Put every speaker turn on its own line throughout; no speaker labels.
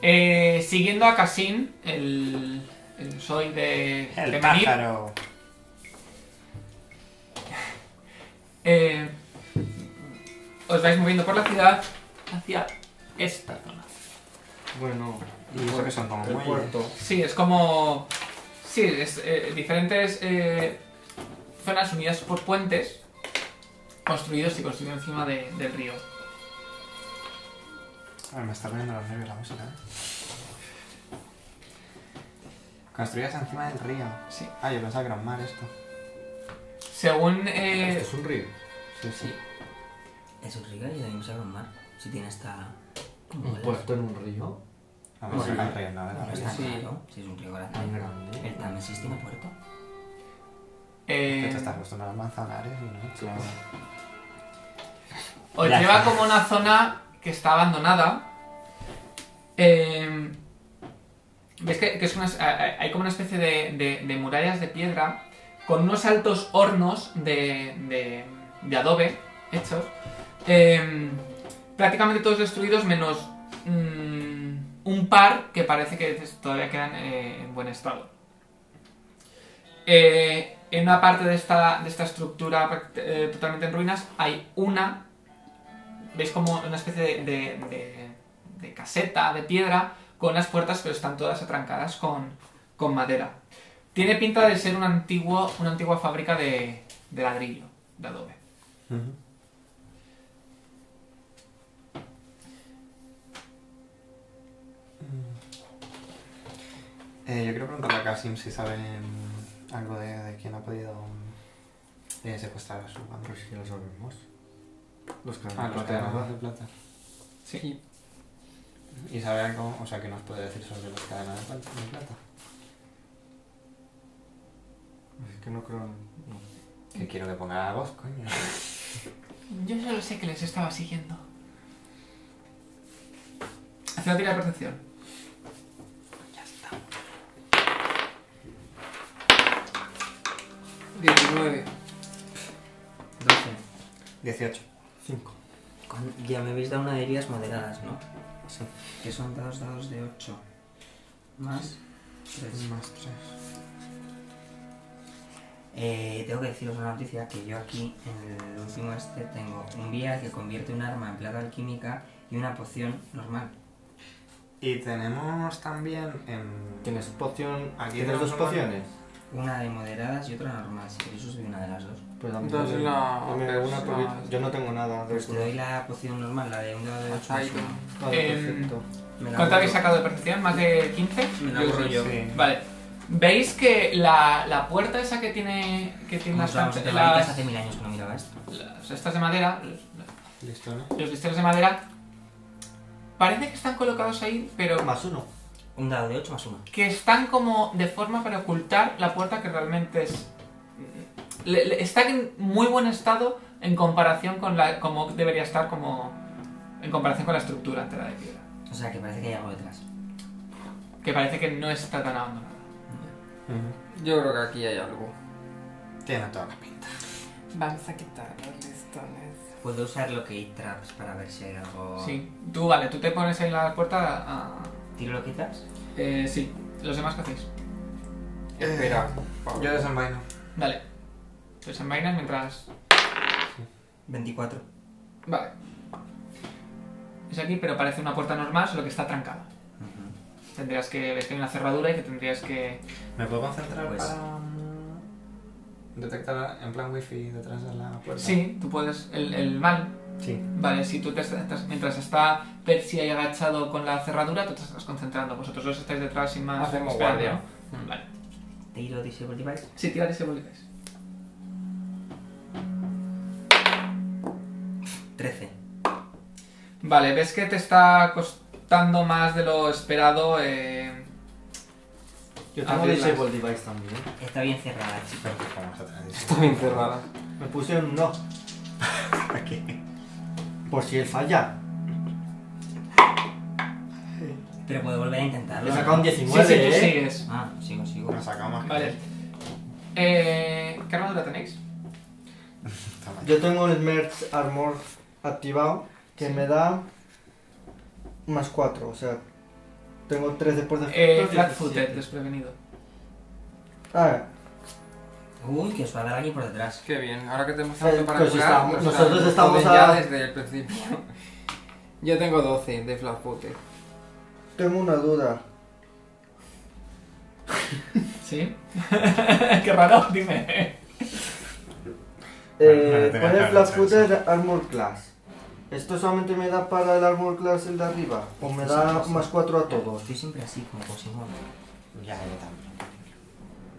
Eh, siguiendo a Casin, el, el Zoid de, de
El
Manir,
pájaro.
eh, os vais moviendo por la ciudad hacia esta zona.
Bueno,
Y eso que son como
el
muelles.
puerto.
Sí, es como. Sí, es eh, diferentes eh, zonas unidas por puentes construidos y construidos encima de- del río.
Ay, me está poniendo los nervios la música. ¿eh? Construidas encima del río.
Sí.
Ah, yo pensaba que era un mar esto.
Según.
Este
eh,
es un río.
Sí, sí.
Es un río y también sabe un mar. Si tiene esta.
Un puerto en un río.
No pues me
Sí.
suena el río, no, de la
No
verdad.
es tan
Sí.
raro, si es un río grande.
Tan grande.
El Támesis tiene puerto.
eh,
Que te estás acostumbrado a manzanares y no.
Sí.
Os
Ya
lleva
está.
como una zona que está abandonada. Eh, ¿Ves que, que es una- hay hay como una especie de, de- de murallas de piedra con unos altos hornos de, de- de adobe hechos? eh, prácticamente todos destruidos menos mm, un par que parece que todavía quedan eh, en buen estado. Eh, en una parte de esta, de esta estructura pract- eh, totalmente en ruinas hay una, veis como una especie de, de- de- de caseta de piedra con las puertas pero están todas atrancadas con, con madera. Tiene pinta de ser un antiguo, una antigua fábrica de, de ladrillo, de adobe.
Ujú. Eh, yo quiero preguntarle a Kasim si sabe mm, algo de, de quién ha podido mm, eh, secuestrar a su banda.
Pues ya lo sabemos. Los
Ah, los
cadenas
cadenas de plata.
Sí.
¿Y sabe algo? O sea, ¿qué nos puede decir sobre los cadenas de plata? de plata?
Es que no creo. en- no.
Que quiero que ponga la voz, coño.
Yo solo sé que les estaba siguiendo. Hace una tira de percepción.
Ya está.
19.
12.
18.
Cinco.
Con- ya me habéis dado una de heridas moderadas, ¿no?
Sí.
Que son dos dados de 8. Más 3.
Más 3.
Eh, tengo que deciros una noticia que yo aquí, en el último este, tengo un vial que convierte un arma en plata alquímica y una poción normal.
Y tenemos también en...
¿Tienes poción?
Aquí
¿Tienes
tenemos
dos
un-
pociones?
Una de moderadas y otra normal. Si queréis os doy una de las dos.
Pues dame
Entonces
una-
la-
dame una
la-
porque yo no tengo nada. de
Pues te
eso.
doy la poción normal, la de un dado
Ah,
de 8.
Ahí
Vale,
Em,
perfecto.
Me la
¿Cuánto
borro-
habéis sacado de percepción? ¿Más de 15?
Me la borro yo.
Sí.
Vale. ¿Veis que la, la puerta esa que tiene, que tiene
Como
las,
estábamos
las-
en varitas hace mil años que no miraba esto.
las- estas de madera, los,
Listo, ¿no?
los listeros de madera, parece que están colocados ahí, pero
Más uno.
Un dado de 8 más 1.
que están como de forma para ocultar la puerta que realmente es... le- le- está en muy buen estado en comparación con la... como debería estar como... en comparación con la estructura entera de piedra.
O sea que parece que hay algo detrás.
Que parece que no está tan abandonada.
Yo creo que aquí hay algo.
Tiene toda la pinta.
Vamos a quitar los listones.
Puedo usar Locate Traps para ver si hay algo.
Sí. Tú, vale, tú te pones en la puerta a...
¿Tiro Locate Traps?
Eh, sí. ¿Los demás qué hacéis? Eh.
Espera, Pablo.
Yo desenvaino.
Dale. Desenvainas Pues mientras...
24.
Vale. Es aquí, pero parece una puerta normal, solo que está trancada. Tendrías que... ves que hay una cerradura y que tendrías que...
¿Me puedo concentrar
Pues-
para mm, detectar en plan wifi detrás de la puerta?
Sí, tú puedes... El, el mal.
Sí.
Vale, si tú te estás... Mientras está Percy ahí agachado con la cerradura, tú te estás concentrando. Vosotros dos estáis detrás sin más...
Hacemos
esperando,
guardia.
¿no? Vale.
Tiro Disable Device.
Sí, tirad ese volcáis.
13.
Vale, ves que te está costando más de lo esperado... Eh...
Yo tengo
Abrirlas.
Disable Device también.
Está bien cerrada, chico.
Pero pues vamos a tener
Está bien cerrada.
Me puse un no.
¿Para qué?
Por si él falla.
Pero puedo volver a intentarlo.
He sacado un
¿no?
19,
sí, sí, tú
¿eh?
sigues.
Ah, sigo, sigo.
Nos sacamos.
Vale. Eh, ¿Qué armadura tenéis?
Toma.
Yo tengo el Merge Armor activado que me da más 4, o sea, Tengo tres después de...
Eh, Flatfooted, desprevenido.
Ah,
Uy, que os va a dar aquí por detrás.
Qué bien, ahora que tenemos tanto
Eh,
para
pues
curar,
estamos-
pues
nosotros
está-
estamos
joven ya
a-
desde el principio. Yo tengo 12 de flatfooted.
tengo una duda.
¿Sí? Qué raro, dime.
no le
Eh,
tenía
pone
claro,
Flat
sí,
Footed Armor Class. ¿Esto solamente me da para el Armor Class el de arriba? ¿O Pues me da más 4 a todos?
Estoy siempre así, como Cosimo.
Ya, yo también.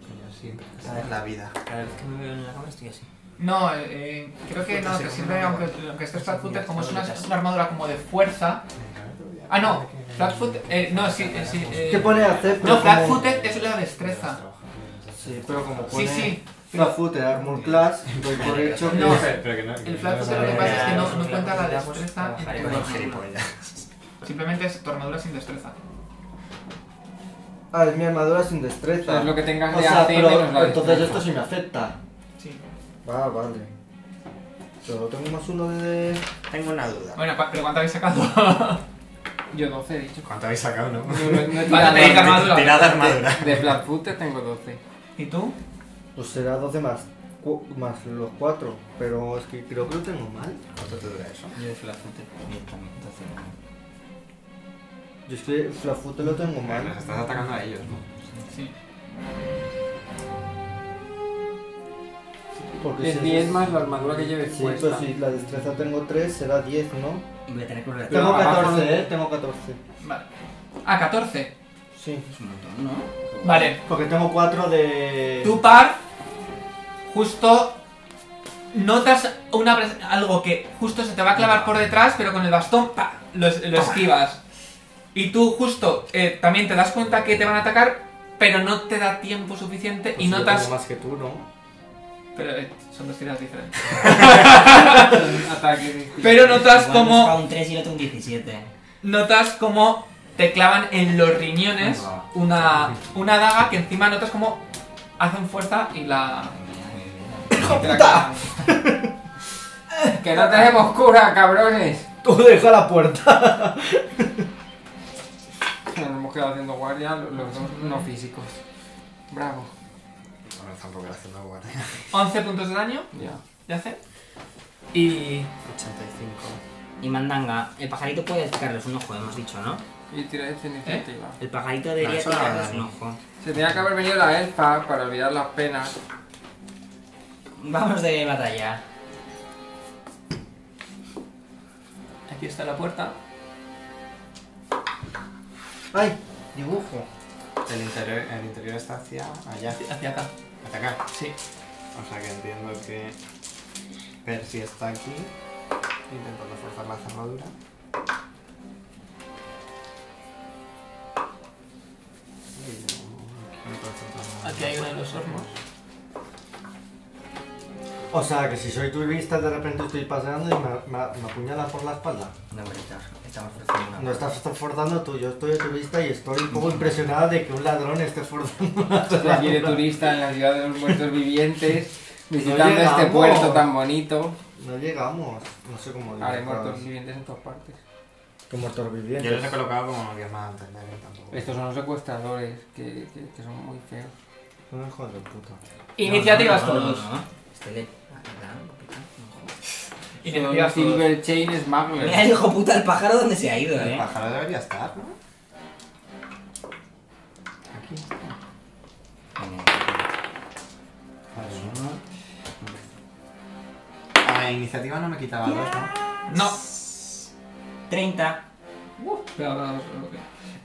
Que Yo siempre.
A ver.
Es la vida.
Cada vez que me veo en la cámara estoy así.
No, eh, creo que no, que siempre, aunque, aunque esté Flatfooted, como es una, una armadura como de fuerza. Ah, no, Flatfooted. Eh, no, sí, eh, sí. eh,
¿Qué pone hacer?
No, Flatfooted es la destreza.
Sí, pero como pone...
Sí, sí.
Flat Footed Armor Class, doy por hecho que...
No.
pero que no.
El Flatfooted lo que pasa es que no, no cuenta la destreza en tu
Trabajaré con el
armadura.
gilipollas.
Simplemente es tu armadura sin destreza.
Ah, es mi armadura sin
O sea,
Pues
destreza.
es lo que tengas
O
de
sea,
AC
pero
menos la
entonces
destreza.
esto sí me afecta.
Sí.
Ah, vale. Solo tengo más uno de...
Tengo una duda.
Bueno, ¿cu- pero ¿cuánto habéis sacado?
Yo 12 he dicho.
¿Cuánto habéis sacado, no?
No, no, no he
Para
tirado.
pedir armadura.
Tirada armadura.
De flatfooted tengo 12.
¿Y tú?
Pues será 12 más, cu- más los 4. Pero es que creo que lo tengo mal.
¿Cuánto te dura eso?
Yo de Flatfooted también, también, entonces.
Yo es que Flat Footed lo tengo
Bueno,
mal.
los estás atacando a ellos, ¿no?
Sí.
Porque
Es
si
10 más la armadura que lleves
Pues Sí,
puesta.
pues si la destreza tengo 3, será 10, ¿no?
Y voy a tener que volver a
Pero
Tengo
abajo no-
14, ¿eh? Tengo 14.
Vale. Ah, 14.
Sí.
Es un montón, ¿no?
Vale.
Porque tengo 4 de...
Tu par, justo notas una, pres- algo que justo se te va a clavar por detrás, pero con el bastón pa, lo, es- lo esquivas. Y tú justo eh, también te das cuenta que te van a atacar, pero no te da tiempo suficiente
Pues
y
yo
notas...
tengo más que tú, ¿no?
Pero eh, son dos tiras diferentes.
Ataque de-
Pero notas
Igual me he sacado
como,
un 3 y el otro un 17.
notas como te clavan en los riñones una, una daga que encima notas como hacen fuerza y la...
¡Hijo puta! ¡Que no tenemos cura, cabrones!
Tú deja la puerta.
Nos hemos quedado haciendo guardia los dos no físicos. Bravo.
Bueno, tampoco era haciendo guardia.
11 puntos de daño,
Ya.
ya hace. Y
85.
Y mandanga, el pajarito puede tirarles un ojo, hemos dicho, ¿no?
Y
¿Eh?
tiráis en iniciativa.
El pajarito debería
eso no,
tirarles
no.
un ojo.
Se tenía que haber venido la elfa para olvidar las penas.
Vamos de batalla.
Aquí está la puerta.
Ay, dibujo.
El interior, el interior está hacia allá.
Hacia acá.
Hasta acá.
Sí.
O sea que entiendo que Percy está aquí intentando forzar la cerradura. Y yo aquí me concentro en-
Aquí hay uno de los hornos.
O sea, que si soy turista, de repente estoy paseando y me, me, me apuñala por la espalda.
No, bonita, estamos forzando una.
No estás forzando tú, yo estoy de turista y estoy un poco impresionada de que un ladrón esté forzando una
Estoy aquí de
cerradura.
turista en la ciudad de los muertos vivientes,
No
visitando este
llegamos.
puerto tan bonito.
No llegamos, no sé cómo
Ah,
Ahora hay
dibujar.
muertos vivientes en todas partes.
Que muertos
Yo los he
vivientes.
colocado como no más entender ¿eh? tampoco.
Este
Estos son los secuestradores, que, que- que son muy feos.
Son unos hijos de puta.
Iniciativas
No, no, no,
todos.
no, no. Este le- Ah, ¿verdad? No.
Son
Iniciativas todos.
Silver Chain
Mira
Smugglers.
el hijo puta el pájaro donde se ha ido,
El
eh.
pájaro debería estar, ¿no? Aquí. A la iniciativa no me quitaba dos, ¿no?
No.
30.
Uh, pero ahora os- ok.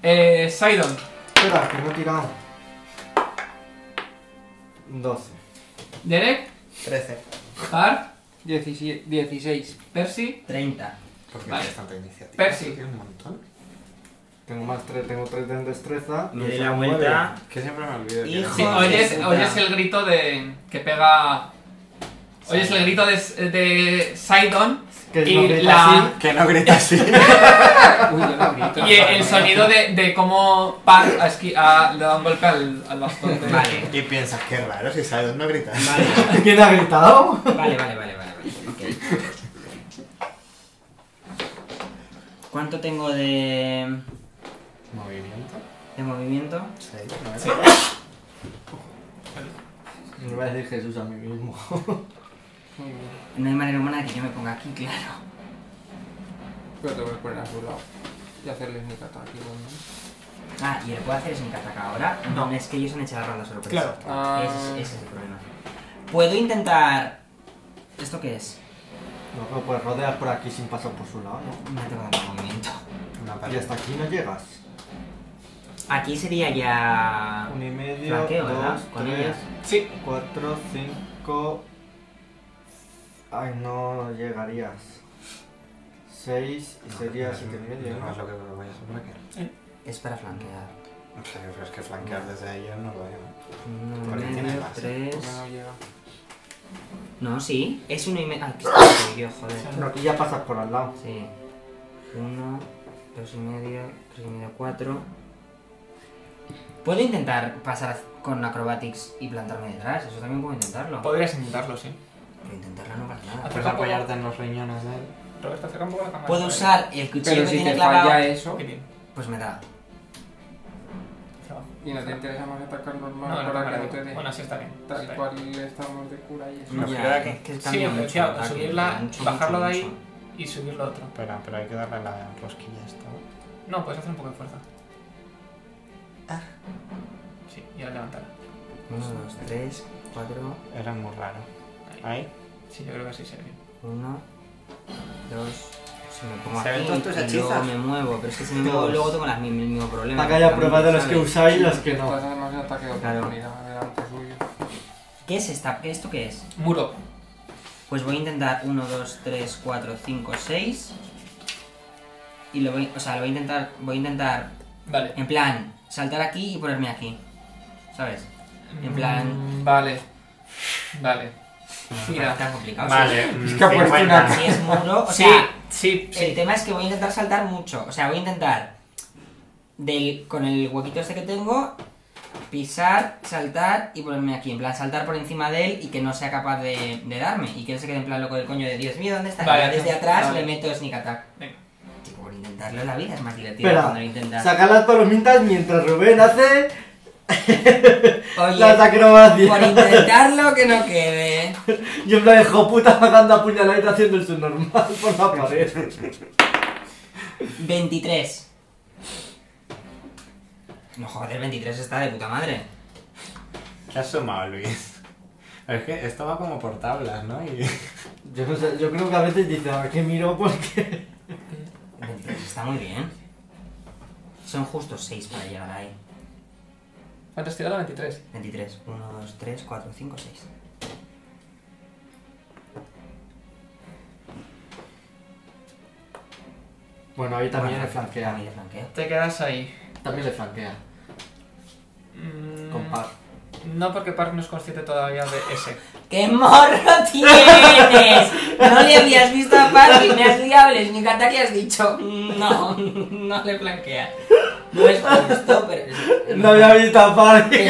Eh, Sidon.
Espera, que no he tirado. 12.
Derek.
13.
Har.
17 16.
Percy.
30.
Porque
Vale.
tienes tanta iniciativa.
Percy.
Eso Tiene un montón.
Tengo más 3, tengo 3 de destreza.
Me doy
son
la vuelta.
Que siempre me olvido. que-
Hijo.
Sí, oyes,
puta.
oyes el grito de. que pega. Oyes el grito de, de Sidon
nueve. Que
Y
no grita
la-
así.
Que no grita así.
Uy, yo no grito.
y el sonido de, de cómo Par ha esqui- ha- le da un golpe al, al bastón. de-
Vale.
Y piensas, qué raro, si sabes no gritas.
Vale,
¿Quién ha gritado?
vale, vale, vale, vale. vale. ok. ¿Cuánto tengo de.
Movimiento. pues,
De movimiento,
Sí.
Me va a decir Jesús a mí mismo.
Muy bien.
no hay manera humana de que yo me ponga aquí, claro.
Pero te voy a poner a su lado. Y hacerle sneak attack igual, ¿no?
Ah, y el puedo hacer es en Kataka ahora. No, es que ellos han echado la ronda sorpresa.
Claro.
Ah.
Ese, es- ese es el problema. Puedo intentar. ¿Esto qué es?
No, pero puedes rodear por aquí sin pasar por su lado, ¿no?
No tengo tanto movimiento.
Una
Y
pared.
hasta aquí no llegas.
Aquí sería ya.
Un y medio,
Flanqueo, ¿verdad?
dos,
Con
tres,
ellas.
Sí,
cuatro, cinco... Ay, no llegarías. Seis y
No,
sería
no,
siete y
no,
medio,
No es
¿no?
lo que voy a hacer.
Es para flanquear.
No sé, pero es que flanquear desde ahí yo no lo veo.
Uno,
Porque tiene
medio,
más.
Ah,
Porque no
tres.
llega.
No, sí. Es uno y medio. Ah, que estoy yo, joder.
No, aquí ya pasas por al lado.
Sí. Uno, dos y medio, tres y medio, cuatro. Puedo intentar pasar con acrobatics y plantarme detrás. Eso también puedo intentarlo.
podrías intentarlo, sí.
Pero intentarlo no vale nada.
Pues
Puedes apoyarte en los riñones de él.
Roberto, acerca un poco la cámara.
Puedo usar el cuchillo
Pero
que
si
tiene
te
clavado.
falla eso
Qué bien.
Pues me da.
hacia abajo.
y no te interesa más atacar normal
No, no,
para que
para-
no te dé.
Bueno, así está bien.
Tal
Está bien.
cual estamos de cura y eso.
No.
Ya,
pero era
es que
Sí,
cambia
lo
mucho,
decía,
ataque,
subirla,
mucho,
bajarlo
mucho,
de ahí.
mucho.
Y subir lo otro.
Espera, pero hay que darle la rosquilla esta. ¿no?
No, puedes hacer un poco de fuerza. Sí, y ahora levantarla.
Uno, dos, tres, cuatro,
Era muy raro.
Ahí.
Ahí.
Sí, yo creo que así sería bien.
uno, dos. Si me pongo
Se ven
aquí
todos tus
y luego
hechizos.
me muevo, pero es que si me muevo
Todos.
luego tengo las, mi- el mismo problema.
Acá ya
También,
prueba de los que
¿sabes?
usáis y los que no.
Estás además en ataque de
Claro.
oportunidad delante suyo.
¿Qué es esta? ¿Esto qué es?
Muro.
Pues voy a intentar 1, 2, 3, 4, 5, 6. Y lo voy, o sea, lo voy a intentar, voy a intentar,
Vale.
en plan, saltar aquí y ponerme aquí. ¿Sabes? En plan-
Mm, Vale. Vale. Mira.
No tan complicado.
Vale. mm,
Es que ha puesto una-
Si es muro, o
Sí,
sea, eh,
sí,
El
sí.
tema es que voy a intentar saltar mucho. O sea, voy a intentar del, con el huequito este que tengo pisar, saltar y ponerme aquí. En plan, saltar por encima de él y que no sea capaz de, de darme. Y que él se quede en plan loco del coño de Dios mío, ¿dónde está?
Vale,
Y desde
hacemos-
atrás
vale.
le meto sneak attack.
Venga.
Chico, por intentarlo la vida es más divertida
Espera,
cuando lo intentas.
saca las palomitas mientras Rubén hace las
Oye, por
acrobacias.
intentarlo que no quede.
Yo en plan, hijo puta, matando a puñalar y haciendo el subnormal por la pared.
23. No, joder, 23 está de puta madre.
¿Qué has sumado, Luis? Es que esto va como por tablas, ¿no? Y...
Yo no sé, yo creo que a veces dice, a ver qué miro porque...
23 está muy bien. Son justos 6 para llegar ahí.
¿Cuánto has tirado? 23.
23. 1, 2, 3, 4, 5, 6.
Bueno, ahí también le flanquea.
También le flanquea.
Te quedas ahí.
También le flanquea,
Mm,
con par.
No, porque Park no es consciente todavía de ese.
¡Qué morro tienes! No le habías visto a Park y me has liado el sneak attack y has dicho No, no le flanquea. No es justo, pero es...
No había visto a par.
¡Qué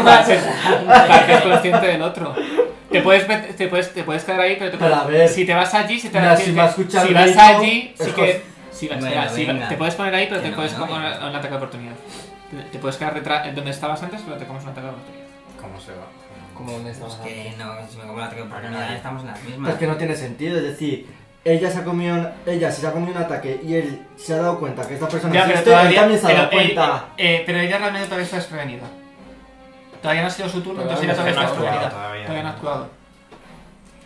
más
Park es
grande!
consciente del otro. Te puedes, met- te, puedes, te puedes quedar ahí, pero te
Pero
puedes,
a ver.
si te vas allí, si te
Mira,
si,
si
te-
me ha escuchado
si
el
vas
grito,
allí, sí
es
que. si vas-
Bueno,
espera, si va-
venga.
te puedes poner ahí, pero
Que
te
no,
puedes
no,
comer
venga.
un ataque de oportunidad. Te- Te puedes quedar detrás donde estabas antes, pero te comes un ataque de oportunidad.
¿Cómo se va?
Como donde
Es
estabas antes.
que no, si me como el ataque de oportunidad estamos en las mismas.
Es Pues que no tiene sentido, es decir, ella se ha comido, ella se ha comido un ataque y él se ha dado cuenta que esta persona
Ya, pero
existe, él
todavía.
también se ha
pero,
dado cuenta.
eh, eh, pero ella realmente todavía está desprevenida. Todavía no ha sido su turno,
Todavía
entonces ella todavía
no ha
está
actuado,
desprevenida.
todavía
Todavía no ha
no.
actuado.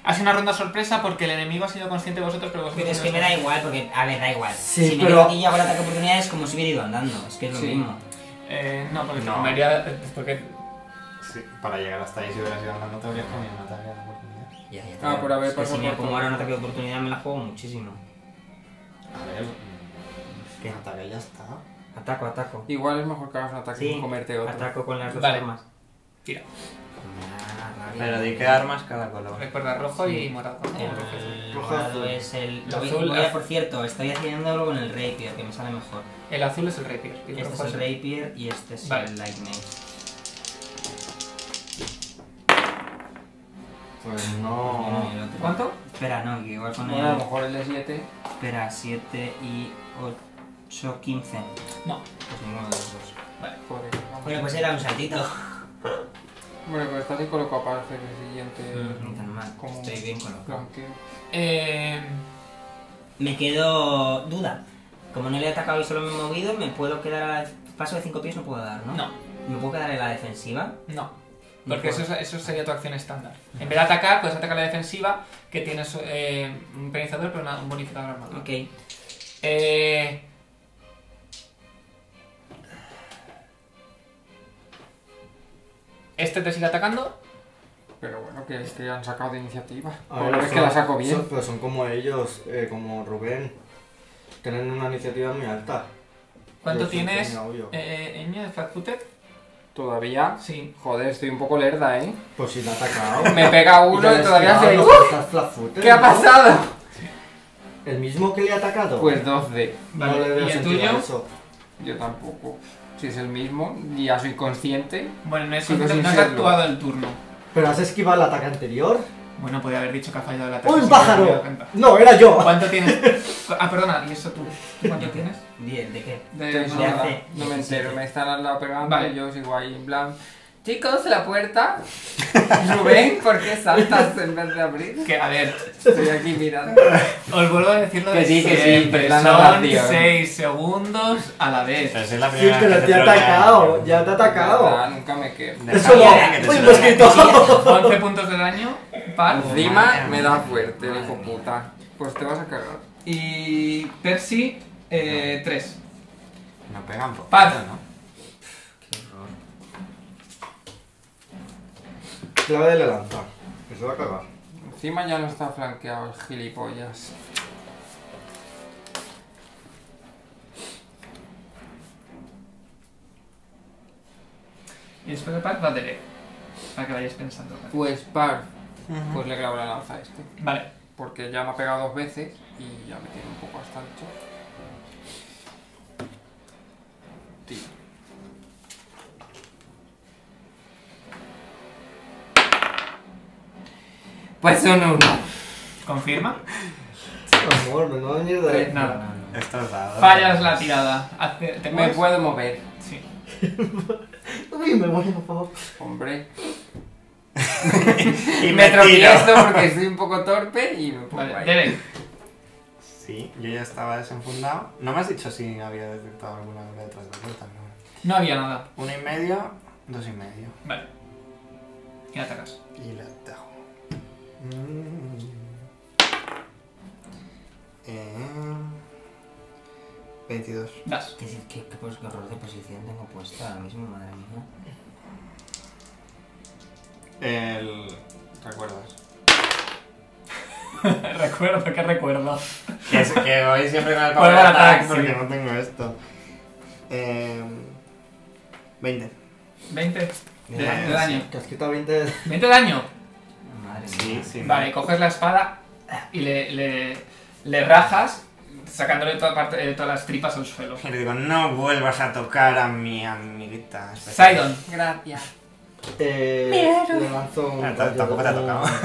Ha sido una ronda sorpresa porque el enemigo ha sido consciente de vosotros, pero vosotros.
Pero es
no
que me
sois.
da igual, porque, a ver, da igual.
Sí,
si me
pero-
quedo aquí y hago el ataque de oportunidad es como si hubiera ido andando, es que es lo
Sí.
mismo.
Eh, no, porque te
No.
comería. eh, Porque
Sí, para llegar hasta ahí, si hubieras ido andando, te habrías comido una tabla de oportunidad.
Ya, ya te
Ah,
digo,
por haber
es que
pasado
Si me
por todo.
pongo ahora un ataque de oportunidad me la juego muchísimo.
A ver, mm,
¿Qué?
una tabla y ya está.
Ataco, ataco.
Igual es mejor que hagas un ataque
Sí,
y comerte otro.
Ataco con las dos
Vale.
armas.
Tira.
Ah, rabia.
Pero di qué armas cada color.
Recuerda rojo
Sí. Ah.
y morado.
El
Rojo,
morado
azul.
es el. Lo voy-
Azul,
voy
azul.
a, por cierto, estoy haciéndolo con el Rapier, que me sale mejor.
El azul es el rapier. y el
Este es
rojo
el Rapier y este es
Vale.
el Light Mage.
Pues
Bueno,
Oh.
no...
y el otro.
¿Cuánto?
Espera, no, que igual con
Bueno, a lo
el.
mejor el de 7.
Espera, 7 y 8. Son 15.
No.
Pues ninguno de los dos.
Joder. vamos.
Bueno, pues era un saltito.
Bueno, pues estás en coloco para hacer el siguiente.
Mm, Ni tan mal.
Como-
Estoy bien colocado.
blanqueo.
Eh,
Me quedo duda. Como no le he atacado y solo me he movido, me puedo quedar a la... Paso de 5 pies no puedo dar, ¿no?
no,
¿Me puedo quedar en la defensiva?
no. Porque eso, es- eso sería tu acción estándar. En vez de atacar, puedes atacar la defensiva, que tienes eh, un penalizador, pero una- un bonificador armadura.
Ok.
Eh... Este te sigue atacando.
Pero bueno, que, que han sacado de iniciativa.
A
Por
ver,
lo menos que
son-
la saco
son-
bien.
pero son como ellos, eh, como Rubén. Tienen una iniciativa muy alta.
¿Cuánto
Yo sí
tienes?
tenía hoyo.
Eh, Eña, de Flatfooted.
Todavía.
Sí.
Joder, estoy un poco lerda, ¿eh?
Pues si te ha atacado.
Me pega
Y te
uno
ha
y todavía
esquivado,
se.
los que estás flat-footed,
¿Qué ha
¿no?
pasado?
¿El mismo que le ha atacado?
Pues 12.
no
Vale,
le veo
¿y el
sentido a
tuyo?
eso.
Yo tampoco. Si es el mismo, ya soy consciente.
Bueno, no, es,
Sí, pero
no
sin
has
serlo.
actuado el turno.
Pero has esquivado el ataque anterior.
Bueno, podría haber dicho que ha fallado la
¡Un
si no me había
pájaro!
dado cuenta.
No, era yo.
¿Cuánto tienes? Ah, perdona, y eso tú. ¿Tú cuánto tienes?
Bien, ¿de qué?
De-
Entonces,
no,
nada,
hace
no me
17.
entero, me están al lado pegando
Vale.
y yo sigo ahí en plan. Chicos, la puerta. Rubén, ¿por qué saltas en vez de abrir?
Que a ver,
Estoy aquí mirando.
os vuelvo a decirlo
Que
de
sí, que sí,
siempre.
que es la ¿eh?
Son
narración.
6 segundos a la vez.
Esa es la
Sí,
primera vez
pero
que
te ha
trolean.
atacado. Ya te ha
Nada,
atacado.
nunca me quedo.
De
Eso
familia
no,
que te
uy,
suena.
pues que- ¡Quito!
¿11
Sí.
puntos de daño? Par.
Encima
madre
me
mía.
da fuerte,
Madre
hijo
mía.
puta. Pues te vas a cagar.
Y Percy, eh, 3.
No pegan poquito,
Paz.
¿no?
Clave de la lanza. Que se va a cagar.
Encima ya no está flanqueado el gilipollas.
Y después de Paz va Derek. Para que vayáis pensando. ¿vale?
Pues par, pues le clavo la lanza a este.
Vale.
Porque ya me ha pegado dos veces y ya me tiene un poco hasta el choque. Tiro. Pues son uno.
¿Confirma?
Amor, me va a venir
Tres.
de...
Nada.
Estos dados.
Fallas la tirada. Hace- ¿Te
Me
mueves?
Pues,
puedo mover.
Sí.
Uy, me voy, por favor.
Hombre.
Y
me
me tiro.
tropiezo porque soy un poco torpe y me
pues
pongo
Vale,
ahí.
Derek.
Sí, yo ya estaba desenfundado. No me has dicho si había detectado alguna hora detrás de la puerta, pero bueno.
No había nada.
Uno y medio, dos y medio.
Vale. Y atacas.
Y la atajo. Mm. Eh, 22.
Das.
¿Qué, qué, qué, pues, qué horror de posición tengo puesta ahora mismo, madre mía.
El... ¿Recuerdas?
recuerdo, que recuerdo.
Que, es- que voy siempre con el
Con el
power attack
attack,
porque
sí.
no tengo esto. Eh, 20.
20. De,
Bien.
de daño.
Que has quitado 20 de...
20 daño.
Madre
Sí,
mía.
sí.
Vale, coges la espada y le, le, le rajas, sacándole toda parte, eh, todas las tripas al suelo.
Y le digo, no vuelvas a tocar a mi amiguita.
Sidon.
Gracias.
Eh, le lanzo un...
Ah, t- tampoco te ha tocado.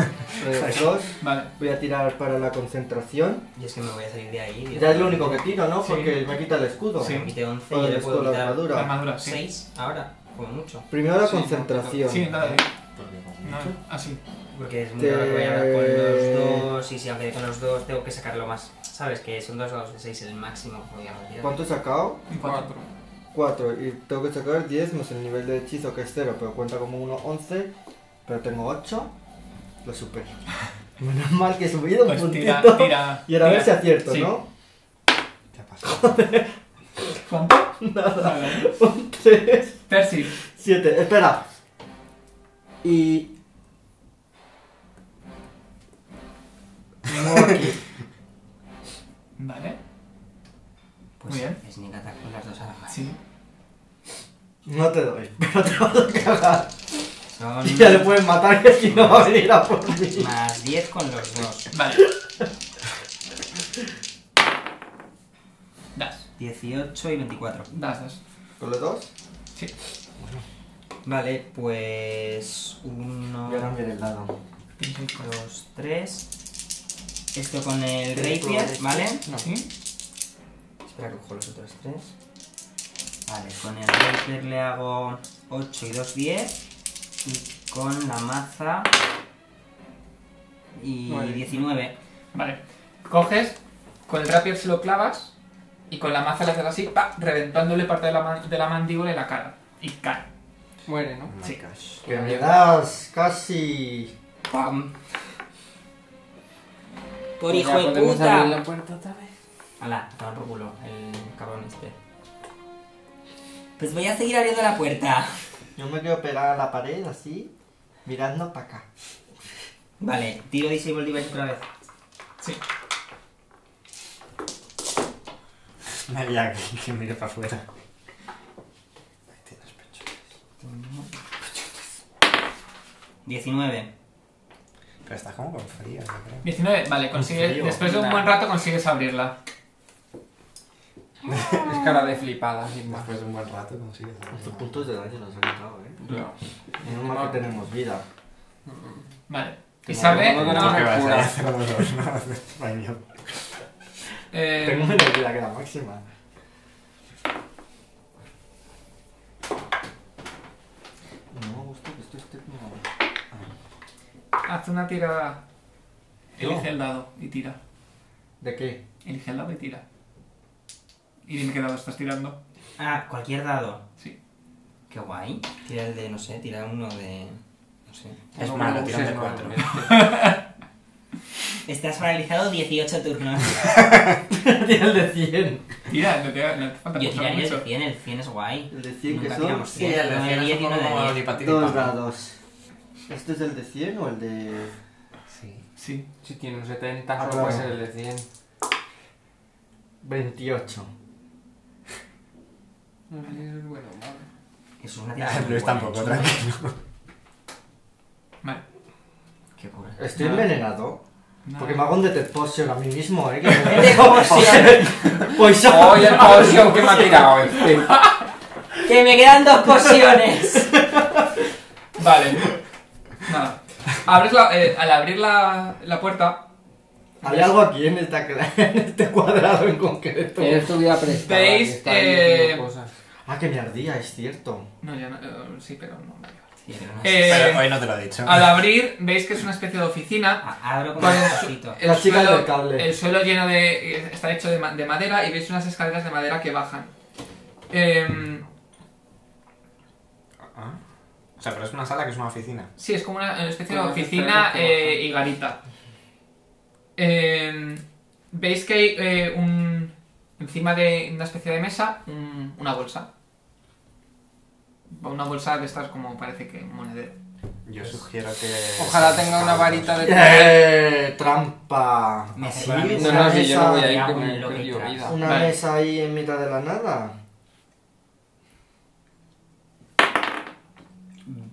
Eh, dos.
Vale.
Voy a tirar para la concentración.
Y es que me voy a salir de ahí. Dios.
Ya es lo único que tiro, ¿no?
Sí.
Porque me quita el escudo.
Sí.
Me quité 11
Todo
y
el
yo le puedo
escudo, la
quitar
La
armadura.
armadura, sí.
6 ahora, como mucho.
Primero la
Sí, no,
concentración.
Sí, nada de-
Porque como
No,
mucho.
así.
Porque es muy
Te-
raro que voy a dar con los dos. Y si aunque dé con los dos, tengo que sacarlo más. ¿Sabes? Que son dos dados de 6 el máximo que voy a retirar.
¿Cuánto he sacado?
En cuatro.
Cuatro.
4 y tengo que sacar 10 más el nivel de hechizo que es 0, pero cuenta como 1, 11, pero tengo 8, lo supero. Menos mal que he subido un
Pues tira,
puntito.
tira.
y ahora a ver si
tira.
acierto,
Sí.
¿no?
Te ha pasado.
¿Cuánto? Nada.
3,
Percy,
7, espera. Y... Me muevo aquí.
Vale.
Pues
Muy bien.
es ni attack con las dos armas.
Sí.
No te doy, pero te vas a cagar.
Son
Y ya le pueden matar que si no va a venir a por mí.
más 10 con los dos.
Vale. Das.
18 y 24.
Das, das.
¿Con los dos?
Sí.
Vale, pues. Uno.
Voy a cambiar el dado.
Tienes un cuatro.
dos, tres. Esto con el
Tres,
rapier,
probable.
¿vale?
¿Sí?
Ahora cojo los otros tres. Vale, con el Raker le hago 8 y 2, 10. Y con la maza. Y
Nueve.
19.
Vale. Coges, con el rapier se lo clavas y con la maza le haces así, pa, reventándole parte de la, man- de la mandíbula y la cara. Y cae.
Muere,
Oh
¿no?
Sí.
Que me das casi.
¡Pam! Pues ¡Por
Pues Ya
hijo de
podemos abrir la
puta!
puerta otra vez.
Alá, toma por culo el cabrón este. Pues voy a seguir abriendo la puerta.
Yo me quedo pegada a la pared así, mirando para acá.
Vale, tiro Disable Device otra vez.
Sí.
Ya, que, que mire para afuera.
Ahí tienes pecho.
19.
Pero estás como con frío, yo creo.
19, vale, consigues,
frío.
después de un
Nah.
buen rato consigues abrirla.
Es cara de flipada, sin más.
Después de un buen rato consigues.
Estos puntos de daño nos han quitado, eh.
No.
Menos mal que tenemos vida.
Vale.
Te
Y sabe.
mando
no,
todo la-
¿Qué vas a hacer con los dos? No, español.
eh,
Tengo menos vida que la máxima. No me gusta que esto esté este como.
haz una tirada.
Yo.
Elige el dado y tira.
¿De qué?
Elige el dado y tira. Y dime qué dado estás tirando.
Ah, cualquier dado.
Sí.
Qué guay. Tira el de, no sé, tira uno de. No
¿Eh?
sé.
Es
No,
malo,
no
tira un
uses
de cuatro.
manos.
Estás Este paralizado 18 turnos.
Tiene el de 100.
Tira, no te, no te falta
Yo
mucho.
tiraría el de
mucho.
100, el 100 es guay.
El de 100 que
Nunca
son.
tiramos
Sí, el de cien es un poco como ni pa' ti ni
Dos
pa' mí.
dados. ¿Este es el de 100 o el de.?
Sí.
Sí.
Si tiene un 70,
Ah,
solo
claro.
puede ser el de 100.
28.
No sé si es bueno o malo.
Es una
Ah,
tirada.
Luis tampoco, tranquilo.
Vale.
Qué cura.
Estoy
Nada.
envenenado.
Nada.
Porque me hago un Detect Potion a mí mismo, eh. Que me
¡Qué poción!
Pues
¡Oye, el poción que me ha tirado este!
¡Que me quedan dos pociones!
Vale. Nada. Abres la- eh, al abrir la, la puerta,
Hay algo aquí en, esta, cla- en este cuadrado en concreto.
Tienes tu vida prestada.
Veis,
que está ahí haciendo
eh,
cosas.
Ah, que me ardía, es cierto.
No, ya no. eh, sí, pero no. no lleva.
Sí, pero no sé.
Eh,
Pero hoy no te lo he dicho.
al abrir, veis que es una especie de oficina.
A- Abro con
Con
un
el,
poquito.
su- el
La chica
suelo,
del cable.
el suelo lleno de. eh, está hecho de, ma- de madera y veis unas escaleras de madera que bajan. Em,
Ah. O sea, pero es una sala que es una oficina.
sí, es como una, una especie de
Con las
oficina
escaleras que
eh, y garita. Em, veis que hay eh, un. encima de una especie de mesa, un- una bolsa. Una bolsa de estas como parece que un monedero.
Yo sugiero que.
Ojalá tenga una varita de
¡Eh! Trampa.
Me
Sí,
hace para mí
no,
una
no, sí, yo no
mesa
voy a
y
ir
hago
con-
lo
con
que
lluvia.
traes.
Una
Vale.
mesa ahí en mitad de la nada.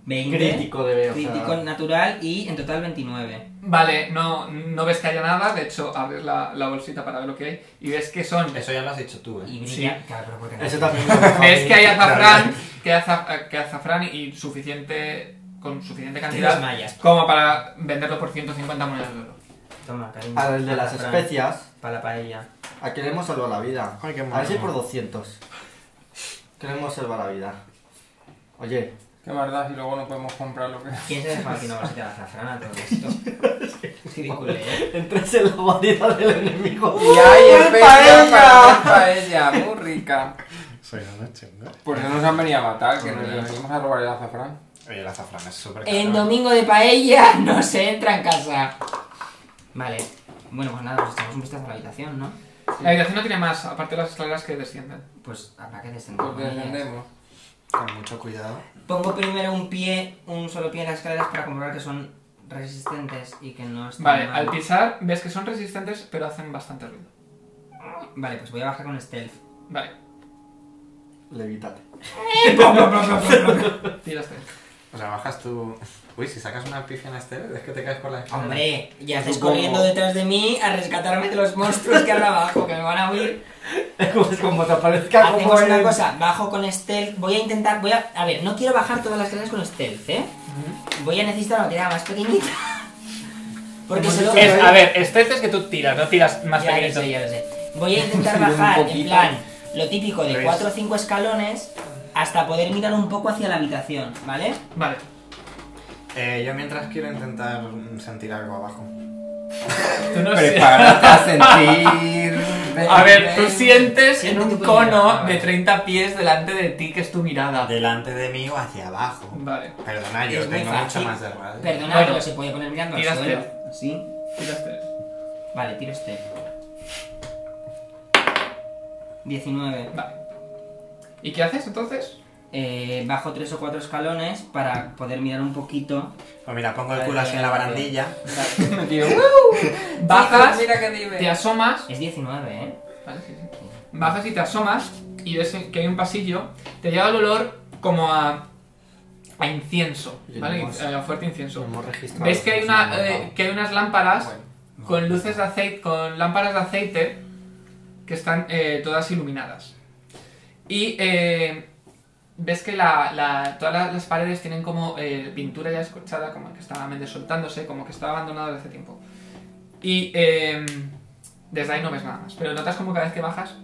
20.
Crítico debe, o sea.
Crítico natural y en total 29.
Vale, no, no ves que haya nada, de hecho abres la, la bolsita para ver lo que hay y ves que son...
Eso ya lo has dicho tú,
Y
eh.
brilla. Claro, pero porque no.
Eso también. me lo dijo a
Ves
mí.
que hay azafrán, que hay, aza- eh, que hay azafrán y suficiente con suficiente
Te
cantidad
desmayas.
como para venderlo por 150 monedas de oro.
Toma, cariño.
Al de las
Azafrán,
especias,
Para la paella.
a que le hemos salvado la vida.
Ay, qué
a ver si
mono.
por 200. Que le hemos salvado la vida. Oye,
Qué verdad, y luego no podemos comprar lo que.
¿Quién se desfalque una bolsita de azafrán a todo esto? Es ridículo, ¿eh?
entras en la guarida del enemigo.
¡Y hay
¡Uy,
especial para hacer paella! ¡Muy rica!
Soy una chunga.
Por eso nos han venido a matar, que
Hombre.
nos íbamos a robar el azafrán.
Oye, el azafrán es súper caro.
En domingo de paella no se entra en casa. Vale. Bueno, pues nada, pues echamos un vistazo a la habitación, ¿no?
La habitación no tiene más, aparte de las escaleras que descienden.
Pues habrá que descender.
Pues
con ellas.
descendemos.
Con mucho cuidado.
Pongo primero un pie, un solo pie en las escaleras para comprobar que son resistentes y que no están.
Vale,
mal.
al pisar ves que son resistentes pero hacen bastante ruido.
Vale, pues voy a bajar con stealth.
Vale,
Levítate.
tiraste.
O sea, bajas tú. Uy, si sacas una pifia en este, es que te caes por la escalera.
Hombre, ya estés
Supongo.
corriendo detrás de mí a rescatarme de los monstruos que habrá abajo, que me van a huir.
Es como, es como te
Ah,
aparezca como
Hacemos una
el-
cosa, bajo con stealth, voy a intentar, voy a... A ver, no quiero bajar todas las escaleras con stealth, ¿eh? Voy a necesitar una tirada más pequeñita. Porque
Hemos
solo...
dicho Es- que-
Ya
a
ver, este es que tú tiras, no tiras
lo sé, ya lo sé. Voy a intentar
Subir un
bajar, en
poquito.
plan, lo típico de
Tres.
4 o 5 escalones hasta poder mirar un poco hacia la habitación, ¿vale?
Vale.
Eh, yo mientras quiero intentar mm, sentir algo abajo.
Tú no sé.
Prepárate a sentir. ven,
A ver, tú
ven.
sientes en
Siente
un
tu mirada,
cono
vale.
de 30 pies delante de ti, que es tu mirada.
Delante de mí o hacia abajo.
Vale.
Perdona, yo
Es muy
tengo
fácil.
mucho más de radio.
Perdona,
Bueno,
pero se puede poner mirando al
tiras
suelo. ¿Sí?
Tiras tres.
Vale, tiro este. 19.
Vale. ¿Y qué haces entonces?
Eh, bajo 3 o 4 escalones para poder mirar un poquito.
Pues mira, pongo el
Vale,
culo así en la
vale.
barandilla.
Me dio-
Bajas,
Mira que dime.
te asomas.
Es 19, ¿eh?
Vale, sí, sí. Bajas y te asomas y ves que hay un pasillo. Te llega el olor como a, a incienso,
Y
¿vale?
hemos-
A fuerte incienso.
hemos registrado.
Ves que hay, una,
hemos
eh,
notado.
que hay unas lámparas
Bueno,
con luces de aceite, con lámparas de aceite que están eh, todas iluminadas. Y eh, ves que la- la- todas la- las paredes tienen como eh, pintura ya escorchada, como que estaba medio soltándose, como que estaba abandonado desde hace tiempo. Y eh, desde ahí no ves nada más. Pero notas como cada vez que bajas.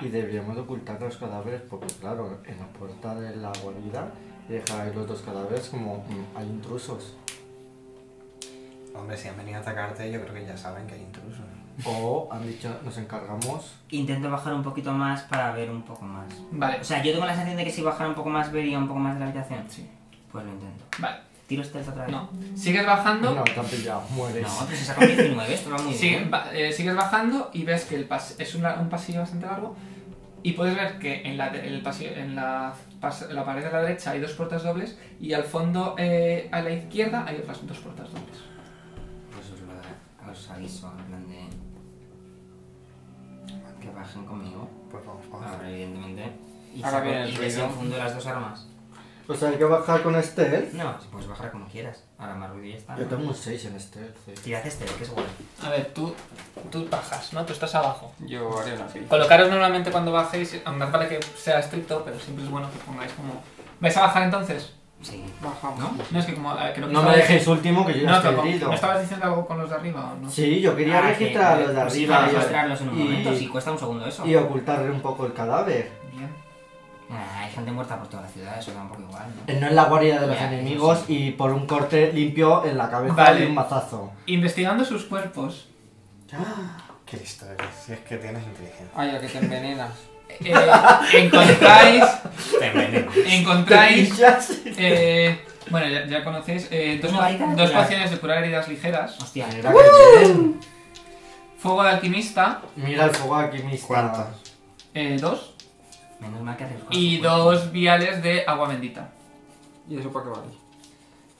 Y deberíamos de ocultar los cadáveres porque, claro, en la puerta de la guarida dejar ahí los dos cadáveres como mm, hay intrusos.
Hombre, si han venido a atacarte, yo creo que ya saben que hay intrusos.
O han dicho, nos encargamos.
Intento bajar un poquito más para ver un poco más.
Vale,
O sea, yo tengo la sensación de que si bajara un poco más vería un poco más de la habitación.
Sí.
Pues lo intento.
vale.
Tiro stealth otra vez.
No. Sigues bajando.
No, te han pillado, mueres.
No, pero se sacó 19, esto va muy
Sigue-
bien.
ba- eh, sigues bajando y ves que el pas- es una- un pasillo bastante largo y puedes ver que en la, de- el pasillo- en la, pas- en la pared de la derecha hay dos puertas dobles y al fondo eh, a la izquierda hay otras dos puertas dobles.
Pues os, lo, os aviso, en plan de... Que bajen conmigo.
Pues vamos, vamos.
Ahora, evidentemente. Y,
Ahora
saco,
viene el
y
ruido.
desenfundo las dos armas.
O sea, hay que bajar con este, ¿eh? stealth.
No, si puedes bajar como quieras. Ahora más ruido y ya está.
Yo
¿no?
tengo un 6 en stealth. sí.
Tirad este, que es bueno.
A ver, tú, tú bajas, ¿no? Tú estás abajo.
Yo haré una pizza.
Colocaros normalmente cuando bajéis, andad para que sea estricto, pero siempre es bueno que pongáis como... ¿Vais a bajar entonces?
Sí.
Bajamos.
¿No? No es que como... eh, creo que
No me
estabais-
dejéis último que yo ya
No,
estoy
pero como-
herido.
¿no estabas diciendo algo con los de arriba o no?
Sí, yo quería
Ah, que-
registrar los de
pues sí,
arriba
para
y-
registrarlos en un
y-
momento, si cuesta un segundo eso.
y ocultarle un poco el cadáver.
Bien.
Ah, hay gente muerta por toda la ciudad, eso da un poco igual, ¿no?
Eh, No en la guardia de los
Ya,
enemigos
eso
y por un corte limpio en la cabeza
Vale.
y un mazazo.
Investigando sus cuerpos,
Qué listo eres, si es que tienes inteligencia.
Ay, a que te envenenas.
eh, encontráis...
Te enveneno.
Encontráis.
Pillas.
eh, bueno, ya, ya conocéis. eh, dos,
¿Una
po-
varita?
dos
Claro.
pociones de curar heridas ligeras.
Hostia, ¿eh?
Mira que bien.
Fuego de alquimista.
Mira el fuego aquí mis
¿Cuántas?
eh, dos.
menos mal que arriesgó.
Y dos viales de agua bendita.
¿Y eso para qué vale?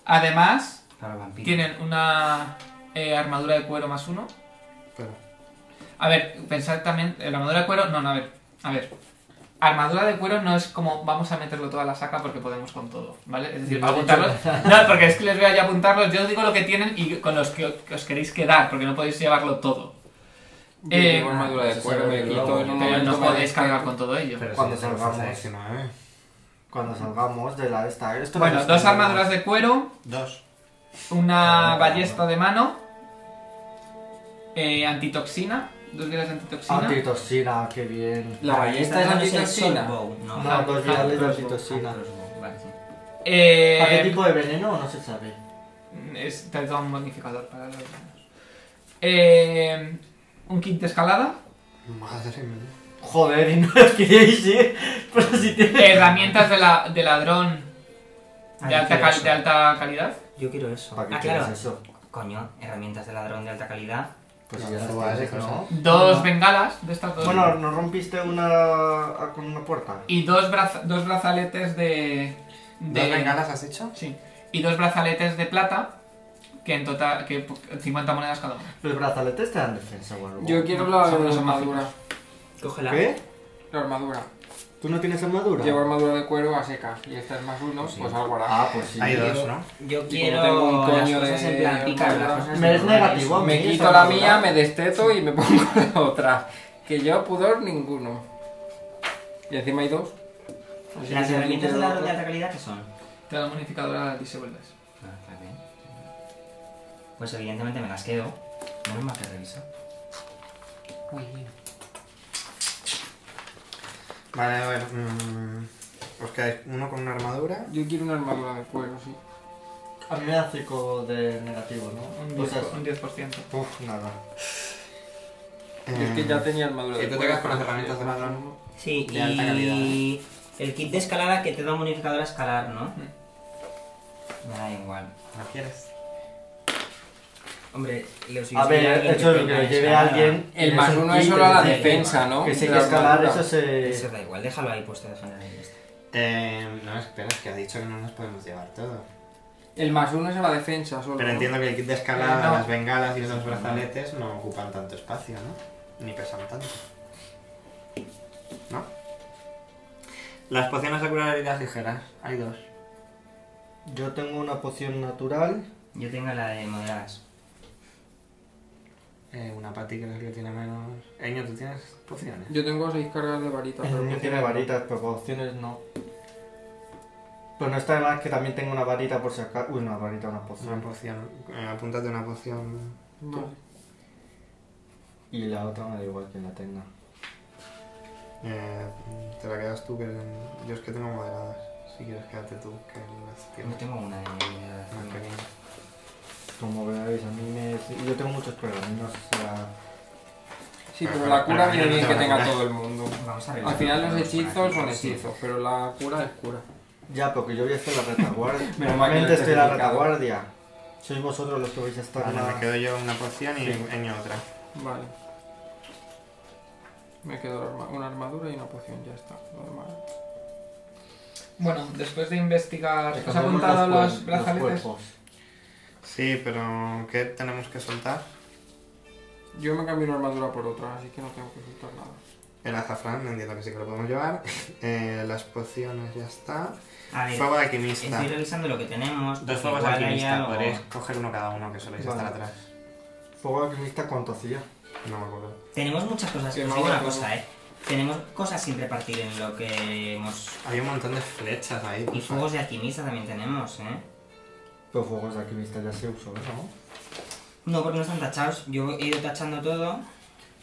Además,
Para el vampiro.
tienen una eh, armadura de cuero más uno.
Pero-
A ver, pensad también. eh, La armadura de cuero. No, no, a ver. A ver. Armadura de cuero no es como vamos a meterlo toda a la saca porque podemos con todo, ¿vale? Es decir, para apuntarlos. No, porque es que les voy a ya apuntarlos. Yo os digo lo que tienen y con los que que os queréis quedar, porque no podéis llevarlo todo.
Yo
Eh,
llevo armadura
eso
de
se
cuero,
ve
me
luego,
quito en un
Pero
momento.
Eh, no
me
podéis
despego.
cargar con todo ello.
Pero
Cuando
si te lo
salgamos.
hace 19.
Cuando salgamos de la esta. Esto no
Bueno,
es
dos
nada.
armaduras de cuero,
Dos.
una ballesta de mano, eh, antitoxina, dos viales de
Ah,
antitoxina,
Antitoxina, qué bien.
La ballesta es
Esta no es el
antitoxina.
Soulbow, No,
No, dos viales de antitoxina.
Soulbow, Vale, sí.
¿Para qué
eh,
tipo de veneno? No se sabe.
es- te da un bonificador para los daños. eh, un kit de escalada,
Madre mía.
Joder, y no los queríais ir. Pero si tiene.
herramientas de, la, de ladrón
Ah,
de
yo
alta,
quiero
cal-
eso.
de alta calidad.
Yo quiero eso.
¿Para qué
ah,
quieres
claro.
eso?
Coño, herramientas de ladrón de alta calidad.
Pues
No,
ya
eso
las
vale,
tienes, ¿no?
Dos
Ajá.
bengalas de estas dos.
Bueno, ¿no rompiste una ah, con una puerta?
y dos, braza- dos brazaletes de. de
¿Dos bengalas has hecho?
Sí. Y dos brazaletes de plata, que en total, que po- 50 monedas cada uno.
Los brazaletes te dan defensa o algo.
Yo quiero
No,
la,
son-
la
son
armadura.
Cógela.
¿Qué?
La armadura.
¿Tú no tienes armadura?
Llevo armadura de cuero a secas. Y esta es más uno, pues algo hará.
Ah, pues sí.
Hay
Yo-
dos, ¿no?
Yo
tengo un
quiero las
coño
cosas
de
en plan picar las
armadura.
cosas.
Me
de
es
lugares.
negativo.
Me
Sí,
quito
esa
la
armadura.
mía, me desteto y me pongo la otra. Que yo pudor ninguno. Y encima hay dos. Así que
Las
si alguien
herramientas de
quiere
ladrón de
otra-
alta calidad, ¿qué son? Ah,
Te da un bonificador a las disabled dice.
Pues evidentemente me las quedo. Menos mal que reviso.
Muy bien.
Vale, a ver. mm, os quedáis uno con una armadura.
Yo quiero una armadura de fuego, sí.
A mí me da 5 de negativo,
Un 10%.
¿no? O sea,
un 10%.
Uf, nada.
Y
Eh,
es que ya tenía armadura
que
de
te
fuego.
pegas con las herramientas de mano,
Sí,
De alta
y
¿eh?
el kit de escalada que te da un modificador a escalar, ¿no?
Hmm.
Me da igual.
¿No quieres?
Hombre, le
A ver, eso es lo que lo lleve a alguien.
El
es
más
un
uno es
ítem
solo a la
de-
defensa, ¿no?
Que sé
De
que
la
escalar,
armadura.
eso
Eso
se.
da igual, déjalo ahí pues puesto, déjalo ahí. ya está.
Eh, no, espera, es que ha dicho que no nos podemos llevar todo.
El más uno es a la defensa solo.
Pero
¿no?
entiendo que el kit de escalada,
Eh, no.
las bengalas y los brazaletes no ocupan tanto espacio, ¿no? Ni pesan tanto. ¿No? Las pociones de curar heridas ligeras, hay dos.
Yo tengo una poción natural.
Yo tengo la de moderadas.
Eh, una para ti creo que tiene menos. Eño, ¿tú tienes pociones?
Yo tengo seis cargas de varita,
El
pero
mío
no
tiene
tengo-
varitas, pero pociones no. Pues no está de más que también tengo una varita por si acaso. Uy, una varita, una
Una
poción.
poción. Eh, apúntate una poción.
Vale.
Y la otra me da igual que la tenga.
Eh, te la quedas tú, que yo es que tengo moderadas. Si quieres, quédate tú, que las
Yo
tienes
tengo una de moderadas.
más pequeñas.
Como veáis, a mí me. Yo tengo muchos pergaminos. o sea,
Sí,
Pero-
pero
pero-
la cura
pero
viene
no
bien
te
que
va a
tenga
curar.
todo el mundo.
Vamos a
Al
revisar.
final los
Vamos a
hechizos son
revisar.
hechizos, pero la cura es cura.
Ya, porque yo voy a estar en la retaguardia.
que
Normalmente
no
estoy en la
especificado.
retaguardia. Sois vosotros los que vais a estar en
Vale,
la...
me quedo yo una poción y Eño otra.
Vale. Me quedo arma- una armadura y una poción, ya está. Normal.
Bueno, después de investigar. ¿Os ha
Cambiamos
apuntado
cuer-
los brazaletes?
pues, cuerpos.
Sí, pero ¿qué tenemos que soltar?
Yo me cambio una armadura por otra, así que no tengo que soltar nada.
El azafrán, entiendo que sí que lo podemos llevar. Eh, las pociones ya está.
A ver,
Fuego de alquimista.
estoy revisando lo que tenemos.
Dos
fuegos
fuegos alquimistas, podéis coger uno cada uno, que soléis
Vale.
estar atrás.
Fuego alquimista, ¿cuánto hacía?
No me acuerdo.
Tenemos muchas cosas.
Que
Os
me
digo una
hago-
cosa, eh. Tenemos cosas sin repartir en lo que hemos.
Había un montón de flechas ahí.
Y fuegos de alquimista también tenemos, eh.
Pero fuegos alquimistas ya se usó, ¿no?
No, porque no están tachados. Yo he ido tachando todo.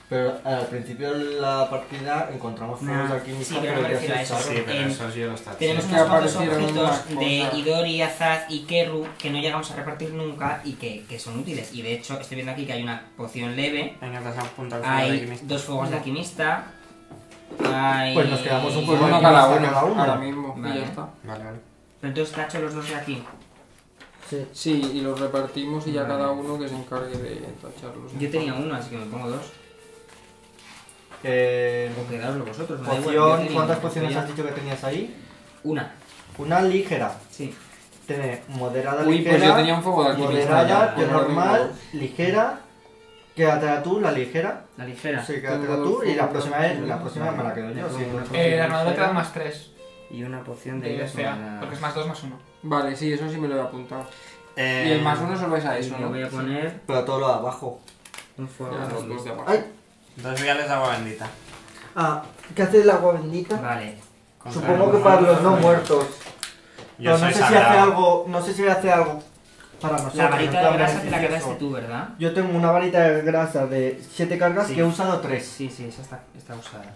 Pero eh, al principio de la partida encontramos fuegos
Nah,
alquimistas,
sí, pero
pero,
me
ya
refiero
se
a eso.
usaron.
Sí, pero
en-
esos yo los taché.
Tenemos
que
unos cuantos
aparecieron
objetos
unas
de
cosas.
Idori, Azaz y Kerru que no llegamos a repartir nunca y que, que son útiles. Y de hecho, estoy viendo aquí que hay una poción leve,
Venga, te has apuntado al fuego de
hay
alquimista.
dos fuegos de alquimista, hay...
Pues nos quedamos un
Pues
fuego Bueno,
uno cada
aquí
uno,
está cada uno.
ahora mismo, y
Vale.
ya está.
Vale, vale.
Pero entonces tacho los dos de aquí.
Sí.
Sí, y los repartimos y ya cada uno que se encargue de tacharlos.
Pues Yo tenía uno, así que me pongo dos.
Eh,
O quedaoslo vosotros, me da igual, yo
poción,
tenía
¿Cuántas
una,
pociones
ya.
has dicho que tenías ahí?
Una,
Una ligera.
sí.
Tiene moderada
Uy,
ligera.
pues yo tenía un fuego de alquimista.
Moderada,
Pues
que
ahora
normal,
mismo-
ligera. Quédatela tú, la ligera.
La ligera.
Sí, quédatela
Tengo
tú.
dos
Y la
fuegos
próxima vez, la
alquimistas.
próxima me la quedo yo.
Tengo
sí,
una
una
poción
poción
Eh, la armadura te da
ligera.
más 3
Y una poción
de
ellos me
CA,
la-
porque es más 2 más 1.
Vale, sí, eso sí me lo voy a apuntar.
Eh,
Y el más uno solo es
Ah,
Eh, a
Eso
eso,
le
¿no?
voy a poner
Pero todo lo de abajo.
un
Ya,
fuego.
los dos de abajo.
Ay,
Dos viales de agua bendita.
ah, ¿qué hace el agua bendita?
Vale,
Contra
Supongo que
el
para
mal.
los no muertos.
Yo
Pero no
soy
sé si
sagrado.
hace algo, no sé si hace algo para nosotros.
la
en
varita
plan
de grasa te la este
beneficioso.
quedaste tú, ¿verdad?
Yo tengo una varita de grasa de 7 cargas
Sí.
que he usado 3.
Sí, sí, esa está, está usada.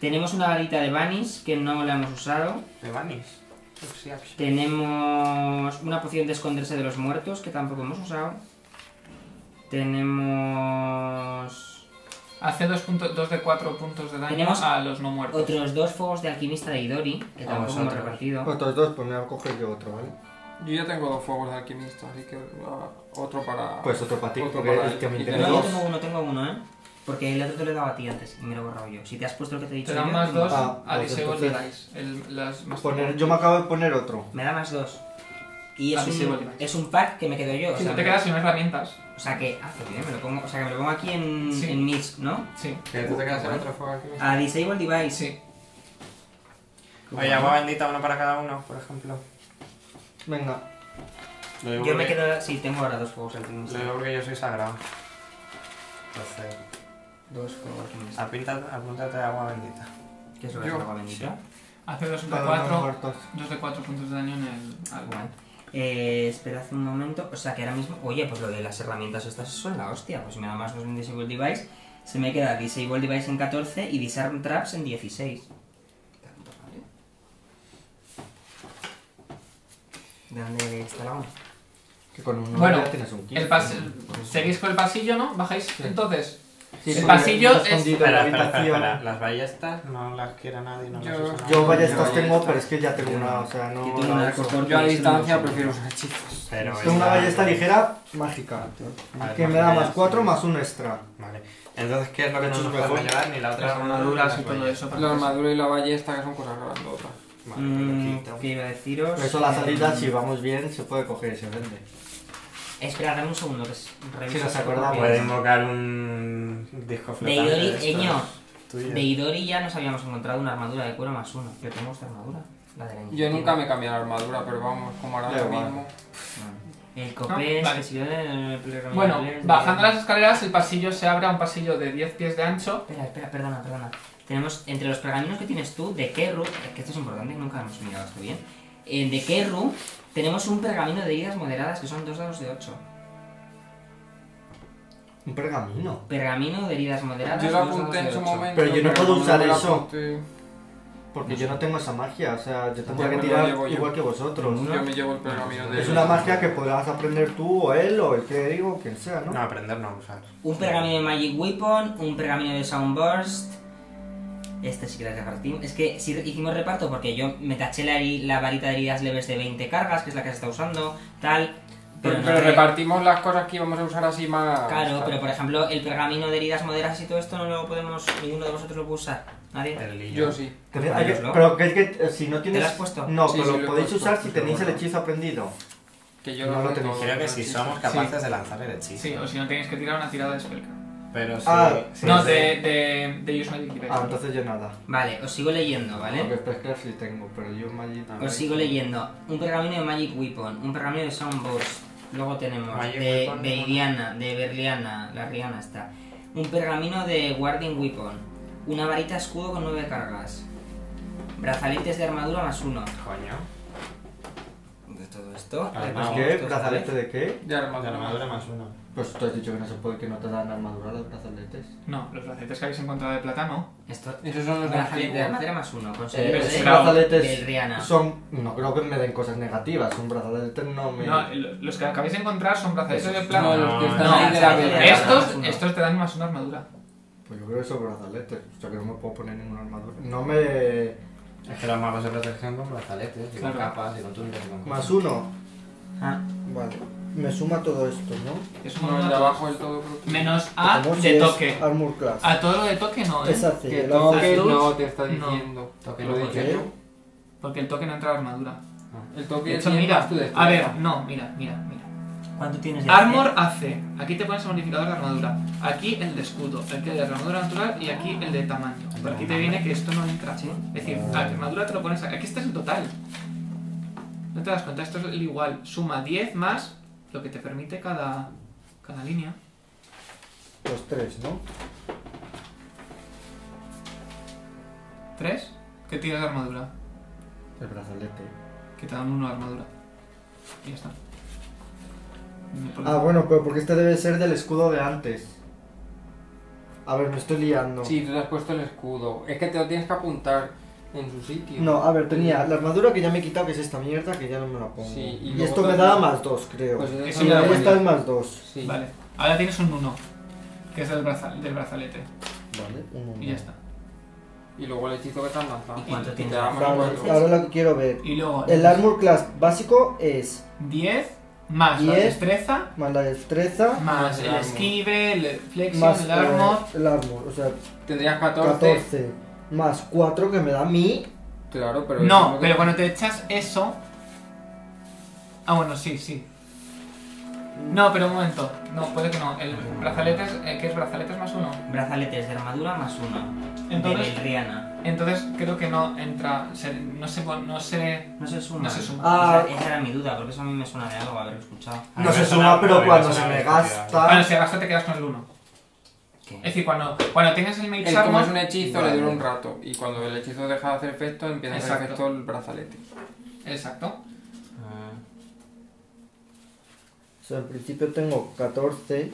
Tenemos una varita de Vanish que no la hemos usado.
De Pues Vanish. Oxy action.
Tenemos una poción de esconderse de los muertos que tampoco hemos usado. Tenemos
Hace 2, de 4 puntos de daño
Tenemos
a los no muertos.
otros dos fuegos de alquimista de Idori que
A
tampoco hemos
vosotros.
repartido.
Otros dos, pues me voy a coger yo otro, ¿vale?
Yo ya tengo dos fuegos de alquimista, así que ah, otro para...
Pues otro para ti,
Otro
porque
para
es
él.
que a mí
Y
te
No,
tenemos
yo
dos.
tengo uno, tengo uno, ¿eh? Porque el otro te lo he dado a ti antes y me lo he borrado yo. Si te has puesto lo que te he dicho
Te dan
yo,
más 2
Ah,
a
pues
Disable
entonces-
Dice. El- las más
Poner- yo me acabo de poner otro.
me da más dos. Y es
Ah, sí,
un,
vale.
es un pack que me quedo yo. O
Si
sea,
no te quedas sin herramientas.
o sea que, ah, qué bien, me lo pongo, o sea que me lo pongo aquí en,
Sí.
en Mix, ¿no?
Sí,
Que tú te quedas en otro fuego aquí.
A Disable Device.
sí.
Oye, agua bendita, uno para cada uno, por ejemplo.
Venga,
Lo digo
Yo me
porque-
quedo. Sí, tengo ahora dos fuegos
Lo
alquimistas.
digo porque yo soy sagrado. Entonces,
Dos fuegos alquimistas.
apíntate- apúntate agua bendita.
¿Qué es lo Ah, que
Yo-
es agua bendita?
Hace 2 de
para los
4
muertos.
Dos de 4 puntos de daño en el. al-
Guay. Eh, esperad un momento. O sea que ahora mismo. Oye, pues lo de las herramientas estas son la hostia. Pues me da más 2 en Disable Device. Se me queda Disable Device en 14 y Disarm Traps en 16. La puta madre. ¿De dónde está la una?
Que con un
Bueno,
ya tienes un
El
15.
pas- ¿Seguís con el pasillo, no? ¿Bajáis? Entonces,
Sí,
el
sí,
pasillo
está
es-
escondido en la
Espera, espera, espera,
habitación.
espera. Las ballestas no las quiere nadie, no
Yo-
las usa
Yo
nadie.
vaya estas
Yo
tengo,
esta.
pero es que ya tengo una, o sea, no...
Yo tengo un
la
arco
uso.
corto
Yo a
y eso no
distancia
uso.
prefiero usar hechizos.
Pero
Tengo una
esa-
ballesta ligera mágica, que me da más 4 más un extra.
Vale. Entonces, ¿qué es lo que no
Esto
nos
es mejor.
podemos llevar? Ni la otra
las
armadura,
armaduras
ni
y
las
todo
ballestas.
eso.
La armadura y la ballesta que son cosas grandotas.
Vale,
Mm,
lo
¿Qué
quito.
iba a deciros?
Por eso la salida,
Eh,
si vamos bien, se puede coger y se vende.
Esperad, dame un segundo que es- reviso.
nos acordamos.
Puede invocar un disco
De
flotante.
Idori,
estos
Eño,
tuyos.
de Idori ya nos habíamos encontrado una armadura de cuero más uno. Yo tengo esta armadura, la de la
Yo
iniciativa.
nunca me cambié la armadura, pero vamos, como ahora
Da igual.
mismo.
El copés,
No, vale.
que sirvió en el programa
Bueno,
de-
bajando las escaleras, el pasillo se abre a un pasillo de 10 pies de ancho.
Espera, espera, perdona, perdona. Tenemos, entre los pergaminos que tienes tú, de Kerru, es que esto es importante, nunca hemos mirado esto bien. Eh, de Kerru, tenemos un pergamino de heridas moderadas, que son dos dados de 8.
Un pergamino.
Pergamino de heridas moderadas,
Yo lo
dos dados
apunté en
de
su
8.
momento.
Pero yo no puedo
como
usar
me lo
eso.
apunté,
Porque yo no tengo esa magia, o sea, yo
Ya
tendría que
me lo
tirar
llevo yo.
igual que vosotros.
Yo me llevo el pergamino de
Es una magia que podrás aprender tú, o él, o el clérigo, o quien sea,
No,
¿no?
aprender no usar.
Un pergamino de Magic Weapon, un pergamino de Soundburst. Este sí que las repartimos. Es que sí hicimos reparto porque yo me taché la, heri- la varita de heridas leves de 20 cargas, que es la que se está usando, tal.
Pero,
no
pero
re-
repartimos las cosas que íbamos a usar así más.
Claro,
tal.
pero por ejemplo, el pergamino de heridas moderadas y todo esto no lo podemos. Ninguno de vosotros lo puede usar. Nadie.
El hilo.
Yo sí.
Que le- hay-
¿no?
Pero que es que eh, si no
lo
tienes...
has puesto?
No,
Sí,
pero
sí,
lo
lo he
podéis
puesto,
usar si
pero
tenéis el
bueno.
hechizo aprendido.
Que yo
No
los
lo
tengo
tenéis.
todos,
Creo que
los
si
hechizos.
somos capaces de lanzar el hechizo.
Sí, o si no tenéis que tirar una tirada de Spellcraft.
Pero sí.
Ah,
sí,
No,
sí.
de, de, de Use Magic Device.
Ah, entonces yo nada.
Vale, os sigo leyendo, ¿vale?
Porque Spellcraft sí tengo, pero yo Magic... no.
Os sigo leyendo. Un pergamino de Magic Weapon, un pergamino de Soundburst. Luego tenemos
Magic
de,
Weapon,
de
¿no?
Iriana, de Berliana, la Rihanna está. Un pergamino de Guardian Weapon. Una varita escudo con nueve cargas. Brazaletes de armadura más uno.
Coño.
De todo esto.
Ah,
repartimos
¿Pues
no,
qué?
todos,
¿Brazalete
¿vale?
de qué?
De
De
armadura.
armadura más uno.
Pues tú has dicho que no se puede, que no te dan armadura los brazaletes.
No, los bracetes que habéis encontrado de plata no.
Esto.
Esos son los de
Brazalete de
antiguo.
armadura más uno. Conseguido
Eh,
pero
de,
si
los
no,
del Rihanna.
brazaletes son... No creo que me den cosas negativas, un brazalete no me...
No, lo- los que acabáis de encontrar son bracetes de
No,
plata.
los que están
No,
ahí de la
no,
vela.
estos,
más uno.
estos te dan más una armadura.
Pues yo creo que son brazaletes, o sea que no me puedo poner ninguna armadura. No me...
Es que los magos se protegen con brazaletes, y
Claro.
con capas, y con túnicas, y con cosas.
Más uno.
Ah,
Vale. Me suma todo esto, ¿no?
Es un
No, el de
momento.
abajo del todo. creo que-
Menos a
Tenemos
Ah, de
10
toque.
Armor class.
Ah,
A todo lo de toque no, ¿eh?
Es así.
Que
el
toque
azul.
no te está
No.
diciendo.
Toque
Lo
no,
dije
porque-
yo.
Porque el toque no entra a la armadura.
El toque
De
es
hecho,
bien
mira.
más tu destreza.
A ver, no, mira, mira, mira.
¿Cuánto tienes de
Armor AC. Aquí te pones el bonificador de armadura. Aquí el de escudo. Aquí el de armadura natural y aquí el de tamaño. Pero aquí te viene que esto no entra.
Sí.
Es decir, la armadura te lo pones aquí. Aquí está el total. No te das cuenta, esto es el igual. Suma 10 más lo que te permite cada, cada línea.
Los tres, ¿no?
3. ¿Qué tienes de armadura?
El brazalete.
Que te dan 1 de armadura. Y ya está. Me pone-
Ah, bueno, pero porque este debe ser del escudo de antes. A ver, me estoy liando.
Sí, tú te has puesto el escudo. Es que te lo tienes que apuntar en su sitio.
No, a ver, tenía la armadura que ya me he quitado, que es esta mierda, que ya no me la pongo.
Sí, y
y
luego
esto me
también-
da más dos, creo.
Pues eso
Eso
y
me da
ahí
cuenta.
está el más dos.
Sí.
Vale. Ahora tienes un 1. Que es del, braza- del brazalete.
Vale, un uno.
Y ya está.
Y luego el hechizo que te han lanzado.
¿Y cuánto
Te
tienes?
da más
Vale,
cuatro.
ahora lo que quiero ver.
Y luego.
El armor class básico es
10 más la
10,
destreza,
más la destreza,
más
el
el
armor.
esquive, el flexion,
más
el
eh,
armor.
el armor, o sea,
Tendrías 14.
14, más 4 que me da mi
Claro, pero.
No,
eso
pero
es lo
cuando te echas eso. Ah, bueno, sí, sí. No, pero un momento. No, puede que no. El brazalete es. eh, ¿Qué es brazalete es más uno?
Brazaletes de armadura más uno.
Entonces-
de Rihanna.
Entonces creo que no entra. se- no se pon- no se.
No se suma.
No se suma.
Ah.
Esa, esa era mi duda, porque eso a mí me suena de algo haberlo escuchado.
A mí
No
me
se
suena-
suma,
a
pero
mí me
cuando se
suena
me
de
Bueno,
Ah.
gasta.
si gastas te quedas con el 1. Es decir, cuando, cuando tienes el
que-
Mage
El como
Armor.
es un hechizo,
Vale.
le dura un rato. Y cuando el hechizo deja de hacer efecto, empieza a hacer
Exacto.
efecto el brazalete.
Exacto.
Ah,
sea, en principio tengo 14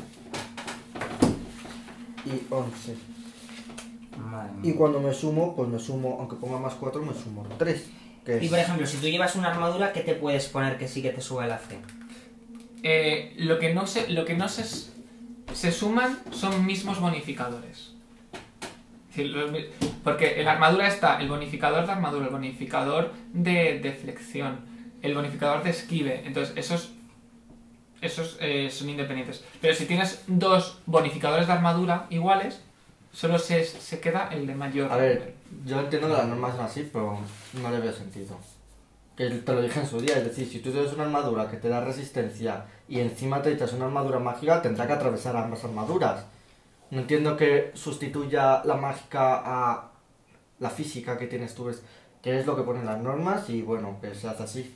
y 11.
Madre mía.
Y cuando me sumo, pues me sumo, aunque ponga más 4, me sumo 3. Que
Y
es
por ejemplo, si tú llevas una armadura, ¿qué te puedes poner que sí que te sube la C?
Eh, lo que no se, lo que no se, s- se suman son mismos bonificadores. Es decir, los mi- Porque en la armadura está el bonificador de armadura, el bonificador de deflexión, el bonificador de esquive. Entonces, esos, esos eh, son independientes. Pero si tienes dos bonificadores de armadura iguales, solo se, se queda el de mayor.
A ver, yo entiendo que las normas son así, pero no le veo sentido. Que te lo dije en su día, es decir, si tú tienes una armadura que te da resistencia y encima te echas una armadura mágica, tendrá que atravesar ambas armaduras. No entiendo que sustituya la mágica a la física que tienes tú, es, que es lo que ponen las normas y bueno, que se hace así.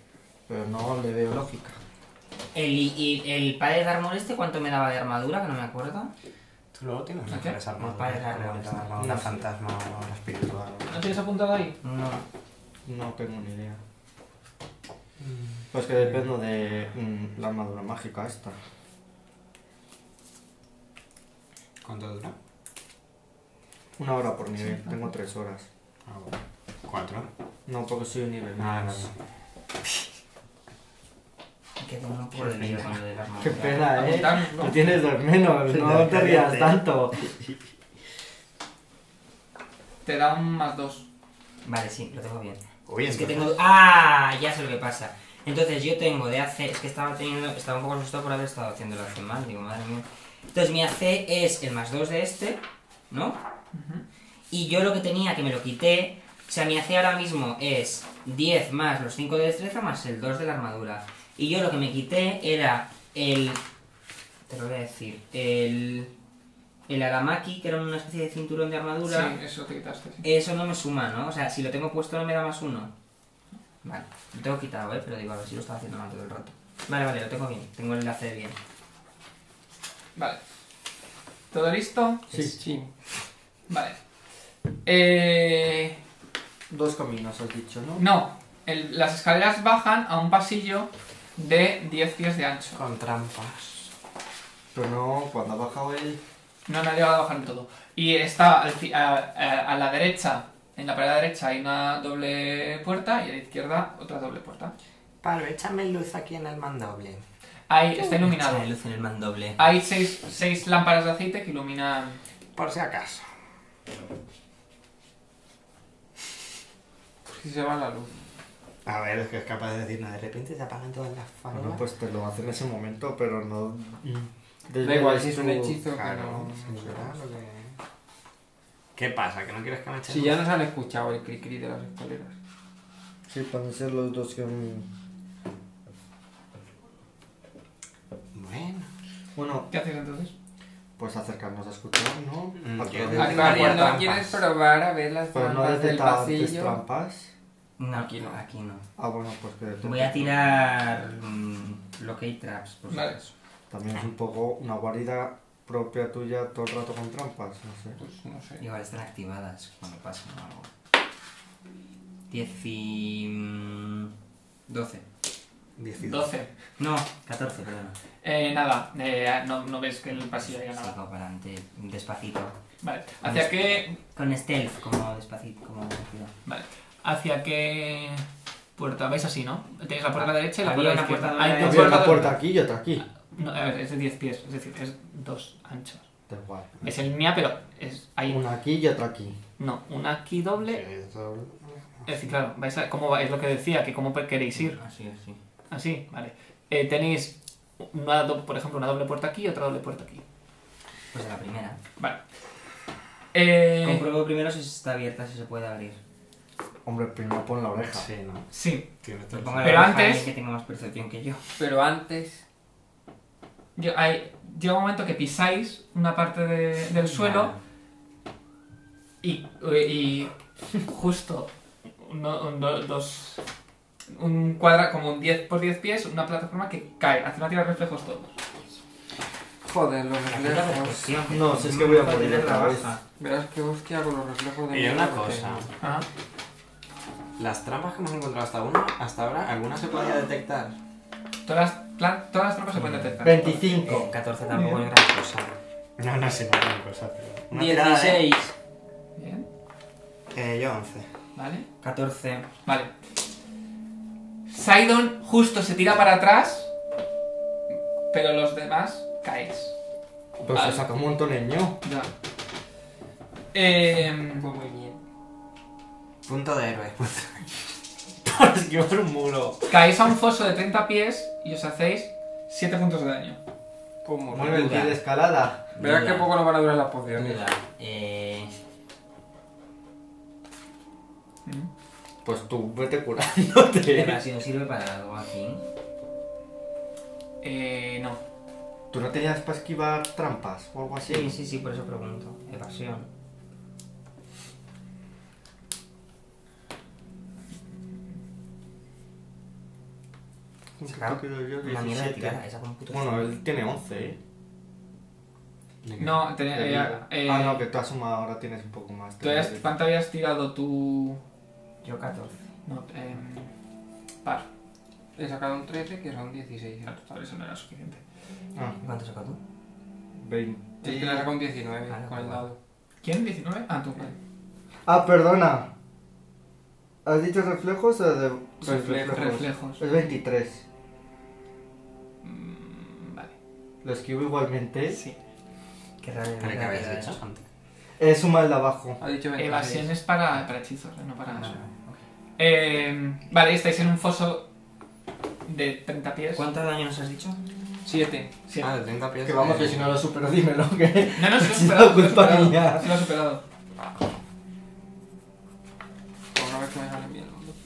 Pero no le veo lógica.
El, y y el padre de armadura este, ¿cuánto me daba de armadura? Que no me acuerdo.
Tú luego tienes
¿A qué?
mejores armaduras.
parece
creo,
armadura.
esta armadura
No sé.
fantasma o la espiritual.
¿No tienes apuntado ahí?
No.
No tengo ni idea. Pues que dependo de mm, la armadura mágica esta.
¿Cuánto dura?
Una hora por nivel, tengo tres horas.
Ah, bueno. ¿Cuatro?
No, porque soy un nivel
Ah,
menos.
no,
Que tengo un culo de lío con lo Pues de la armadura.
Qué pena, eh.
Apuntar,
Tú
¿no?
tienes dos menos, no te rías tanto.
Te da un más dos.
Vale, sí, lo tengo bien.
Oye,
Es que
entonces-
tengo. ¡Ah! Ya sé lo que pasa. Entonces yo tengo de AC. Es que estaba teniendo. Estaba un poco asustado por haber estado haciendo el AC mal. Digo, madre mía. Entonces mi AC es el más 2 de este, ¿no? Y yo lo que tenía, que me lo quité. O sea, mi AC ahora mismo es 10 más los 5 de destreza más el 2 de la armadura. Y yo lo que me quité era el. Te lo voy a decir. El. El Aramaki, que era una especie de cinturón de armadura.
Sí, eso te quitaste. sí.
Eso no me suma, ¿no? O sea, si lo tengo puesto no me da más uno. Vale, lo tengo quitado, ¿eh? Pero digo, a ver si lo estaba haciendo mal todo el rato. Vale, vale, lo tengo bien. Tengo el enlace bien.
Vale. ¿Todo listo?
Sí,
Sí.
Vale. Eh,
dos caminos has dicho, ¿no?
no, el- las escaleras bajan a un pasillo de 10 pies de ancho.
Con trampas.
Pero no, cuando ha bajado el.
No, nadie va a bajar en todo. Y está al fi- a, a- a la derecha, en la pared derecha hay una doble puerta y a la izquierda otra doble puerta.
Pablo, échame luz aquí en el mandoble.
Ahí está iluminado.
Echa la luz en el mandoble.
Hay seis, seis lámparas de aceite que iluminan.
Por si acaso.
Pues
Si se va la luz.
A ver, es que es capaz de decir, no, de repente se apagan todas las farolas.
Bueno, pues te lo hace en ese momento, pero no.
Da igual, si es un
tu-
hechizo que
Claro,
no.
sí, será lo que- ¿Qué pasa? ¿Que no quieres que me eche
Si
luz?
ya nos han escuchado el cri-cri de las escaleras.
Sí, pueden ser los dos que. mm.
Bueno.
Bueno,
¿Qué haces entonces?
pues acercarnos a escuchar, ¿no?
Mm,
A
yo-
través-
Yo
Aquí
tengo que
María,
jugar
¿no
trampas.
quieres probar a ver las
Pero no
trampas del
detectar tus
pasillo?
trampas.
No,
Aquí no.
Aquí no.
Ah, bueno, pues que. detecte.
Voy a tirar. mm, Locate traps, por si
Vale.
acaso.
También es un poco una guarida propia tuya todo el rato con trampas, no sé.
Pues no sé.
Igual están activadas cuando pasan o algo. 10 y. mm, 12.
18.
12.
No, 14, perdón.
Eh, nada, eh, no, no ves que en el pasillo haya nada.
Sigo para adelante, despacito.
Vale. ¿Hacia qué
Con stealth, como despacito, como.
Vale. ¿Hacia qué puerta? ¿Veis así, no? Tenéis la puerta a la derecha y la
Había
puerta a Ah, la izquierda.
una puerta
Hay
de-
dos
Había una
puertas-
puerta aquí y otra aquí.
No, a ver, es de 10 pies, es decir, es dos anchos.
Da igual.
Es el mía, pero es, hay
Una aquí y otra aquí.
No, una aquí doble.
Sí, eso-
Es decir, claro, vais a, ¿cómo va? es lo que decía, que cómo queréis ir.
Así, así.
Así, vale. Eh, tenéis, una do- por ejemplo, una doble puerta aquí y otra doble puerta aquí.
Pues la primera.
Vale. Eh,
Compruebo primero si está abierta, si se puede abrir.
Hombre, primero pon la oreja.
Sí, no.
sí,
Tienes
Te
Pues
todo
pongo la
Pero
oreja a
antes-
alguien que tenga más percepción que yo.
Pero antes,
yo- hay- llega un momento que pisáis una parte de- del suelo. Y, y justo uno- un- do- dos un cuadra como un 10 por 10 pies, una plataforma que cae, hace una tira de reflejos todos.
joder, los
Vale. La puta
reflejos.
percepción.
No, si es que voy a
Nunca
morir
tienes
otra
la
vez.
baja.
Verás que hostia con los reflejos de
Y
mierda
una
que
cosa.
tengo.
Ajá.
Las trampas que hemos encontrado hasta, una, hasta ahora, ¿alguna se podía detectar?
Todas las plan, todas las trampas se pueden detectar.
Eh,
25.
14 tampoco es gran cosa.
No, no sé, no tengo cosa, pero. Una tirada, ¿eh?
16,
Bien,
Eh, yo 11.
vale.
14.
Vale. Sidon justo se tira para atrás, pero los demás caéis.
Pues
Ah.
se saca un montón el ño.
Ya. Em,
Muy bien.
Punto de héroe.
Por esquivar un muro.
caéis a un foso de 30 pies y os hacéis 7 puntos de daño.
¿Cómo?
Mueve el pie
duda.
de escalada.
Verás
Mira.
que poco no van a durar las pociones.
Duda. Eh,
Pues tú vete curándote.
pero si no sirve para algo aquí.
Eh, no.
¿Tú no tenías para esquivar trampas o algo así?
Sí, sí, sí, por eso pregunto. Evasión. Claro,
Creo yo,
Una mierda
17.
de tirada, esa con puto.
Bueno, él tiene 11, ¿eh?
No, tenía.
De
eh,
vida.
eh,
ah, no, que tú has sumado, ahora tienes un poco más.
tú habías-
Tienes-
¿Cuánto habías tirado tu.
Yo 14.
No, em, par.
He sacado un 13 que son 16.
Claro, tal vez eso no era suficiente.
Ah,
¿Y cuánto sacas tú?
20.
Es que le he sacado un 19
Claro,
con el
claro.
dado.
¿Quién? ¿19? Ah, tú. vale.
Ah, perdona. ¿Has dicho reflejos o de... sí,
Refle-
Reflejos.
Es 23.
Mm, Vale.
Lo esquivo igualmente.
Sí.
Qué raro.
¿Pero qué
raro
habéis
era
hecho
eso.
antes?
Es suma el de abajo.
Ha dicho 26.
Evasión es para, para hechizos, ¿eh? no para
Ah,
eso. Eh, vale, estáis en un foso de 30 pies.
¿Cuántos daño nos has dicho?
7.
Sí.
Ah, de 30 pies.
Que vamos,
eh,
que si no lo supero, dímelo. Que...
No, no, se lo he superado.
Si no,
se lo he
culpa
superado,
mía.
se lo he superado.
Por una vez que me salen bien los dos.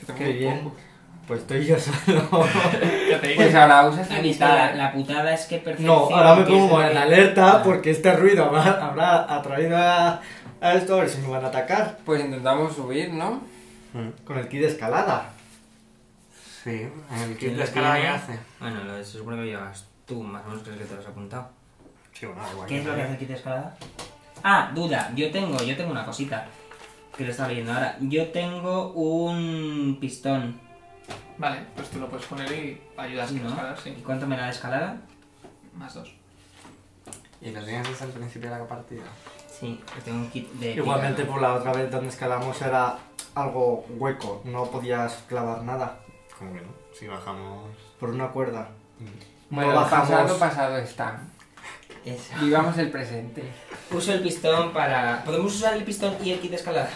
Es que tengo
Qué
muy
bien.
poco.
Pues estoy yo solo.
Ya te digo.
Pues ahora usas la
La,
mitad.
la putada es que perfección.
No, ahora me
empieza
pongo en
la-
alerta porque este ruido habrá- habrá atraído a, a esto a ver si me van a atacar.
Pues intentamos subir, ¿no?
Con el ki de escalada.
Sí, el kit
¿Quién
de
lo
escalada que
tiene?
hace.
Bueno, lo de, se supone que lo llevas tú, más o menos crees que te lo has apuntado.
Sí, bueno, da igual.
¿Qué es lo que hace el kit de escalada? Ah, duda, yo tengo, yo tengo una cosita que lo estaba leyendo ahora. Yo tengo un pistón,
Vale, pues tú lo puedes poner y ayudas
¿no?
a escalar,
¿Y
sí.
cuánto me da de escalada?
Más dos.
Y lo tenías desde el principio de la partida.
Sí, yo tengo un kit de...
Igualmente por la otra vez donde escalamos era algo hueco, no podías clavar nada
¿Cómo que no? Si bajamos.
por una cuerda.
Bueno,
no
el pasado,
bajamos.
pasado está.
Eso.
Vivamos el presente.
Uso el pistón para... ¿Podemos usar el pistón y el kit de escalada?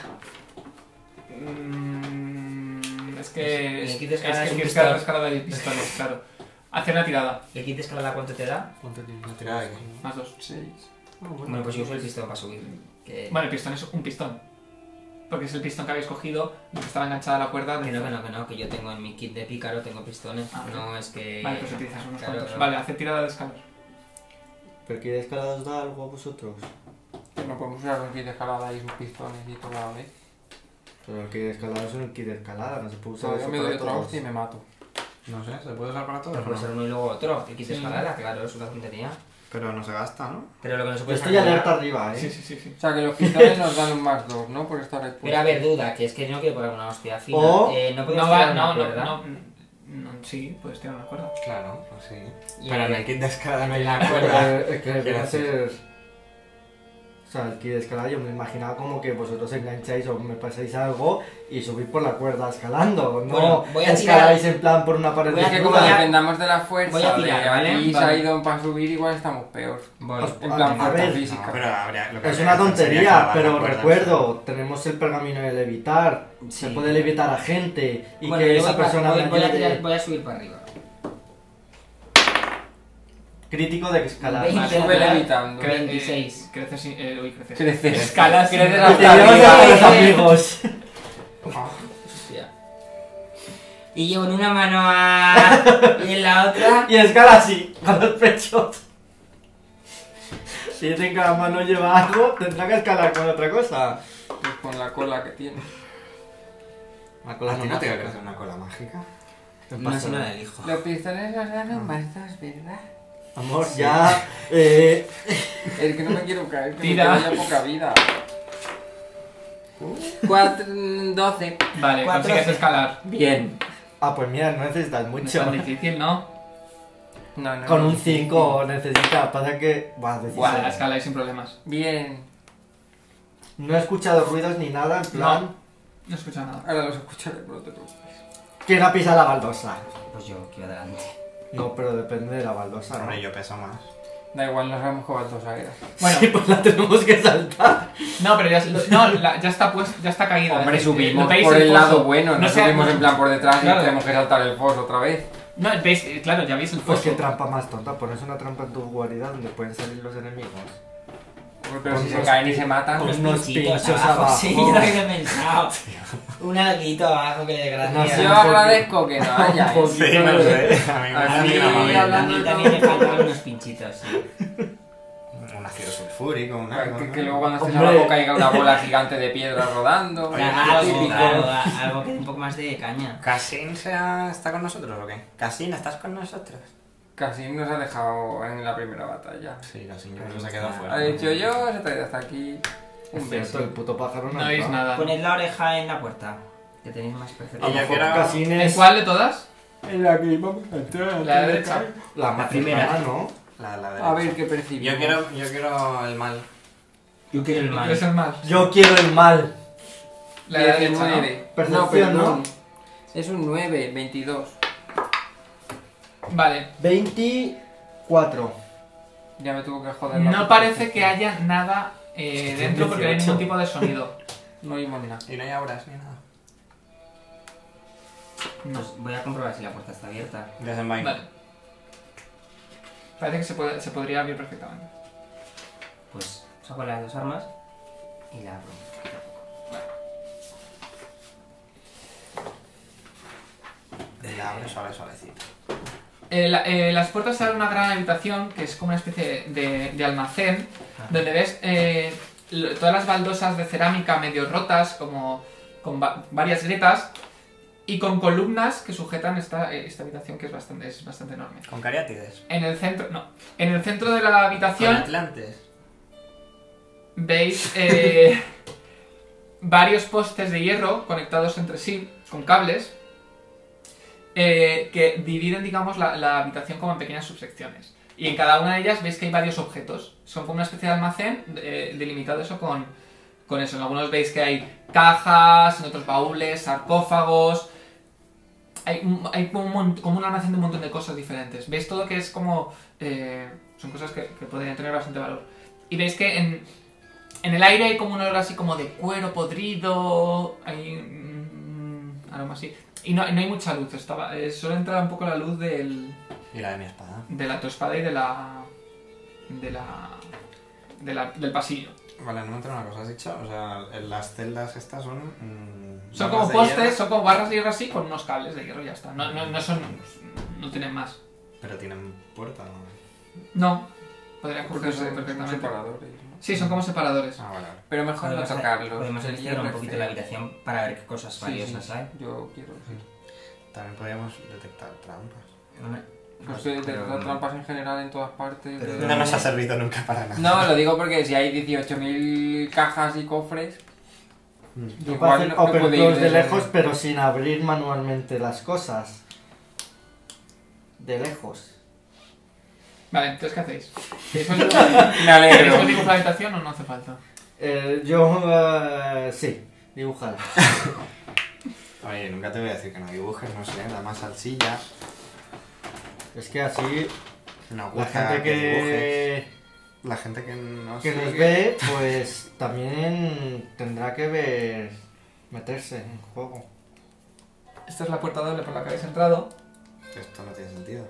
Mm, es que.
Es-
Es,
el kit
es
de
que
escalada es un
es que
pistón.
la escalada de pistones, claro. Hace una tirada,
¿Y el kit de escalada cuánto te da?
¿Cuánto tienes? Una tirada de qué?
más dos.
6.
Bueno, pues yo uso el pistón para subir. Que...
Bueno, el pistón es un pistón. Porque es el pistón que habéis cogido, que estaba enganchada a la cuerda.
Que
de-
no, que no, que no, que yo tengo en mi kit de pícaro, tengo pistones.
Ah,
no, es que...
Vale, pues utilizas unos
Claro,
cuantos.
claro.
Vale, hace tirada de escalar.
¿Pero ki de escalada os da algo a vosotros?
No podemos usar un kit de escalada y sus pistones y todo ¿eh? a la vez.
Pero el ki de escalada es un ki de escalada, no se puede usar
Yo
eso
me doy
para
otra
todos.
hostia y me mato.
No sé, ¿se puede usar para todo?
Pero Pues puede ser uno y luego otro. El kit de
Sí.
escalada, claro, es una tontería.
Pero no se gasta, ¿no?
Pero lo que no se
Yo
puede
estoy
calcular-
alerta arriba, eh.
Sí, sí, sí, sí.
O sea, que los pistones nos dan un más 2, ¿no? Por estar expuestos.
Pero a ver, duda, que es que no quiero poner una hostia fina.
O-
Eh, no podemos
No va,
tirar una
no, no,
cuerda.
no, no, Sí, puedes tirar una cuerda.
Claro, pues sí.
Y
Pero
el-
en el kit de escalada no hay la
Pero,
cuerda.
eh, es que
Quiero
viene a
decir.
ser... O sea, el ki de escalada yo me imaginaba como que vosotros engancháis o me pasáis algo y subís por la cuerda escalando, no
Bueno, voy a
escaláis en plan por una pared
Voy a
Es
de
que como
Voy a-
dependamos de la fuerza
voy a tirar,
de
¿vale?
aquí
Vale.
Sidon para subir, igual estamos peor.
Voy.
Os-
En
A-
plan,
a
fuerza
ver,
física.
No, pero habría- lo que
Es
habría
una
que hacer sería
tontería,
clavar la
pero
cuerda,
recuerdo, tenemos el pergamino de levitar, se
Sí.
puede levitar a gente y
Bueno,
que
yo
esa
voy pa-
persona
voy,
me
voy a
ayude.
tirar- voy a subir para arriba.
Crítico de escalada.
Veinte.
Vale.
Sube levitando.
Cre- eh,
26.
creces sin- eh, uy, creces.
Creces.
Escalas sin-
Creces
Te
hasta
llevas
arriba.
a los
eh.
amigos.
Hostia. Y llevo en una mano a... y en la otra...
Y escala así, con los pechos. Si en cada mano lleva algo, tendrá que escalar con otra cosa.
Pues con la cola que tiene.
La
¿A
cola
ti no te
mágica.
voy a hacer una cola mágica?
No
No
pasa
sé
nada.
nada del hijo.
Los pistones nos dan un más 2, ¿verdad?
Amor, ya. Eh,
Es que no me quiero caer, que
Tira.
me queda ya poca vida. 4, 12.
Vale,
Cuatro,
consigues
sí.
escalar.
Bien.
Ah, pues mira, no necesitas
No es
mucho.
tan difícil, ¿no?
No, no.
Con
no.
un 5 necesitas, pasa que... Buah,
Buah, la
16.
escala sin problemas.
Bien.
No he escuchado ruidos ni nada, en plan...
No he escuchado nada.
Ahora los escucharé, no te preocupes.
¿Quién ha pisado la baldosa?
Pues yo quiero adelante.
No, pero depende de la baldosa, ¿no?
Hombre, yo peso más.
Da igual, nos vamos con dos era.
Bueno,
Sí, pues la tenemos que saltar.
no, pero ya, no, la- ya está pues, ya está caída.
Hombre,
Es decir,
subimos
veis
por el
foso.
lado bueno, no,
sea-
subimos en plan por detrás
Claro.
y tenemos que saltar el foso otra vez.
No, veis, eh, claro, ya veis el
Pues
foso.
qué trampa más tonta, pones una trampa en tu guarida donde pueden salir los enemigos.
Uy, Pero
Con
si se
los
caen y se matan.
con-
pues-
Unos
pinchitos
pinchos abajo.
Sí, yo lo había pensado. Un alguito abajo que de gracia.
sí,
Yo
un poquito.
agradezco que no haya.
Un
eso.
poquito.
Sí, no sé. A mí me
A
A
mí
mí,
hace una
a
movida.
hablando-
mí también me faltan unos pinchitos. sí.
Un ácido sulfúrico, un algo,
Que,
¿no?
que luego cuando estés
Hombre.
abajo caiga una bola gigante de piedra rodando.
Oye,
Algo,
qué
algo,
típico.
algo que dé un poco más de caña.
¿Casin se ha- está con nosotros o qué? ¿Casin, estás con nosotros?
Casi nos ha dejado en la primera batalla.
Sí, Casin, yo creo que se ha quedado fuera.
Ha dicho yo, se ha traído hasta aquí. Un
Es cierto,
beso.
el puto pájaro no
No veis
entra.
nada.
Poned la oreja en la puerta, que tenéis más
A
Y
lo
ya
perfección.
que
mejor
era-
Casines-
¿En cuál de todas?
En la que vamos a entrar.
La derecha.
La más
primera.
cercana, ¿no?
La, la derecha.
A ver qué percibimos.
Yo quiero, yo quiero el mal.
Yo quiero el
Es
mal.
el mal.
Yo quiero el mal.
La de la derecha, ¿no?
19.
Percepción,
perdón.
¿no?
Es un 9, 22.
Vale.
24.
Ya me tuvo que joder. la
No
puta este
parece
percepción.
que haya nada eh, dentro porque no hay ningún tipo de sonido.
No oímos nada.
Y no hay auras ni nada.
Pues voy a comprobar si la puerta está abierta.
Desenvaino.
Vale. Parece que se, puede- se podría abrir perfectamente.
Pues saco las dos armas y la abro.
La abre suave, suavecito.
Eh, la- eh, las puertas se abren a una gran habitación que es como una especie de, de almacén
Ah.
donde ves eh, lo- todas las baldosas de cerámica medio rotas, como con va- varias grietas y con columnas que sujetan esta, eh, esta habitación que es bastante, es bastante enorme.
Con cariátides.
En el centro, no, en el centro de la
Con
habitación
atlantes.
Veis eh, varios postes de hierro conectados entre sí con cables eh, que dividen, digamos, la, la habitación como en pequeñas subsecciones. Y en cada una de ellas veis que hay varios objetos. Son como una especie de almacén eh, delimitado eso con, con eso. En algunos veis que hay cajas, en otros baúles, sarcófagos. Hay, un- hay como, un, mon- como un almacén de un montón de cosas diferentes. Veis todo que es como... eh, son cosas que, que podrían tener bastante valor. Y veis que en, en el aire hay como un olor así como de cuero podrido, hay un mm, aroma así. Y no, no hay mucha luz, estaba, eh, solo entra un poco la luz del,
Y la de mi espada.
de la tu espada y de la, de la, de la- del pasillo.
Vale, no me entiendo una cosa, has dicho. O sea, en las celdas estas son. mm,
Son
barras
como
de
postes,
hierro,
son como barras de hierro así con unos cables de hierro y ya está. No, no, no son, no tienen más.
Pero tienen puerta, ¿no?
No, podrían
Porque
cogerse
son, son
perfectamente.
separadores. ¿no?
Sí, son como separadores.
Ah, vale, vale.
Pero mejor no
Podemos-
tocarlos.
Podemos
el
explorar un
hierro
poquito
es
la
feo.
habitación para ver qué cosas
Sí,
valiosas
sí,
hay.
Yo quiero decir.
También podríamos detectar trampas.
Hombre,
Pues de, de-
pero-
de trampas en general en todas partes.
Pero
de-
no nos ha servido nunca para nada.
No, lo digo porque si hay 18.000 cajas y cofres,
Mm.
Yo
igual
puedo hacer
no
open
puede ir
close de
desde-
lejos, pero sin abrir manualmente las cosas. De lejos.
Vale, entonces ¿qué hacéis? ¿Queréis volver-
Me
¿Queréis
alegro.
volver a la habitación o no hace falta?
Eh, yo, eh, sí, dibujar.
Oye, nunca te voy a decir que no dibujes, no sé, da más salsilla.
Es que así
Nos
la
gusta
gente
dibujes.
que,
La gente que no
que nos
sigue-
ve, pues también tendrá que ver meterse en juego.
Esta es la puerta doble por la que habéis entrado.
Esto no tiene sentido.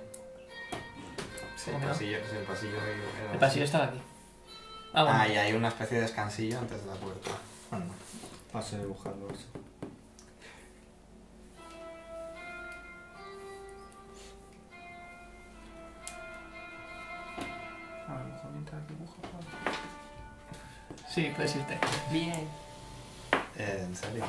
Sí, el
¿Cómo no?
pasillo, sí, el pasillo era
El pasillo
así.
estaba aquí. Ah, bueno.
Ah, y hay una especie de descansillo antes de la puerta. Bueno,
Paso dibujando eso.
A lo mejor mientras dibujo, joder.
Sí, puedes irte.
Bien.
eh, en serio.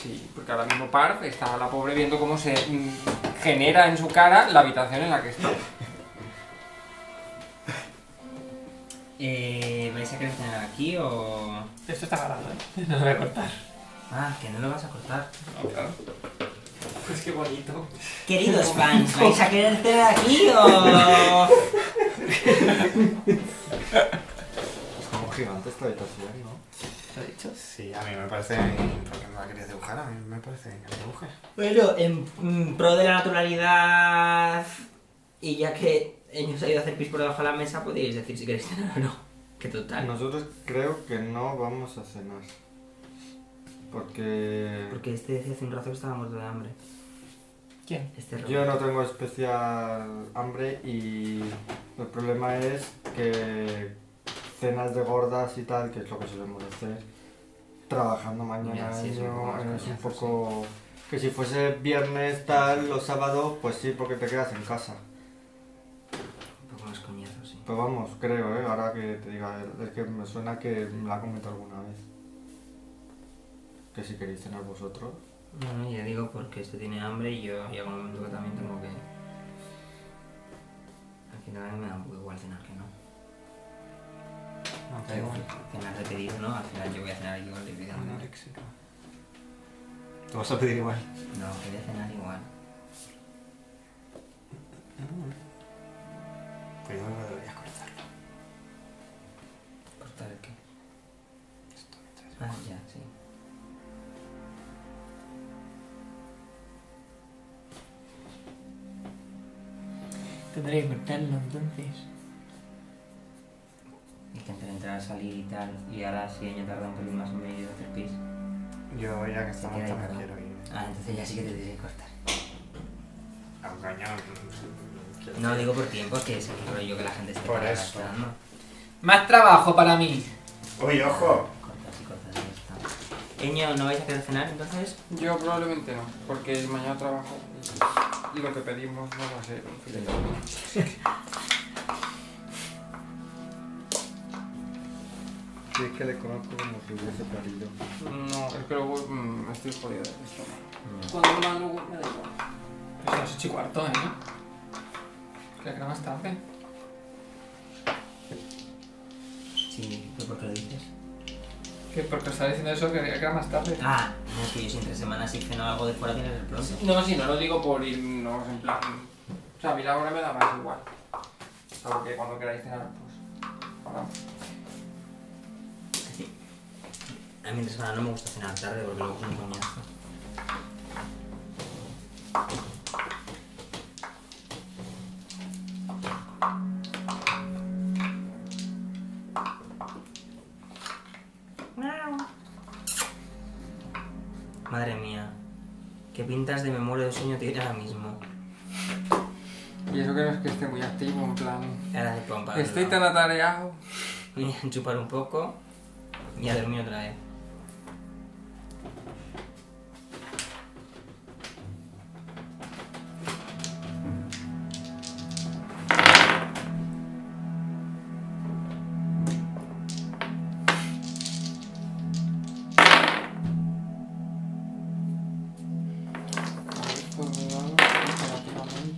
Sí, porque ahora mismo Parf está la pobre viendo cómo se mm, genera en su cara la habitación en la que está.
eh, ¿Vais a querer cenar aquí o...?
Esto está grabado, ¿eh? No lo voy a cortar.
Ah, que no lo vas a cortar.
No, claro.
Pues qué bonito.
Queridos fans, ¿vais a querer de aquí o.?
Es como gigante esta habitación, ¿no?
¿Lo he dicho?
Sí, a mí me parece. Porque no la querías dibujar, a mí me parece que la dibuje.
Bueno, en mm, pro de la naturalidad. Y ya que ellos ha ido a hacer pis por debajo de la mesa, podéis decir si queréis cenar o no. Que total.
Ah, Nosotros creo que no vamos a cenar. Porque
Porque este decía hace un rato que estaba muerto de hambre.
¿Quién?
Este
yo
rollo.
no tengo especial hambre y el problema es que cenas de gordas y tal, que es lo que solemos hacer, trabajando mañana
Ya, sí, es
es,
un poco
es
más
un
coñazo,
poco... Que si fuese viernes tal o sábado, pues sí, porque te quedas en casa.
Un poco más coñazo, sí.
Pero vamos, creo, ¿eh? ahora que te diga, es que me suena que me la ha comentado alguna vez. Que si queréis cenar vosotros.
Bueno, ya digo porque este tiene hambre y yo llega un momento que también tengo que. Al final me da un poco igual cenar que no.
No, te
Pero
digo,
Cenar de pedido, ¿no? Al final yo voy a cenar igual de pedido. No,
anoréxico. Te vas a pedir igual.
No, quería cenar igual.
Pero yo no debería cortarlo.
¿Cortar el qué?
Esto
Ah, ya, sí.
Tendré que cortarlo entonces.
Es que entre entrar, salir y tal, y ahora si ella tarda un pelín más en venir a hacer pis.
Yo ya que estamos
queda ahí,
también
perdón.
quiero ir.
Ah, entonces ya sí que te tienes que cortar.
A un cañón.
No digo por tiempo, que es el rollo que la gente esté
Por
parada
eso.
esperando.
Más trabajo para mí.
¡Uy, ojo!
Cortas y cortas y ya está. Eño, ¿no vais a querer cenar entonces?
Yo probablemente no, porque mañana trabajo y lo que pedimos no va a ser un filete.
Sí, es que le conozco como si hubiese parido.
No, es que luego mm, estoy jodido de estómago. Cuando más luego me da igual.
Pues a las 8 y cuarto, ¿eh? Creo que era más tarde.
Sí, ¿pero por qué lo dices?
Que porque estaba diciendo eso, que era más tarde.
Ah, no, es que yo si entre semanas si ceno algo de fuera tienes el pronto.
No, si no lo digo por irnos en plan. O sea, a mí la hora me da más igual. Salvo que cuando queráis cenar, pues. Ahora.
Sí. A mí entre semana no me gusta cenar tarde porque luego es un coñazo. Madre mía, qué pintas de memoria de sueño tiene ahora mismo.
Y eso que no es que esté muy activo, en plan.
Ahora de pompa.
Estoy tan atareado.
Voy a chupar un poco y a dormir otra vez.
Esto Pues me da relativamente.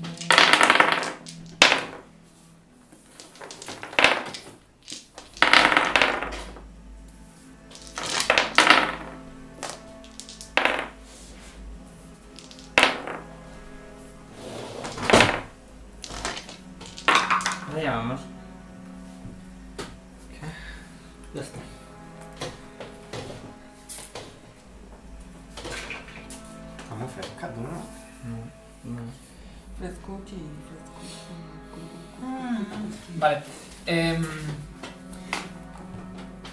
¿Dónde llamamos?
Ya está.
Está muy fresca, tú no.
No.
Frescuchi, frescuchi.
Vale. em,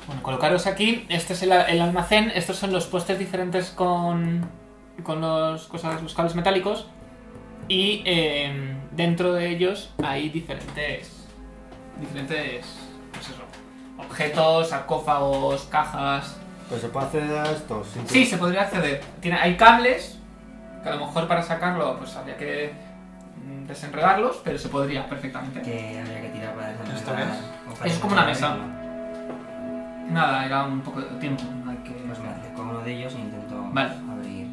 bueno, colocaros aquí. Este es el, a- el almacén. Estos son los postes diferentes con, con los, cosas, los cables metálicos. Y em, dentro de ellos hay diferentes. Diferentes. Pues eso. Objetos, sarcófagos, cajas.
Pues se puede hacer a esto sin
Sí, se podría acceder. Tiene, hay cables, que a lo mejor para sacarlo pues habría que mm, desenredarlos, pero se podría perfectamente.
que habría que tirar para desenredar.
¿Esto qué es?
o para
Eso es como una
desenredar.
Nada, era un poco de tiempo. hay que-
Pues me acerco a uno de ellos e intento
Vale.
abrir.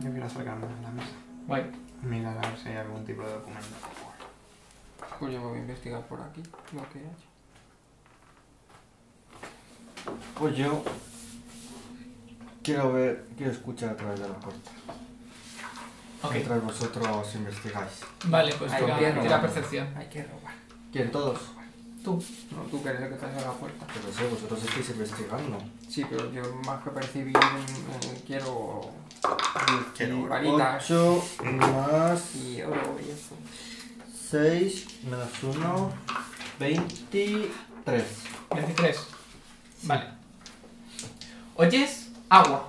Yo quiero acercarme a la mesa.
Guay.
Mirar a ver si hay algún tipo de documento.
Pues yo voy a investigar por aquí lo que hay.
Pues yo Quiero ver, quiero escuchar a través de la puerta.
Ok,
Mientras vosotros investigáis.
vale, pues
Ay,
tira,
gobierno.
tira percepción.
Hay que robar.
¿Quién todos?
Tú.
No, tú que eres el que estás en la puerta.
Pero Pues sé, vosotros estáis investigando.
Sí, pero yo más que percibir, mm, quiero. Quiero varitas
8 más
y oro y eso.
6 menos 1, 23.
23. Vale. Oyes agua.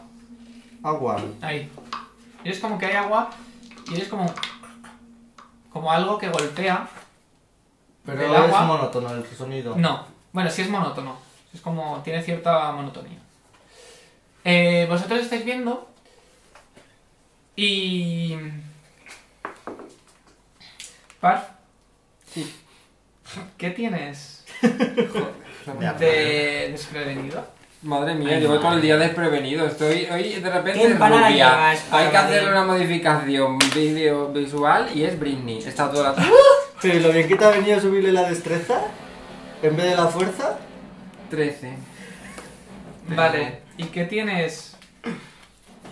Agua.
Ahí. Y es como que hay agua y es como. como algo que golpea.
Pero
¿El agua?
es monótono el sonido.
No. Bueno, sí es monótono. Es como. tiene cierta monotonía. Eh, vosotros estáis viendo. Y. Par.
Sí.
¿Qué tienes
Joder.
de desprevenido?
Madre mía, llevo todo el día desprevenido. Estoy hoy de repente
¿Qué empanada
rubia.
llevas,
Hay que
Madre?
hacerle una modificación video visual y es Britney. Está toda la
Pero lo bien que te ha venido a subirle la destreza en vez de la fuerza.
13.
Vale. ¿Y qué tienes.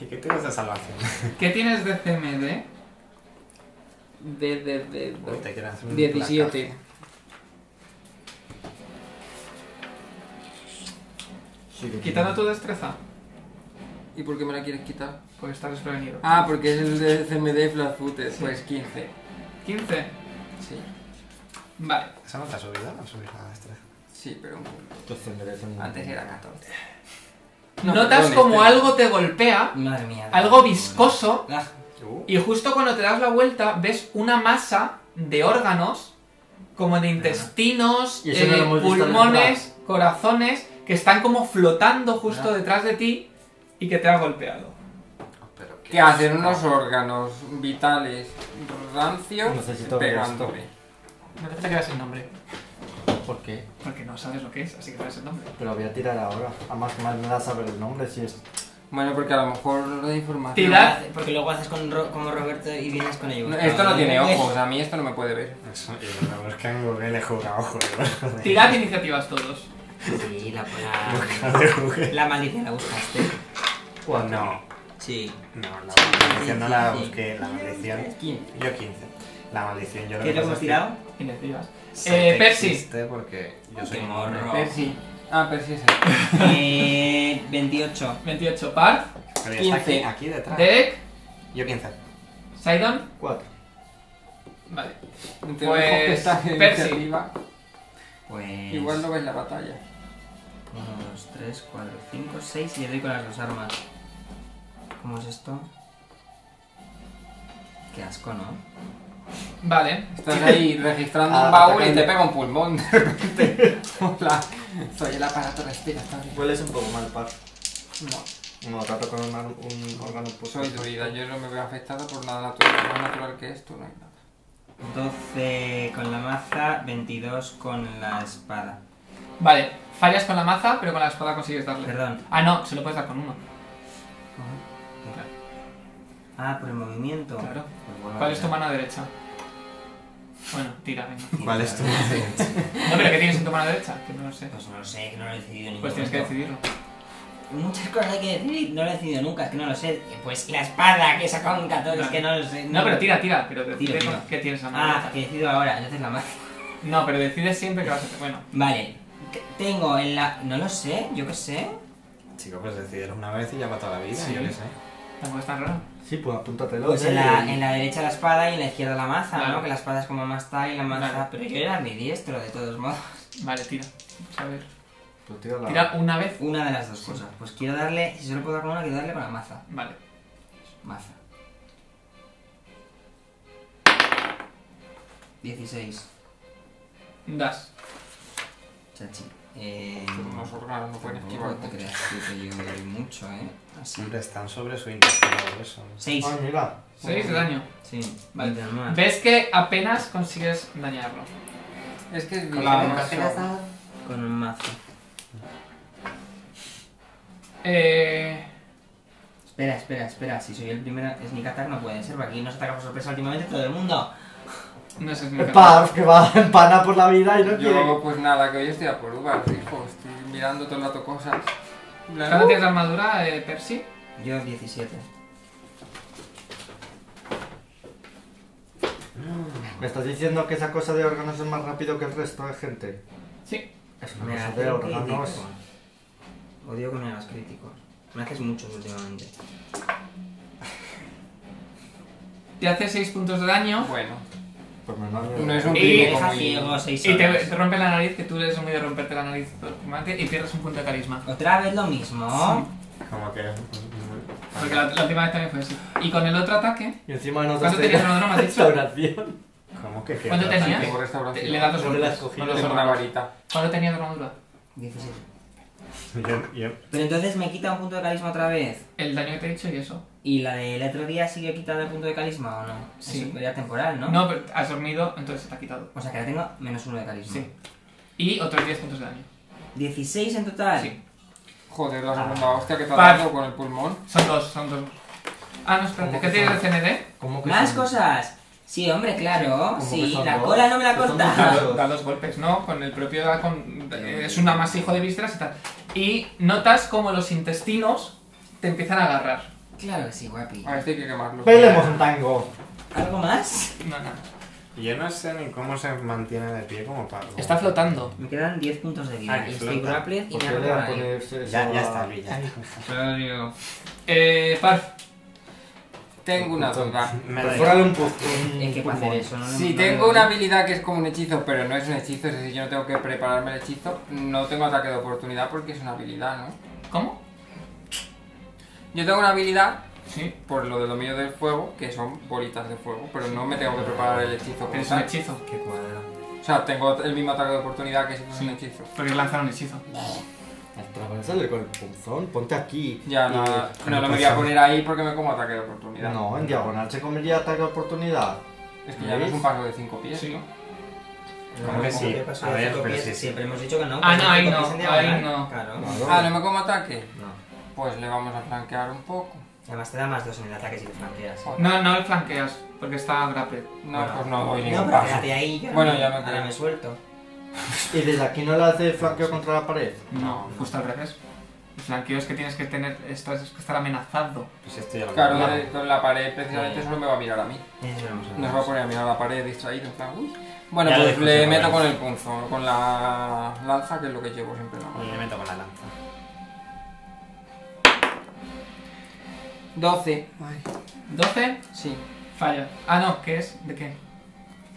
¿Y qué tienes de salvación?
¿Qué tienes de CMD?
De, de, de, de-
Uy, te quieren hacer un
17.
Sí, que
Quitando tu destreza.
¿Y por qué me la quieres quitar?
Porque estás desprevenido.
Ah, porque es el de CMD Flash Footer. Pues 15.
15.
Sí.
Vale.
placaje. ¿Eso no te ha subido? No ha subido la destreza.
Sí, pero un punto.
Entonces merece Pues un-
Antes era 14.
Notas
perdón,
como
este-
algo te golpea,
Madre mía.
algo viscoso,
Ah,
Uh.
y justo cuando te das la vuelta ves una masa de órganos, como de intestinos,
Y eso no lo
eh,
hemos visto en el
pulmones, corazones, que están como flotando
Ah.
justo detrás de ti y que te ha golpeado.
Pero
Que hacen unos órganos vitales rancios
Necesito ver
pegándome.
No te quedas el nombre,
¿Por qué?
porque no sabes lo que es, así que sabes el nombre.
Pero voy a tirar ahora. Además, más me da saber el nombre si es.
Bueno, porque a lo mejor la información.
Tira.
luego hace- Porque luego haces con Ro- como Roberto y vienes con ellos.
No, Esto no tiene ojos, a mí esto no me puede ver.
Eso, y lo busca en Google y juega ojo. ¿no?
Tirad iniciativas todos.
Sí, la, la,
Busca de Google.
la maldición la buscaste.
Pues no,
Sí.
no, la maldición no la busqué, la maldición.
15.
Yo 15. La maldición, yo lo
¿Qué es lo
pasa
que hemos
es que
tirado?
Iniciativas.
sé
Eh,
que
Percy.
existe porque yo soy
Qué
un
morro.
hombre.
Percy. Ah, Percy es
Eh, 28.
28 par.
Pero ya está aquí,
15.
aquí detrás.
Derek.
Yo 15.
Sidon.
4.
Vale.
el. Entre
Pues,
ojos que está en
Percy.
iniciativa,
Pues.
Igual no ves la batalla.
1, 2, 3, 4, 5, 6 y le doy con las dos armas. ¿Cómo es esto? Qué asco, ¿no?
Vale.
Estás ahí registrando
Ah,
un baúl y
atacando.
te pega un pulmón de repente. Hola, soy el aparato respiratorio.
Hueles un poco mal, par.
No, pues
No, trato con un, ar- un órgano puso.
soy druida, yo no me veo afectado por nada natural. Más natural que esto no hay nada.
12 con la maza, 22 con la espada.
Vale, fallas con la maza, pero con la espada consigues darle.
Perdón.
Ah, no, se lo puedes dar con uno.
Ah, por el movimiento. Pues
Claro. ¿Cuál es tu mano derecha? Bueno, tira, venga.
¿Cuál es tu
No, pero ¿qué tienes en tu mano derecha? Que no lo sé.
Pues no lo sé, que no lo he decidido ni
Pues tienes que decidirlo.
Muchas cosas hay que decidir, no lo he decidido nunca, es que no lo sé. Eh, Pues la espada que he sacado un 14, es que no lo sé.
No, pero tira, tira, pero decide
Tira, tira.
con- qué tienes en la mano
Ah,
derecha.
que decido ahora, entonces la maza.
No, pero decides siempre que vas a hacer. Bueno,
Vale, t- tengo en la. No lo sé, yo qué sé.
Chico, pues decidieron una vez y ya para toda la vida,
Sí.
yo qué sé.
tampoco es tan raro.
Sí, pues apúntatelo.
Pues en
¿eh?
la,
Y-
en la derecha la espada y en la izquierda la maza,
Claro.
¿no? Que la espada es como más tal y la maza.
Claro.
Pero yo era mi diestro, de todos modos.
Vale, tira. Vamos a ver.
Pues tira la.
Tira una vez.
Una de las dos cosas. Pues quiero darle, si solo puedo dar con una, quiero darle con la maza.
Vale.
Maza. 16.
Das.
Chachi. Eh.
Unos órganos Pues no pueden esquivar.
Pues No te creas tío, que yo doy mucho, ¿eh? Así.
Siempre están sobre su intestino o eso.
6.
Ay, mira.
6 de daño.
Sí,
Vale.
vale.
Ah.
Más.
Ves que apenas consigues dañarlo.
Es que es
Con la
virgen,
boca.
no son-
Con un mazo.
Eh.
Espera, espera, espera. Si soy el primero sneak attack no puede ser, porque aquí nos ataca por sorpresa últimamente todo el mundo.
No sé si me
El par que va en pana por la vida y no quiere.
Yo, pues nada, que hoy estoy a por uvas, hijo. Estoy mirando todo el rato cosas. En plan,
¿Cuándo tienes la armadura, eh, Percy?
Yo 17.
¿Me estás diciendo que esa cosa de órganos es más rápido que el resto de gente?
Sí.
Pues
Es una
Me
cosa
hace
de órganos.
crítico. Odio que me hagas críticos. Me haces muchos últimamente.
Te hace 6 puntos de daño
Bueno,
Pues me lo han-
no es un
Y-
Me
crítico.
deja
muy-
ciego 6
y te,
horas.
te rompe la nariz, que tú eres muy de romperte la nariz automáticamente, y pierdes un punto de carisma.
Otra vez lo mismo.
Como que.
Porque la, la última vez también fue así. Y con el otro ataque,
Y encima de
¿cuánto
nosotros
tenías Rodro? ¿Me has dicho?
restauración.
Como que. que-
¿Cuánto tenías?
Tengo restauración.
Te- Le das dos
No me la has
golpes,
cogido,
no los
Tengo una
órganos.
varita.
¿Cuánto tenías de armadura?
17.
Yo, yo,
Pero entonces me quita un punto de carisma otra vez.
El daño que te he dicho y eso.
¿Y la del otro día sigue quitando el punto de carisma o no?
Sí.
Eso era temporal, ¿no?
No, pero has dormido, entonces se te ha quitado.
O sea que ahora tengo menos uno de carisma.
Sí. Y otros 10 puntos de daño.
16 en total.
Sí.
Joder, la segunda hostia que te ha
Ah. Par.
dado con el pulmón.
Son dos, son dos. Ah, no, espérate.
¿Cómo
¿Qué
que
tienes de
son?
CND?
¿Cómo que
Más
son-
cosas. Sí, hombre, claro.
¿Cómo que
Sí,
son
la
dos?
cola no me la
Que son
corta.
muchas.
Da, da dos golpes, Ah, ¿no? Con el propio da con, eh, es un amasijo de vísceras y tal. Y notas como los intestinos te empiezan a agarrar.
Claro que sí, guapi.
A este hay que quemarlo.
Bailemos un tango.
¿Algo más?
No, no.
yo no sé ni cómo se mantiene de pie como para.
Está flotando.
Me quedan 10 puntos de vida.
Ah, que
y estoy
flota.
grappler y
Pues
¿Por
me
qué
arranco
le va
la
a
nariz.
ponerse eso
Ya, ya
a-
está, Luis, ya.
Eh, Parf.
Tengo una duda.
Me
Pues
da igual.
Perfórale pues un pu- un
Es que para hacer
pulmón.
eso, no
Si
no-
tengo
no-
una habilidad que es como un hechizo, pero no es un hechizo, es decir, yo no tengo que prepararme el hechizo, no tengo ataque de oportunidad porque es una habilidad, ¿no?
¿Cómo?
Yo tengo una habilidad,
Sí.
por lo de lo mío del fuego, que son bolitas de fuego, pero no me tengo que preparar el hechizo. como
Pero es un
tal.
hechizo.
Qué cuadra.
O sea, tengo el mismo ataque de oportunidad que si fuese
Sí.
un hechizo.
Porque lanzar un hechizo.
Atravésale con el punzón, ponte aquí.
Ya,
y-
no, no, no me voy a poner ahí porque me como ataque de oportunidad.
No, en diagonal se comería ataque de oportunidad.
Es que ya no es un paso de 5 pies,
Sí.
¿no?
Como que sí.
¿Qué pasó
A
de
ver,
cinco
pero
pies?
sí, sí.
Siempre hemos dicho que no.
Ah,
que
no, ahí
cinco
no,
pies en diagonal.
ahí no.
Claro.
Claro.
Ah, ¿no me como ataque?
No.
Pues le vamos a flanquear un poco.
Además te da más dos en el ataque si te flanqueas.
No, no le flanqueas, porque está grappled.
No,
Bueno.
pues no doy
No,
ningún
pero
paso.
quédate ahí. yo
Bueno,
no-
ya me
ahora
quedo.
me suelto.
Y desde aquí no le hace flanqueo contra la pared.
No, justo al revés. El flanqueo es que tienes que tener, estás, es que estar amenazado.
Pues esto ya lo
Claro,
veo.
eh, con la pared precisamente solo me va a mirar a mí.
Eso lo hemos hablado.
Nos va a poner a mirar la pared distraído, en plan, uy. Bueno,
Ya lo
pues
dejo,
le
sí,
meto
bueno.
con el punzo, con la lanza, que es lo que llevo siempre en la mano.
Le meto con la lanza.
12,
12,
sí,
falla. Ah, no, ¿qué es? ¿De qué?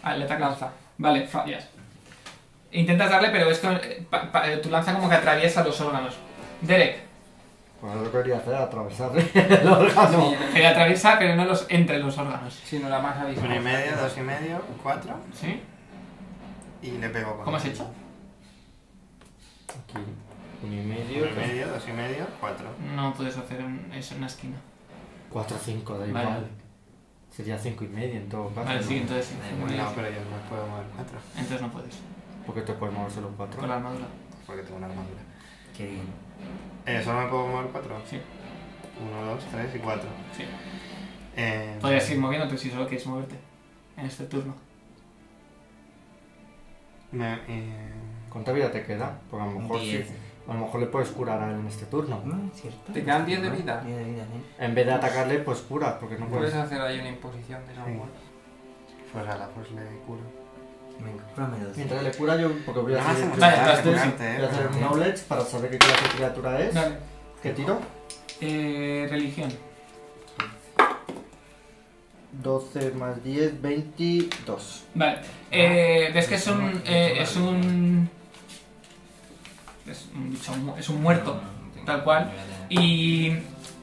Ah, le atacas.
lanza.
Vale, fallas. Intentas darle, pero es que eh, pa- pa- eh, tu lanza como que atraviesa los órganos. Derek,
Pues lo que quería hacer, atravesarle el órgano.
Sí,
que le atraviesa, pero no los entre los órganos.
Si no la más avisada.
Uno y medio, dos y medio, cuatro.
¿Sí?
Y le pego con.
¿Cómo has hecho?
Aquí. Un y
Uno
medio.
y medio, dos y medio, cuatro.
No puedes hacer un- eso en una esquina.
4 5, da igual.
Vale.
Sería 5 y medio en todo caso.
Vale,
¿no?
sí, entonces sí.
No, pero yo no puedo mover cuatro.
Entonces no puedes.
Porque te puedes mover solo 4.
Con la armadura.
Porque tengo una armadura.
Qué bien.
Eh, solo me puedo mover cuatro.
Sí.
Uno, dos, tres y cuatro.
Sí.
Eh,
Podrías ir moviéndote si solo quieres moverte. En este turno.
me- eh,
¿Cuánta vida te queda? Porque a lo mejor sí-
Diez.
A lo mejor le puedes curar a él en este turno.
¿Mm?
No, es cierto.
Te quedan 10 de vida.
Diez de vida, ¿eh?
En vez de atacarle, pues curas, porque no
Puedes
puedes.
hacer ahí una imposición de esa
Sí.
muerte.
Pues a la pues le curo.
Venga, cómprame dos.
Mientras le cura, yo. Porque voy a
No me hace
hacer.
mucha
Vale,
gracia
vas tú, Ah, sí.
curarte, eh,
Voy a hacer
pero-
un knowledge para saber qué clase de criatura es.
Dale.
¿Qué tiro?
Eh, religión.
12 más 10, 22.
Vale. Eh, ¿Ves que es un. eh, es un. Es un bicho mu- es un muerto. tal cual. Y.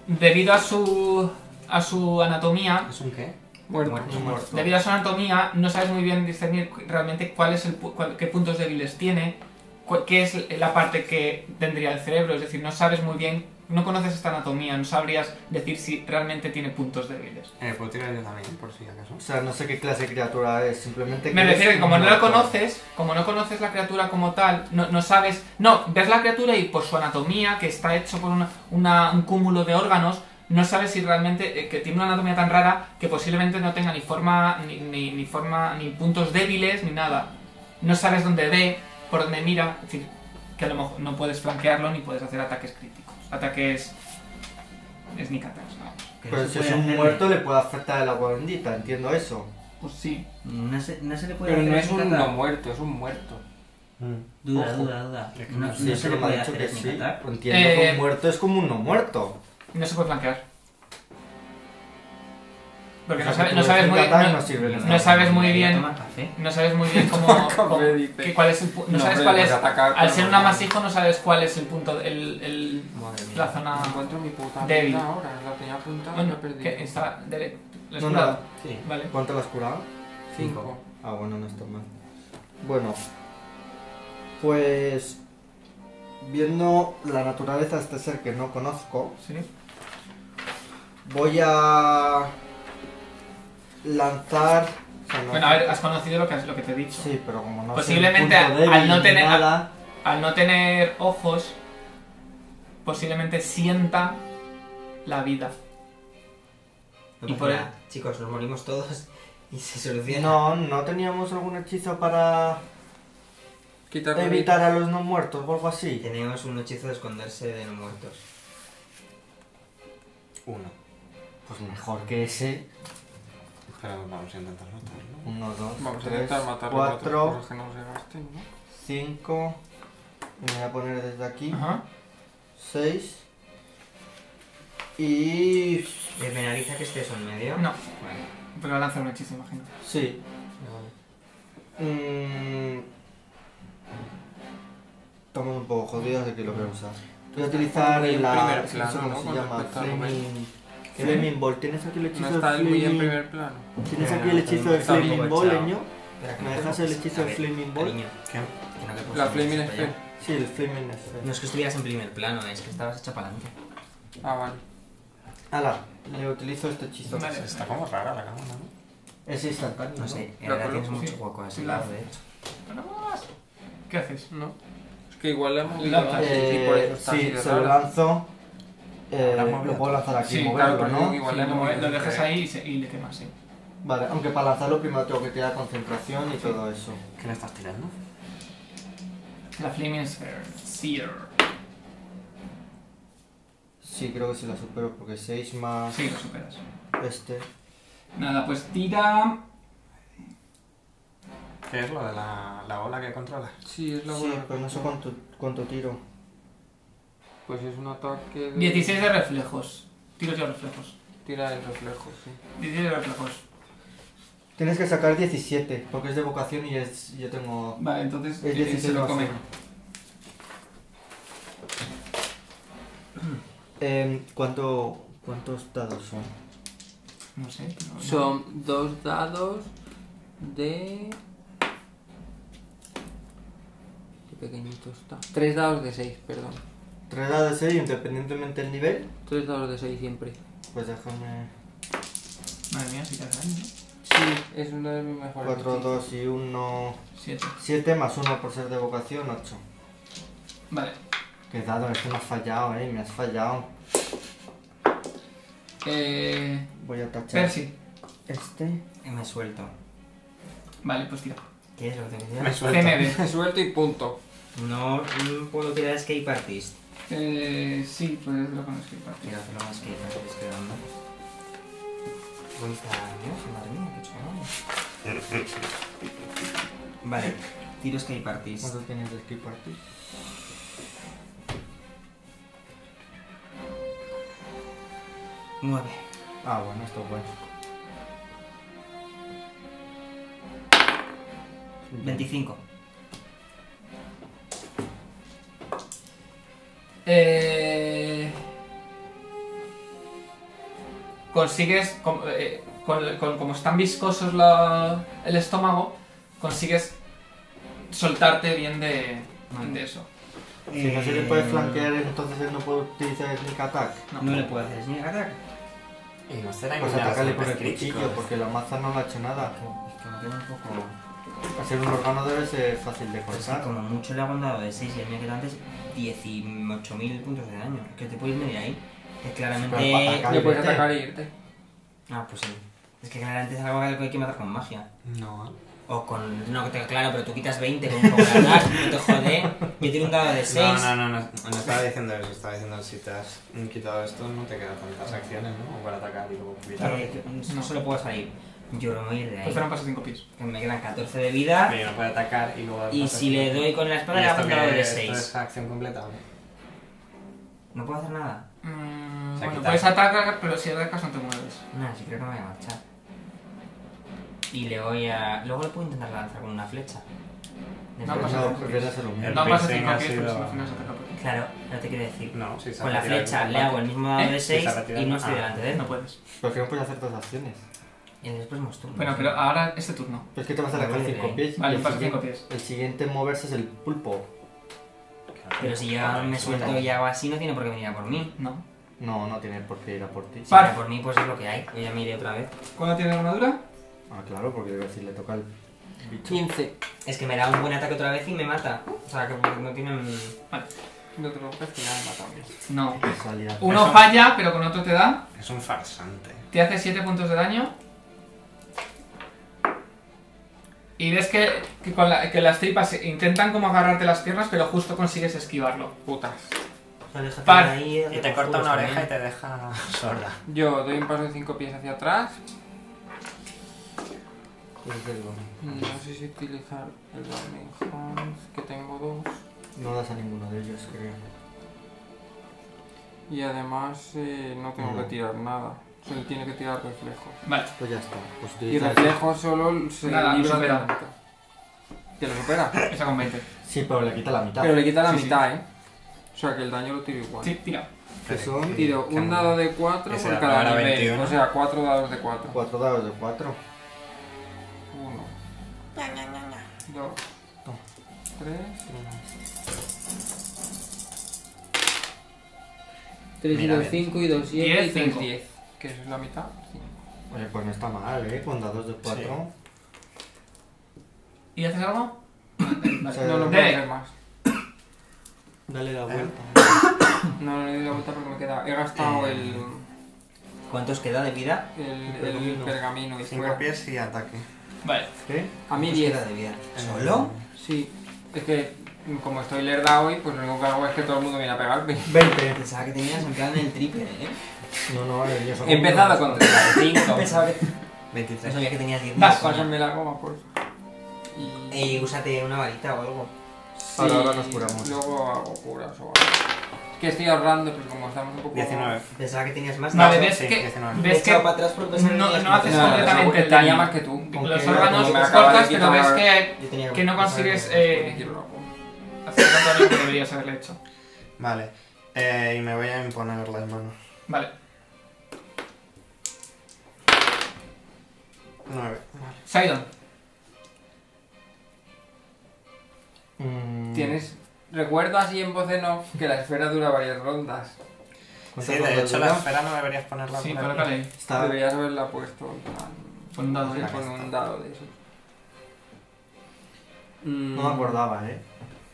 Debido a su. a su anatomía.
¿Es un qué?
Muerto.
Muerto, muerto.
Debido a su anatomía, no sabes muy bien discernir cu- realmente cuál es el pu- cuál- qué puntos débiles tiene, cu- qué es la parte que tendría el cerebro. Es decir, no sabes muy bien, no conoces esta anatomía, no sabrías decir si realmente tiene puntos débiles.
Eh, puedo tirar yo también, por si acaso.
O sea, no sé qué clase de criatura es, simplemente.
Me
que es
refiero que como no la
muerto.
conoces, como no conoces la criatura como tal, no, no sabes... No, ves la criatura y por su anatomía, que está hecho por una- una- un cúmulo de órganos, no sabes si realmente... eh, que tiene una anatomía tan rara que posiblemente no tenga ni forma, ni, ni- ni forma, ni puntos débiles, ni nada. No sabes dónde ve, por dónde mira, es decir, que a lo mejor no puedes flanquearlo ni puedes hacer ataques críticos, ataques sneak attacks, vamos.
Que
Pero
eso
si
puede
es un
hacerle-
muerto le puede afectar el agua bendita, entiendo eso.
Pues sí.
No se, no se le puede
Pero
hacer
no es
sneak
un
attack.
no muerto, es un muerto.
Mm.
Duda,
Ojo.
duda, duda.
Es que
No,
no
no
Sí,
se
se
le
me
puede
ha dicho
hacer
que
sneak
sí.
attack.
Entiendo que
Eh,
un muerto es como un no muerto.
No se puede flanquear. Porque
O
no,
sea,
sabe-
que
no
tu
sabes
sneak
muy
attack
bien.
no sirve de
no
nada.
sabes muy
Voy a
bien.
tomar café.
No sabes muy bien cómo.
Como
cómo-
me dice.
que cuál es el pu- no,
No,
sabes
hombre,
cuál
me
es.
ataca,
Al ser un
pero-
amasijo no sabes cuál es el punto. El, el-
Madre mía.
la zona.
No encuentro mi puta
Débil.
vida ahora, la tenía apuntada y la he
Bueno,
perdido.
que estaba. de- la
No,
escuela.
nada. Sí.
Vale.
¿Cuánto lo has curado?
Cinco.
Ah, bueno, no está mal. Bueno, pues viendo la naturaleza de este ser que no conozco,
Sí.
voy a lanzar. o sea, no-
Bueno, a ver, has conocido lo que, has- lo que te he dicho.
Sí, pero como no sé
Posiblemente
el punto
al- al
débil
no
ni
tener-
nada,
Al no tener ojos, posiblemente sienta la vida.
Y por
nada.
Chicos, nos morimos todos y se soluciona.
No, no teníamos algún hechizo para
Quitarle
evitar a los no muertos o algo así.
Tenemos un hechizo de esconderse de no muertos.
Uno.
Pues mejor que ese.
Pero vamos a intentar matarlo.
1, 2,
Vamos a
3,
intentar matarlo.
4,
Porque no se gasten, ¿no?
5. Me voy a poner desde aquí.
Ajá.
6. Y.
¿Le penaliza que estés en medio?
No. Pero lanza un hechizo, imagino.
Sí. Mm. Estamos un poco jodidos de que lo voy a usar. Voy a utilizar
Muy en
la.
primer
Es que
plano,
no sé cómo
¿no?
se
Con
llama.
respecto al
Flaming. Flaming Ball. ¿Tienes aquí el hechizo
No
de
está muy en
Flaming-
primer plano.
¿Tienes
Eh,
aquí el hechizo de
está un poco
Flaming Ball,
echado.
leño?
Espera, que
¿Me
no te
dejas el
preocupes.
hechizo
A
de
ver,
Flaming Ball?
cariño,
¿Qué?
que no te puedo
La
sacar
Flaming
para allá.
Sphere.
Sí, el Flaming
No
Sphere.
es que estuvieras en primer plano, es que estabas hecho para adelante.
Ah, vale.
Ala, le utilizo este hechizo.
Vale.
Está como rara la cámara, ¿no?
Es instantáneo.
No
¿no?
sé,
Lo
ahora tienes
coloco,
mucho
sí.
hueco a ese
Sí,
lado,
la-
de hecho.
¿Qué haces?
No. Es que igual la hemos
La-
movido tanto y Ah, por
Eh,
eso está así
sí,
de
se lo
raro.
lanzo. Eh,
Habrá movido
lo puedo lanzar aquí,
Sí,
moverlo,
claro, pero
¿no?
yo igual
Sí,
le
lo,
hemos
lo dejas
movido.
ahí y, se- y le quemas, sí.
Vale, aunque para lanzarlo primero tengo que tirar concentración y todo eso.
¿Qué le estás tirando?
La Flaming Sphere. Seer.
Sí, creo que sí la supero porque 6 más
Sí, lo superas.
este.
Nada, pues tira.
¿Qué es lo de la, la ola que controla?
Sí, es la
Sí,
buena.
pero no sé cuánto, cuánto tiro.
Pues es un ataque de...
16 de reflejos. Tiros de reflejos.
Tira el reflejo, sí.
16 de reflejos.
Tienes que sacar 17 porque es de vocación y es, yo tengo.
Vale, entonces
Es
eh,
16
se lo
más
come.
uno. Eh, ¿cuánto, ¿Cuántos dados son?
No sé. pero-
Son dos dados de... Qué pequeñito está. Tres dados de seis, perdón.
3 dados de 6 independientemente del nivel.
Tres dados de seis siempre.
Pues déjame.
Madre mía, si te hace daño. ¿no?
Sí, es uno de mis mejores.
4,
hechizos.
2 y 1.
7.
7 más 1 por ser de vocación, 8.
Vale.
Qué dado, este me has fallado, eh, me has fallado.
Eh.
Voy a tachar
Percy.
este.
Y me suelto.
Vale, pues tira.
¿Qué es lo que tengo que
Me
tirar?
suelta.
CMB.
Suelto y punto.
No mm, puedo tirar Escape Artist.
Eh. Sí, puedes hacerlo con Escape Party.
Quiero hacerlo más Escape Artist, pero no. Voy para Dios, madre mía, qué chorrada. Vale, tiro Escape Artist.
¿Cuánto tienes de skip aquí?
Nueve.
Ah, bueno, esto es bueno.
25.
Eh, consigues, con, eh, con- con- como están viscosos la- el estómago, consigues soltarte bien de,
Vale.
de eso.
Si no se le puede
Eh,
flanquear, entonces él no puede utilizar sneak attack.
No.
No le puedo hacer sneak attack.
Y no será
Pues
inmune a los
atacarle con
golpes
el cuchillo,
críticos.
porque la maza no le ha hecho nada.
Es que me queda un poco.
Hacer un órgano debe ser fácil de
Pues
Es que
cortar.
como mucho le ha dado de 6 y el mío que era antes 18.000 puntos de daño. Que te puedes medir ahí. Que
Pero para atacar.
claramente.
Le puedes
vete.
atacar y irte.
Ah, pues sí. Es que claramente es algo que hay que matar con magia.
No,
O con. No, te- claro, pero tú quitas 20 con un poco de attack, no te jode. Yo tiro un dado de 6.
No, no, no, no, no estaba diciendo eso, estaba diciendo si te has quitado esto no te quedan tantas acciones, ¿no? O para atacar y luego evitar.
Eh, no solo puedo salir. Yo no me voy a ir de ahí.
Pues fueron pasos 5 pies.
Que Me quedan 14 de vida.
Pero yo no puedo atacar y luego... dar
Y
patas.
si le doy con la espada,
¿Y
le
esto
hago un
qué-
dado de
esto
6.
es acción completa o no?
No puedo hacer nada.
Mm,
Se ha
bueno,
quitado.
puedes atacar, pero si atacas no te mueves.
Nada, sí creo que me voy a marchar. Y le voy a. Luego le puedo intentar lanzar con una flecha. De
No
frente.
pasa nada.
No, prefiero hacer un...
El
No pasa
piercing
5
ha
pies, pero
sido-
si no final se ataca por ti.
Claro, no te quiero decir.
No, si se ha
Con la
retirado
flecha
el
le hago el mismo dado de
¿Eh?
6
Se está retirando.
y no estoy
Ah.
delante de él.
No puedes.
¿Por qué no puedes pues, hacer dos acciones?
Y en los próximos turnos.
Bueno, pero ahora este turno.
Pues que te vas a atacar
Madre.
cinco pies. y
Vale,
el
paso 5
siguiente-
pies.
El siguiente moverse es el pulpo.
Pero si
ah,
ya me suelto y hago así, no tiene por qué venir a por mí.
No.
No, no tiene por qué ir a por ti.
Si
Vale.
viene a por mí, pues es lo que hay. Yo ya me iré otra vez.
¿Cuándo tiene la armadura?
Ah, claro, porque debe decir, le toca el...
15. Es que me da un buen ataque otra vez y me mata. O sea, que no tienen.
No te preocupes que ya me he matado a mí.
No.
salida.
Uno
Eso.
falla, pero con otro te da.
Es un farsante.
Te hace 7 puntos de daño. Y ves que, que con la- que las tripas intentan como agarrarte las piernas, pero justo consigues esquivarlo.
Putas.
Lo dejo
Par.
tirar ahí,
Y te corta una oreja y te deja sorda.
Yo doy un paso de cinco pies hacia atrás.
Pues es el gome.
No sé si utilizar el Burning Hands, que tengo dos.
No das a ninguno de ellos, creo.
Y además eh, no tengo
No.
que tirar nada. Solo tiene que tirar reflejos.
Vale.
Pues ya está. Pues
Y
utiliza-
reflejos solo se
Nada, lo
libra de
supera.
la mitad. Que lo supera.
Esa con 20.
Sí, pero le quita la mitad.
Pero le quita la
Sí, sí.
mitad, ¿eh? O sea que el daño lo tiro igual.
Sí, tira.
Que son
Tiro
Qué
un
bueno.
dado de 4
Ese
por
era
cada
para
nivel.
21.
O sea, 4 dados de 4.
cuatro dados de cuatro.
1, 2, 3, 3 y
Mira
2,
bien.
5 y 2, 7
Diez,
y 3,
cinco.
10. Que eso es la mitad. Sí.
Oye, pues no está mal, ¿eh? Con dados de cuatro.
¿Y haces algo?
O sea,
No lo puedo
Derek.
hacer más.
Dale la vuelta.
No, no le doy la vuelta porque me queda. He gastado el,
¿Cuántos queda de vida?
el,
El
el
pergamino.
pergamino y
Cinco
fuera.
pies y ataque.
Vale.
¿Qué?
A mí
¿Cuántos
10.
queda de vida?
Eh,
¿Solo?
Sí, es que como estoy lerda hoy, pues lo único que hago es que todo el mundo viene a pegarme.
20.
Pensaba que tenías en plan el triple, ¿eh?
No, no, el mío son
He empezado con
uno.
35.
Pensaba que. No
23.
sabía que tenías 10
Vas,
coño.
Pásame la goma, por favor. Y...
Ey, Eh, úsate una varita o algo.
Sí,
Ahora, ahora nos curamos.
Luego hago curas o algo. Que estoy ahorrando, pero como estamos un poco.
19.
Pensaba que tenías más.
Vale,
sí,
ves
sí,
que.
19.
Me he
Ves que
echado para atrás porque pensaba que
no-
tenías
no
más.
haces
No, no,
completamente
seguro que
el
tenía
daño.
más que tú.
Con
los
que-
órganos
como me
los
acaba de
cortas, pero ves
quitar-
que.
Yo tenía
Que no
pensaba que-
consigues.
Porque
Eh,
quiero la goma.
hacer todo lo que deberías haberle hecho.
Vale. Eh, y me voy a imponer las manos.
Vale.
9.
Sidon.
Mm,
Tienes. Recuerdo así en voz en off que la esfera dura varias rondas.
¿cuántas
Sí, de
rondas
hecho
dura?
la esfera no deberías ponerla
Sí,
por aquí.
colócale ahí.
Está-
Deberías haberla puesto en plan-
Con un dado,
sí,
¿eh?
con un dado de eso. Mm,
No me acordaba, ¿eh?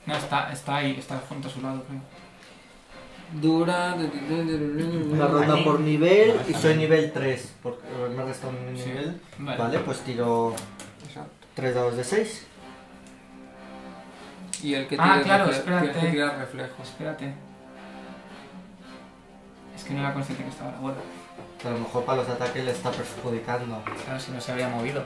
No, está, está ahí, está junto a su lado, creo.
Dura.
Una ronda por nivel y soy nivel 3. Porque me ha restado un
Sí.
nivel.
Vale.
Vale, pues tiro
Exacto.
3 dados de 6.
Y el que
Ah,
tiene
claro,
refle-
espérate.
tienes que tirar reflejos.
Espérate. Es que no era consciente que estaba la bola.
Que a lo mejor para los ataques le está perjudicando.
Claro, si no se había movido.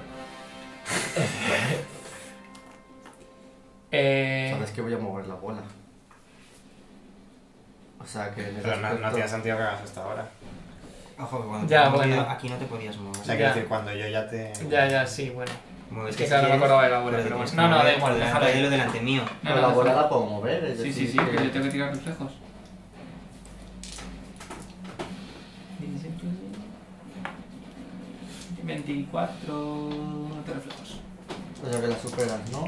eh,
Sabes que voy a mover la bola. O sea que en ese
Pero no, no
aspecto-
tiene sentido que hagas esto ahora.
Ojo, que cuando
Ya,
te-
bueno.
aquí no te podías mover.
O sea,
Ya.
quiero decir, cuando yo ya te...
ya, ya, sí, bueno.
Mueves
Es que
si
claro, no me
quieres,
acordaba de la bola, pero
tienes
bueno. No, no,
que
da
mover
igual,
delante
déjalo
de
ahí.
él o delante mío.
No,
Pero
no,
la bola
déjalo.
la puedo mover, es
Sí,
decir,
sí, sí,
que-
pero yo tengo que tirar reflejos. ...24... de reflejos.
O sea que la superas, ¿no?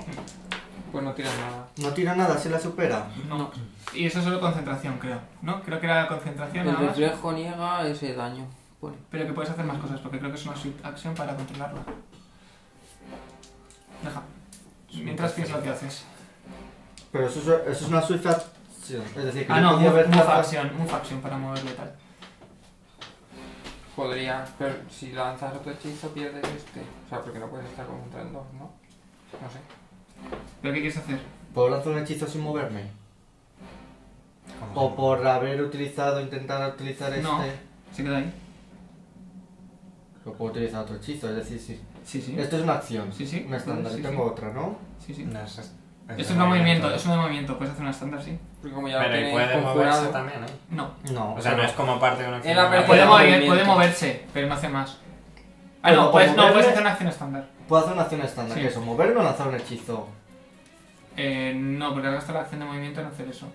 Pues no tiras nada.
No tira nada, si la supera.
No. Y eso es solo concentración, creo. ¿No? Creo que era concentración
El
nada más.
reflejo niega ese daño. Pone.
Pero que puedes hacer más cosas, porque creo que es una sweet action para controlarla. Deja. Mientras piensas lo que haces.
Pero eso, es- eso es una swift acción. Es decir, que
Ah,
yo
no,
podía
move,
haber
move
lanzado-
action. Move action para moverlo y tal.
Podría, pero si lanzas otro hechizo pierdes este. O sea, porque no puedes estar concentrando, ¿no? No sé.
¿Pero qué quieres hacer?
¿Puedo lanzar un hechizo sin moverme? ¿O por haber utilizado, intentar utilizar este?
No. ¿Se queda ahí?
¿O puedo utilizar otro hechizo? Es decir, sí.
Sí, sí.
Esto es una acción.
Sí, sí.
Una estándar.
Sí,
y
sí.
tengo otra, ¿no?
Sí, sí.
No, eso es,
Esto es un movimiento, es un movimiento. Puedes hacer una estándar, sí.
Porque como ya lo
Pero y
tenéis
puede moverse
conjurado-
también, ¿eh?
No.
No.
O sea, no es como parte de una acción.
Él ha
de la-
perdido-
Puede,
Puede
mover,
movimiento.
puede moverse, pero no hace más. Ah,
Pero
no,
como
puedes, no,
moverle-
puedes hacer una acción estándar.
Puedo hacer una acción estándar.
Sí.
que eso? ¿Moverme o lanzar un hechizo?
Eh, no, porque has gastado la acción de movimiento en hacer eso.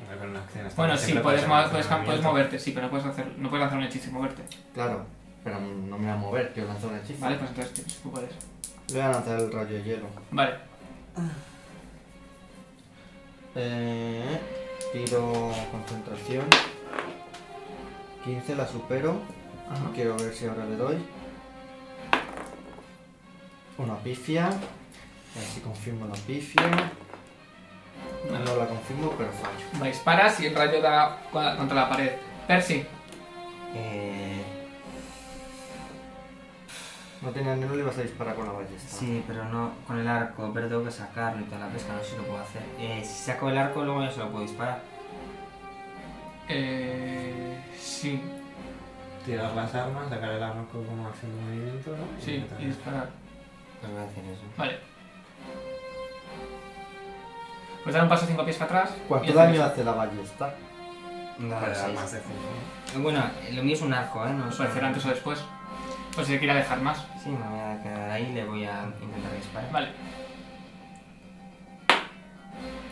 Hombre, pero una acción está-
Bueno, sí,
siempre
puedes,
ser
mover-
un
puedes, puedes
movimiento.
moverte, sí, pero no puedes, hacer, no puedes lanzar un hechizo y moverte.
Claro. Pero no me voy a mover, quiero lanzar un hechizo.
Vale, pues entonces sí, tú puedes.
Voy a lanzar el rayo de hielo.
Vale,
Eh, tiro concentración. 15 la supero. Quiero ver si ahora le doy. Una pifia. A ver si confirmo la pifia. Ah, No, la confirmo, pero fallo.
vais, paras y el rayo da cua- contra la pared. Percy,
Eh, No tenía ni uno, le ibas a disparar con la ballesta.
Sí, pero no con el arco, pero tengo que sacarlo y toda la pesca, no sé si lo puedo hacer. Eh, si saco el arco, luego ya se lo puedo disparar.
eh, sí,
Tirar las armas, sacar el arco como acción de movimiento, ¿no?
sí,
intentar-
y disparar.
Pues voy a hacer eso.
Vale. Pues dar un paso cinco pies para atrás. y
¿Cuánto
hacer
daño
eso.
hace la ballesta?
Puede
No,
dar
no sé.
más de cinco, ¿no?
Eh, Bueno, eh, lo mío es un arco, ¿eh? No
Os
es
puede hacer
un-
antes o después. Pues si le quiere dejar más.
Sí, me voy a quedar ahí y le voy a intentar disparar.
Vale,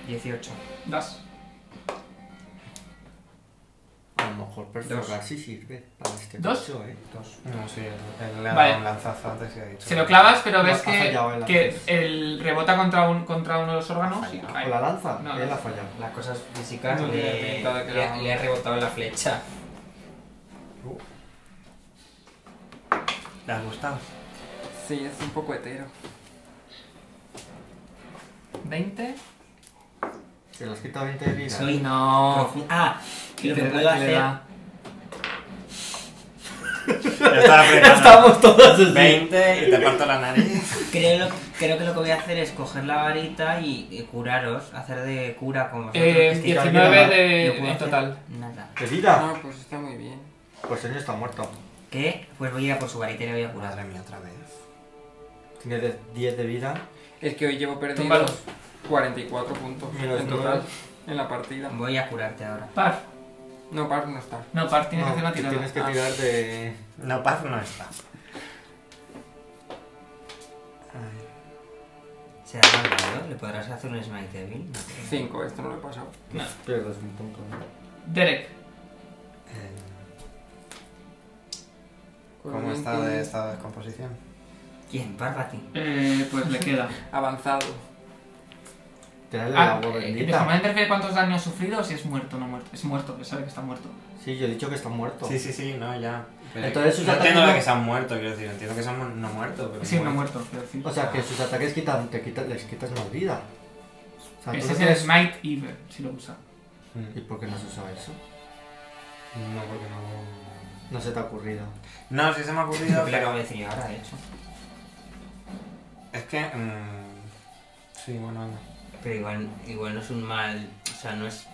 18.
das.
A lo mejor perfora
Dos.
sí sirve para este
¿Dos?
bicho, ¿eh?
Dos.
No, sí, él le ha
Vale.
dado un lanzazo antes y ha dicho.
Se lo clavas, pero
No,
ves
ha
que,
fallado el
que
antes.
el rebota contra, un, contra uno de los órganos. y cae.
¿Con Ah, la lanza?
No,
Él
no.
ha fallado.
Las cosas físicas
No tiene
le,
pinta de que
le-
la-
le he rebotado la flecha.
¿Le ha gustado?
Sí, es un poco hetero.
20.
Se los quita 20 de vida.
Soy no. Ah, que lo que
Te-
puedo
te
hacer.
da.
Ya estaba apretando.
Estamos todos así.
20 y te parto la nariz.
Creo, creo que lo que voy a hacer es coger la varita y, y curaros, hacer de cura como vosotros.
Eh,
Este
19
cambio no da.
No
de, en
puedo hacer
total.
Nada.
¿Qué vida?
No, pues está muy bien.
Pues el niño está muerto.
¿Qué? Pues voy a ir a por su varita y le voy a curar.
Madre mía, otra vez.
Tiene de- 10 de vida.
Es que hoy llevo perdido
Túmbalos.
44 puntos
Menos
en total
nueve.
en la partida.
Voy a curarte ahora.
Par.
No, par no está.
No, par, tienes
No,
que hacer una
que
tirada.
tienes que
Ah.
tirar de.
No, paz no está.
¿Será malvado? ¿Le podrás hacer un smite débil?
5, esto no lo he pasado.
Ah.
Pierdes un punto. ¿no?
Derek,
Eh,
Pues
¿Cómo está de estado de descomposición?
¿Quién? Parvati.
eh, pues le queda.
Avanzado.
Tírale el
Ah,
agua
eh,
bendita.
déjame interferir cuántos daños ha sufrido o si es muerto o no muerto. Es muerto, que sabe que está muerto.
Sí, yo he dicho que está muerto.
Sí, sí, sí, no, ya. Pero
Entonces, sus
no entiendo lo
ataques no-
que se han muerto, quiero decir. Entiendo que se han mu- no muerto, pero.
Sí, no muerto, quiero decir.
O sea, que sus ataques quitan, te quitan, les quitas más vida. O sea, tú
Ese
no
es el
tienes-
Smite Evil, si lo usa.
¿Y
Mm,
por qué no has usado eso?
No, porque no.
No se te ha ocurrido.
No, sí se me ha
Lo
ocurrido,
que le acabo
pero.
de decir yo ahora, de hecho.
Es que. mm, Sí, bueno, anda.
Pero igual, igual no es un mal. O sea, no es.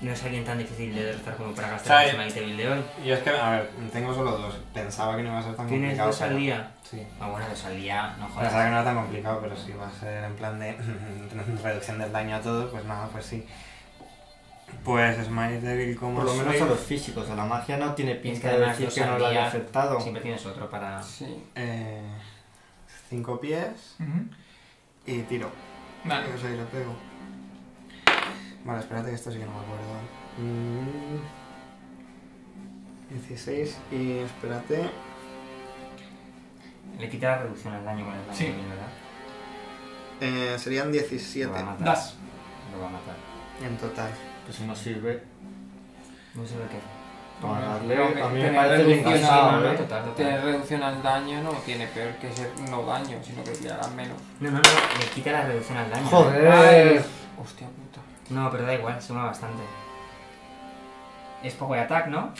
No es alguien tan difícil de derrotar como para gastar el
¿Sabes?
smite débil de hoy.
Y es que, a ver, tengo solo dos. Pensaba que no iba a ser tan
Tienes
complicado.
dos al
pero-
día.
Sí.
Ah, bueno, dos al día, no
Pensaba
jodas.
que no era tan complicado, pero sí va a ser en plan de reducción del daño a todo, pues nada, pues sí. Pues es más débil como
Por lo menos
soy,
a los físicos, a la magia no tiene pinta de
además
decir
los
que no la haya
sandía
afectado.
Siempre tienes otro para.
Sí.
eh, cinco pies
Ujú.
y tiro.
Vale.
O sea, y le Pues pego. Vale, espérate que esto sí que no me acuerdo. Mm, 16 y espérate.
Le quita la reducción al daño con el daño
Sí.
débil, ¿verdad?
eh, serían
Lo
17
va a matar.
Das.
Lo va a matar.
en total.
Pues si no sirve,
No sé por qué.
para
creo que
darle. A mí me
tiene
parece bien
reducción,
gastado,
no,
¿eh?
Total,
Ah.
Tener
total.
reducción al daño no tiene peor que ser no daño, sino que tirarán menos.
No, no, no, le quita la reducción al daño.
Joder.
Hostia puta.
No, pero da igual, suma bastante. Es poco de ataque, ¿no?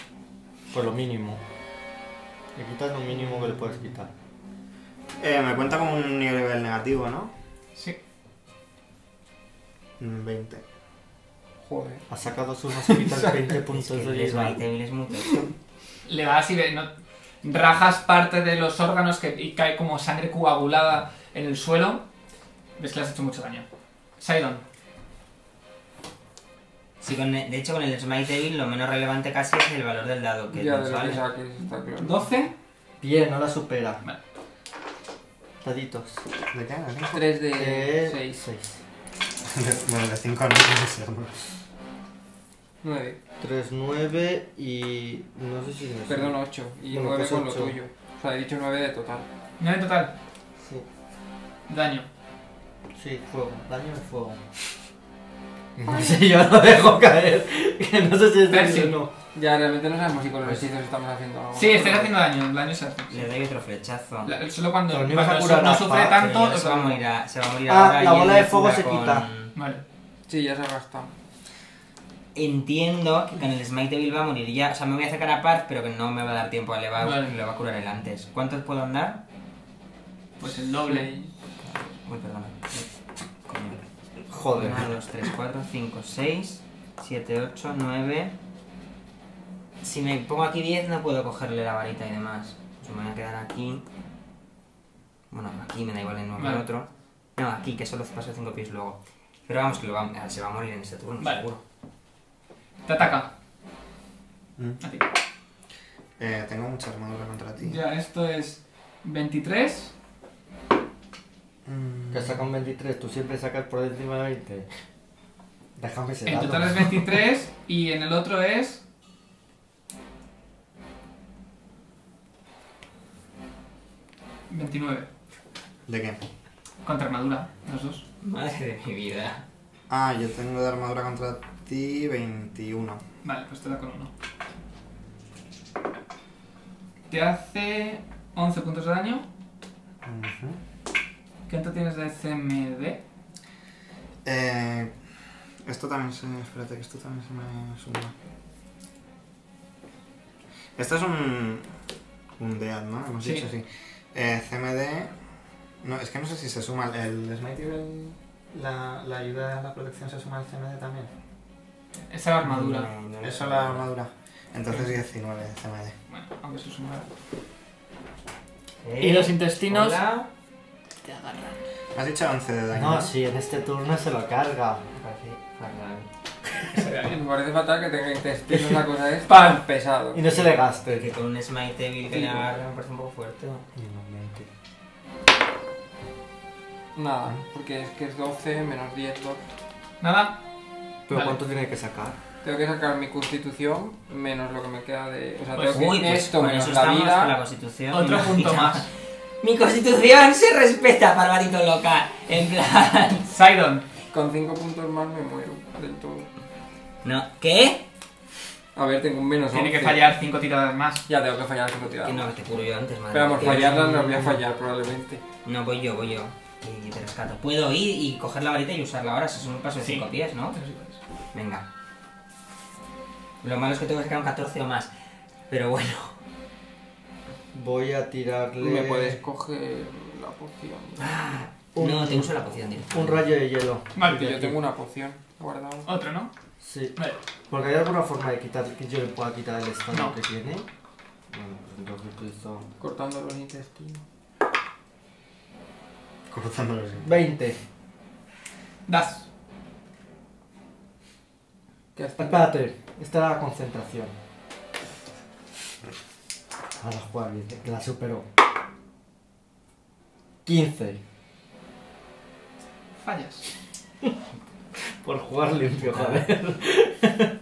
Pues lo mínimo. Le quitas lo mínimo que le puedes quitar.
Eh, me cuenta como un nivel negativo, ¿no?
Sí.
Mm, 20.
Joder.
Ha sacado sus mosquitas 20 puntos de
Es
vida.
débil, es muy
Le vas y ve- no- rajas parte de los órganos que, y cae como sangre coagulada en el suelo. Ves que le has hecho mucho daño. Sidon,
Sí, con el- de hecho, con el Smite Devil lo menos relevante casi es el valor del dado, que
Ya
nos
de lo
vale.
que saques, está claro.
12.
Bien, no la supera.
Vale.
Daditos.
¿De qué? ¿De 5?
3 de
6.
6.
6.
Bueno, de 5 no puede ser, ¿no?
9.
3, 9 y... No sé si... tienes-
Perdón, 8. Y
Bueno,
9
pues
con lo
ocho.
tuyo. O sea, he dicho 9 de total.
9 total.
Sí.
Daño.
Sí, fuego, daño de fuego. No sé, yo lo dejo caer. Que no sé si es
Percy.
daño o no.
Ya realmente no sabemos si con
Pues
los hechizos estamos haciendo algo.
Sí, estáis haciendo daño. El daño se hace.
Le doy otro flechazo.
La- Solo cuando,
Pero no
cuando
vas a
su-
curar
no
a
sufre
Paz,
tanto.
Se va a morir, a- se va a morir
Ah,
ahora
la
y él
bola de
le
fuego
cura
se
con-
quita.
Vale.
Sí, ya se ha gastado.
Entiendo que con el Smite Devil va a morir ya. O sea, me voy a acercar a Parth, pero que no me va a dar tiempo a le va,
Vale.
le va a curar él antes. ¿Cuántos puedo andar?
Pues el doble.
Uy, perdona. Coño.
Joder.
1, 2, 3, 4, 5, 6, 7, 8, 9. Si me pongo aquí 10 no puedo cogerle la varita y demás. Yo me voy a quedar aquí. Bueno, aquí me da igual el nombre
Vale.
otro. No, aquí, que solo paso 5 pies luego. Pero vamos, que lo va- se va a morir en este turno,
Vale.
seguro.
Te ataca.
Mm.
A ti.
Eh, tengo mucha armadura contra ti.
Ya, esto es 23.
Mm,
Que saca un 23, tú siempre sacas por encima de 20. Déjame ese
En
dato.
total es 23 y en el otro es... ...29.
¿De qué?
Contra armadura, los dos.
Madre de mi vida.
Ah, yo tengo de armadura contra ti 21.
Vale, pues te da con uno. Te hace 11 puntos de daño.
Ujú.
¿Cuánto tienes de CMD?
Eh, esto también se. Espérate, que esto también se me suma. Esto es un. Un DEAD, ¿no? Hemos
Sí.
dicho sí. Eh, CMD. No, es que no sé si se suma. ¿El el Smite Evil, la, la ayuda a la protección se suma al CMD también?
Esa es
Mm.
armadura.
No, no, no.
Eso la armadura. Entonces 19 de CMD.
Bueno, aunque se suma.
Eh,
Y los intestinos
hola.
te agarran.
Has dicho 11 de daño.
No, sí, en este turno se lo carga.
Me parece fatal.
Me parece fatal que tenga intestinos una cosa es
Pan.
tan pesado.
Y no se le
Que
gaste.
con un Smite Devil que le agarra me parece un poco fuerte.
Nada, porque es que es 12 menos 10, 12.
Nada.
¿Pero
Vale.
cuánto tiene que sacar?
Tengo que sacar mi constitución menos lo que me queda de. O sea,
Pues,
tengo que esto
con
menos
eso
la
estamos
vida.
con la constitución.
Otro
y la
punto
vida.
más.
Mi constitución se respeta, barbarito loca. En plan.
Sidon.
Con 5 puntos más me muero del todo.
No, ¿qué?
A ver, tengo un menos
Tiene que
11.
fallar 5 tiradas más.
Ya tengo que fallar cinco tiradas.
Que no, que te curo yo antes, madre.
Pero vamos,
Que-
fallarlas las voy a fallar probablemente.
No, voy yo, voy yo. Y te rescato. Puedo ir y coger la varita y usarla ahora, si es un paso de
Sí.
5 pies, ¿no? Venga. Lo malo es que tengo que sacar un 14 o más. Pero bueno.
Voy a tirarle
Me puedes coger la poción.
Un-
No, te uso la poción directa.
un rayo de hielo.
Vale.
Porque yo tengo una poción guardada.
Otro, ¿no?
Sí.
Vale.
Porque hay alguna forma de quitar que yo le pueda quitar el estado
No.
que tiene. Bueno, pues entonces tú esto-
Cortando los intestinos.
Cortándolo así.
20.
Das.
¿Qué has tirado?
Espérate, esta era la concentración. Ahora juega bien, eh, que la superó. 15.
Fallas.
Por jugar limpio, joder.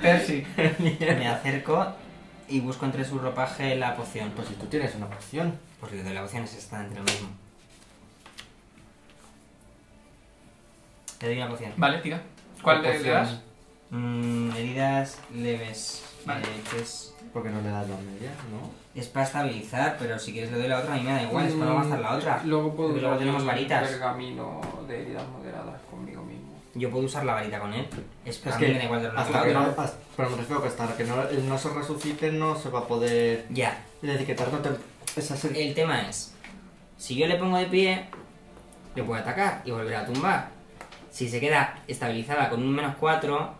Percy.
Me acerco y busco entre su ropaje la poción.
Pues si tú tienes una poción.
Pues lo de la poción es está entre lo mismo. Le doy la poción.
Vale, tira. ¿Cuál
una
le, le
poción,
das?
Mm, heridas leves.
Vale.
Eh, que es,
Porque no le das la media, ¿no?
es para estabilizar, pero si quieres le doy la otra, a mí me da igual, es para
Mm,
no gastar la otra.
Luego puedo
Porque luego tenemos
el
varitas.
pergamino de heridas moderadas conmigo mismo.
Yo puedo usar la varita con él. Es que
Es
a mí
que
me da igual de
Hasta
la
que no,
otra.
hasta- pero me refiero que hasta que no, no se resucite no se va a poder
Ya,
Es decir, que tarde o tem- Esa es el-
El tema es, si yo le pongo de pie, le puedo atacar y volver a tumbar. Si se queda estabilizada con un menos 4,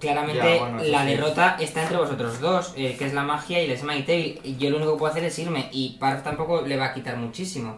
claramente
Ya, bueno, eso
la
sí.
derrota está entre vosotros dos, eh, que es la magia y el Smite Devil. Y Yo lo único que puedo hacer es irme y Parf tampoco le va a quitar muchísimo.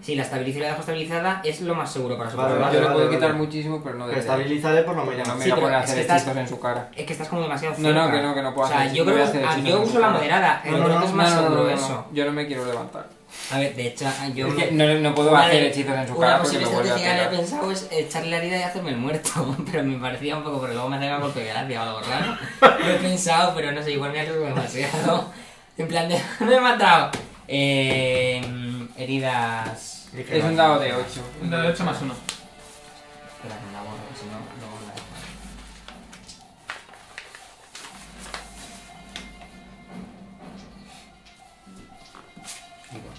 Si la estabilizo y la dejo estabilizada, es lo más seguro para su
Vale,
Yo
vale,
le
vale,
puedo
vale.
quitar muchísimo, pero no
Que
de.
estabilizaré por lo
No
menos.
me
Sí,
voy a
pero
poner a
es que
hacer
estás-
hechizos en su cara.
Es que estás como demasiado
No, no,
cerca.
que no, que no puedo
O sea,
hacer
yo
hechizos, no
creo
voy a hacer
que
hechizos
yo
en su
uso la
cara.
moderada,
No,
en
no,
verdad
no,
es más
no, no,
seguro
no, no.
eso.
Yo no me quiero levantar.
A ver, de hecho, yo...
Es que no, no puedo
Vale,
hacer hechizos en su
Una
cara porque
posible
me vuelve a
estrategia que había
pegar.
pensado es echarle la herida y hacerme el muerto, pero me parecía un poco porque luego me hacía golpe de gracia o algo raro. Lo he pensado, pero no sé, igual me arriesgo demasiado. En plan de, me he matado. Eh, heridas.
Es un dado de 8.
Un dado de 8 más 1.
Espera, que me la borro, si no, luego la dejo. Digo.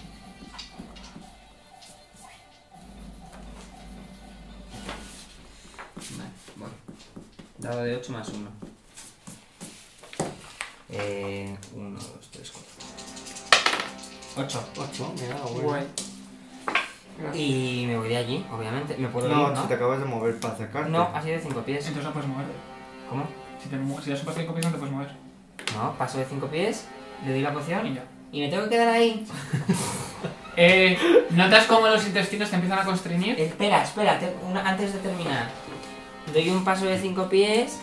Vale, voy. Dado de 8 más 1. Eh, 1, 2, 3, 4. 8.
8, mira, bueno.
Guay.
Y me voy de allí, obviamente. Me puedo ir,
No, si te
¿no?
acabas de mover para acercarte.
No, ha sido de 5 pies.
Entonces no puedes mover.
¿Cómo?
Si, te, mu- si ya superas 5 pies no te puedes mover.
No, paso de 5 pies, le doy la poción
Y
y,
ya.
me tengo que quedar ahí.
Eh, ¿Notas cómo los intestinos te empiezan a constreñir?
Espera, espera, te- una- antes de terminar. Doy un paso de 5 pies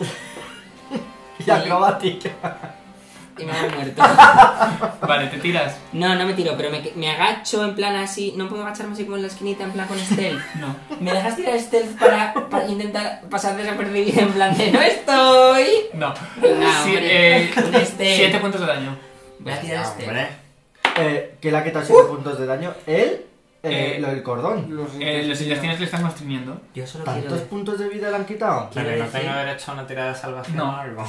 Y acrobática.
y me hago muerto.
Vale, te tiras.
No, no me tiro, pero me, que- me agacho en plan así. No puedo agacharme así como en la esquinita, en plan con stealth.
No.
¿Me dejas tirar stealth para, para intentar pasar desapercibido en plan de no estoy?
No.
Venga,
Sí,
hombre,
eh,
un stealth.
7 puntos de daño.
Voy a tirar este. stealth.
Hombre,
Eh, que le ha quitado 7 puntos de daño. Él, eh,
Eh,
lo del cordón.
Los
Eh, los intestinos le están constriñiendo.
Yo solo quiero,
¿Tantos puntos de vida le han quitado?
Quiero
pero no
decir-
tengo derecho a una tirada de salvación
No.
o algo.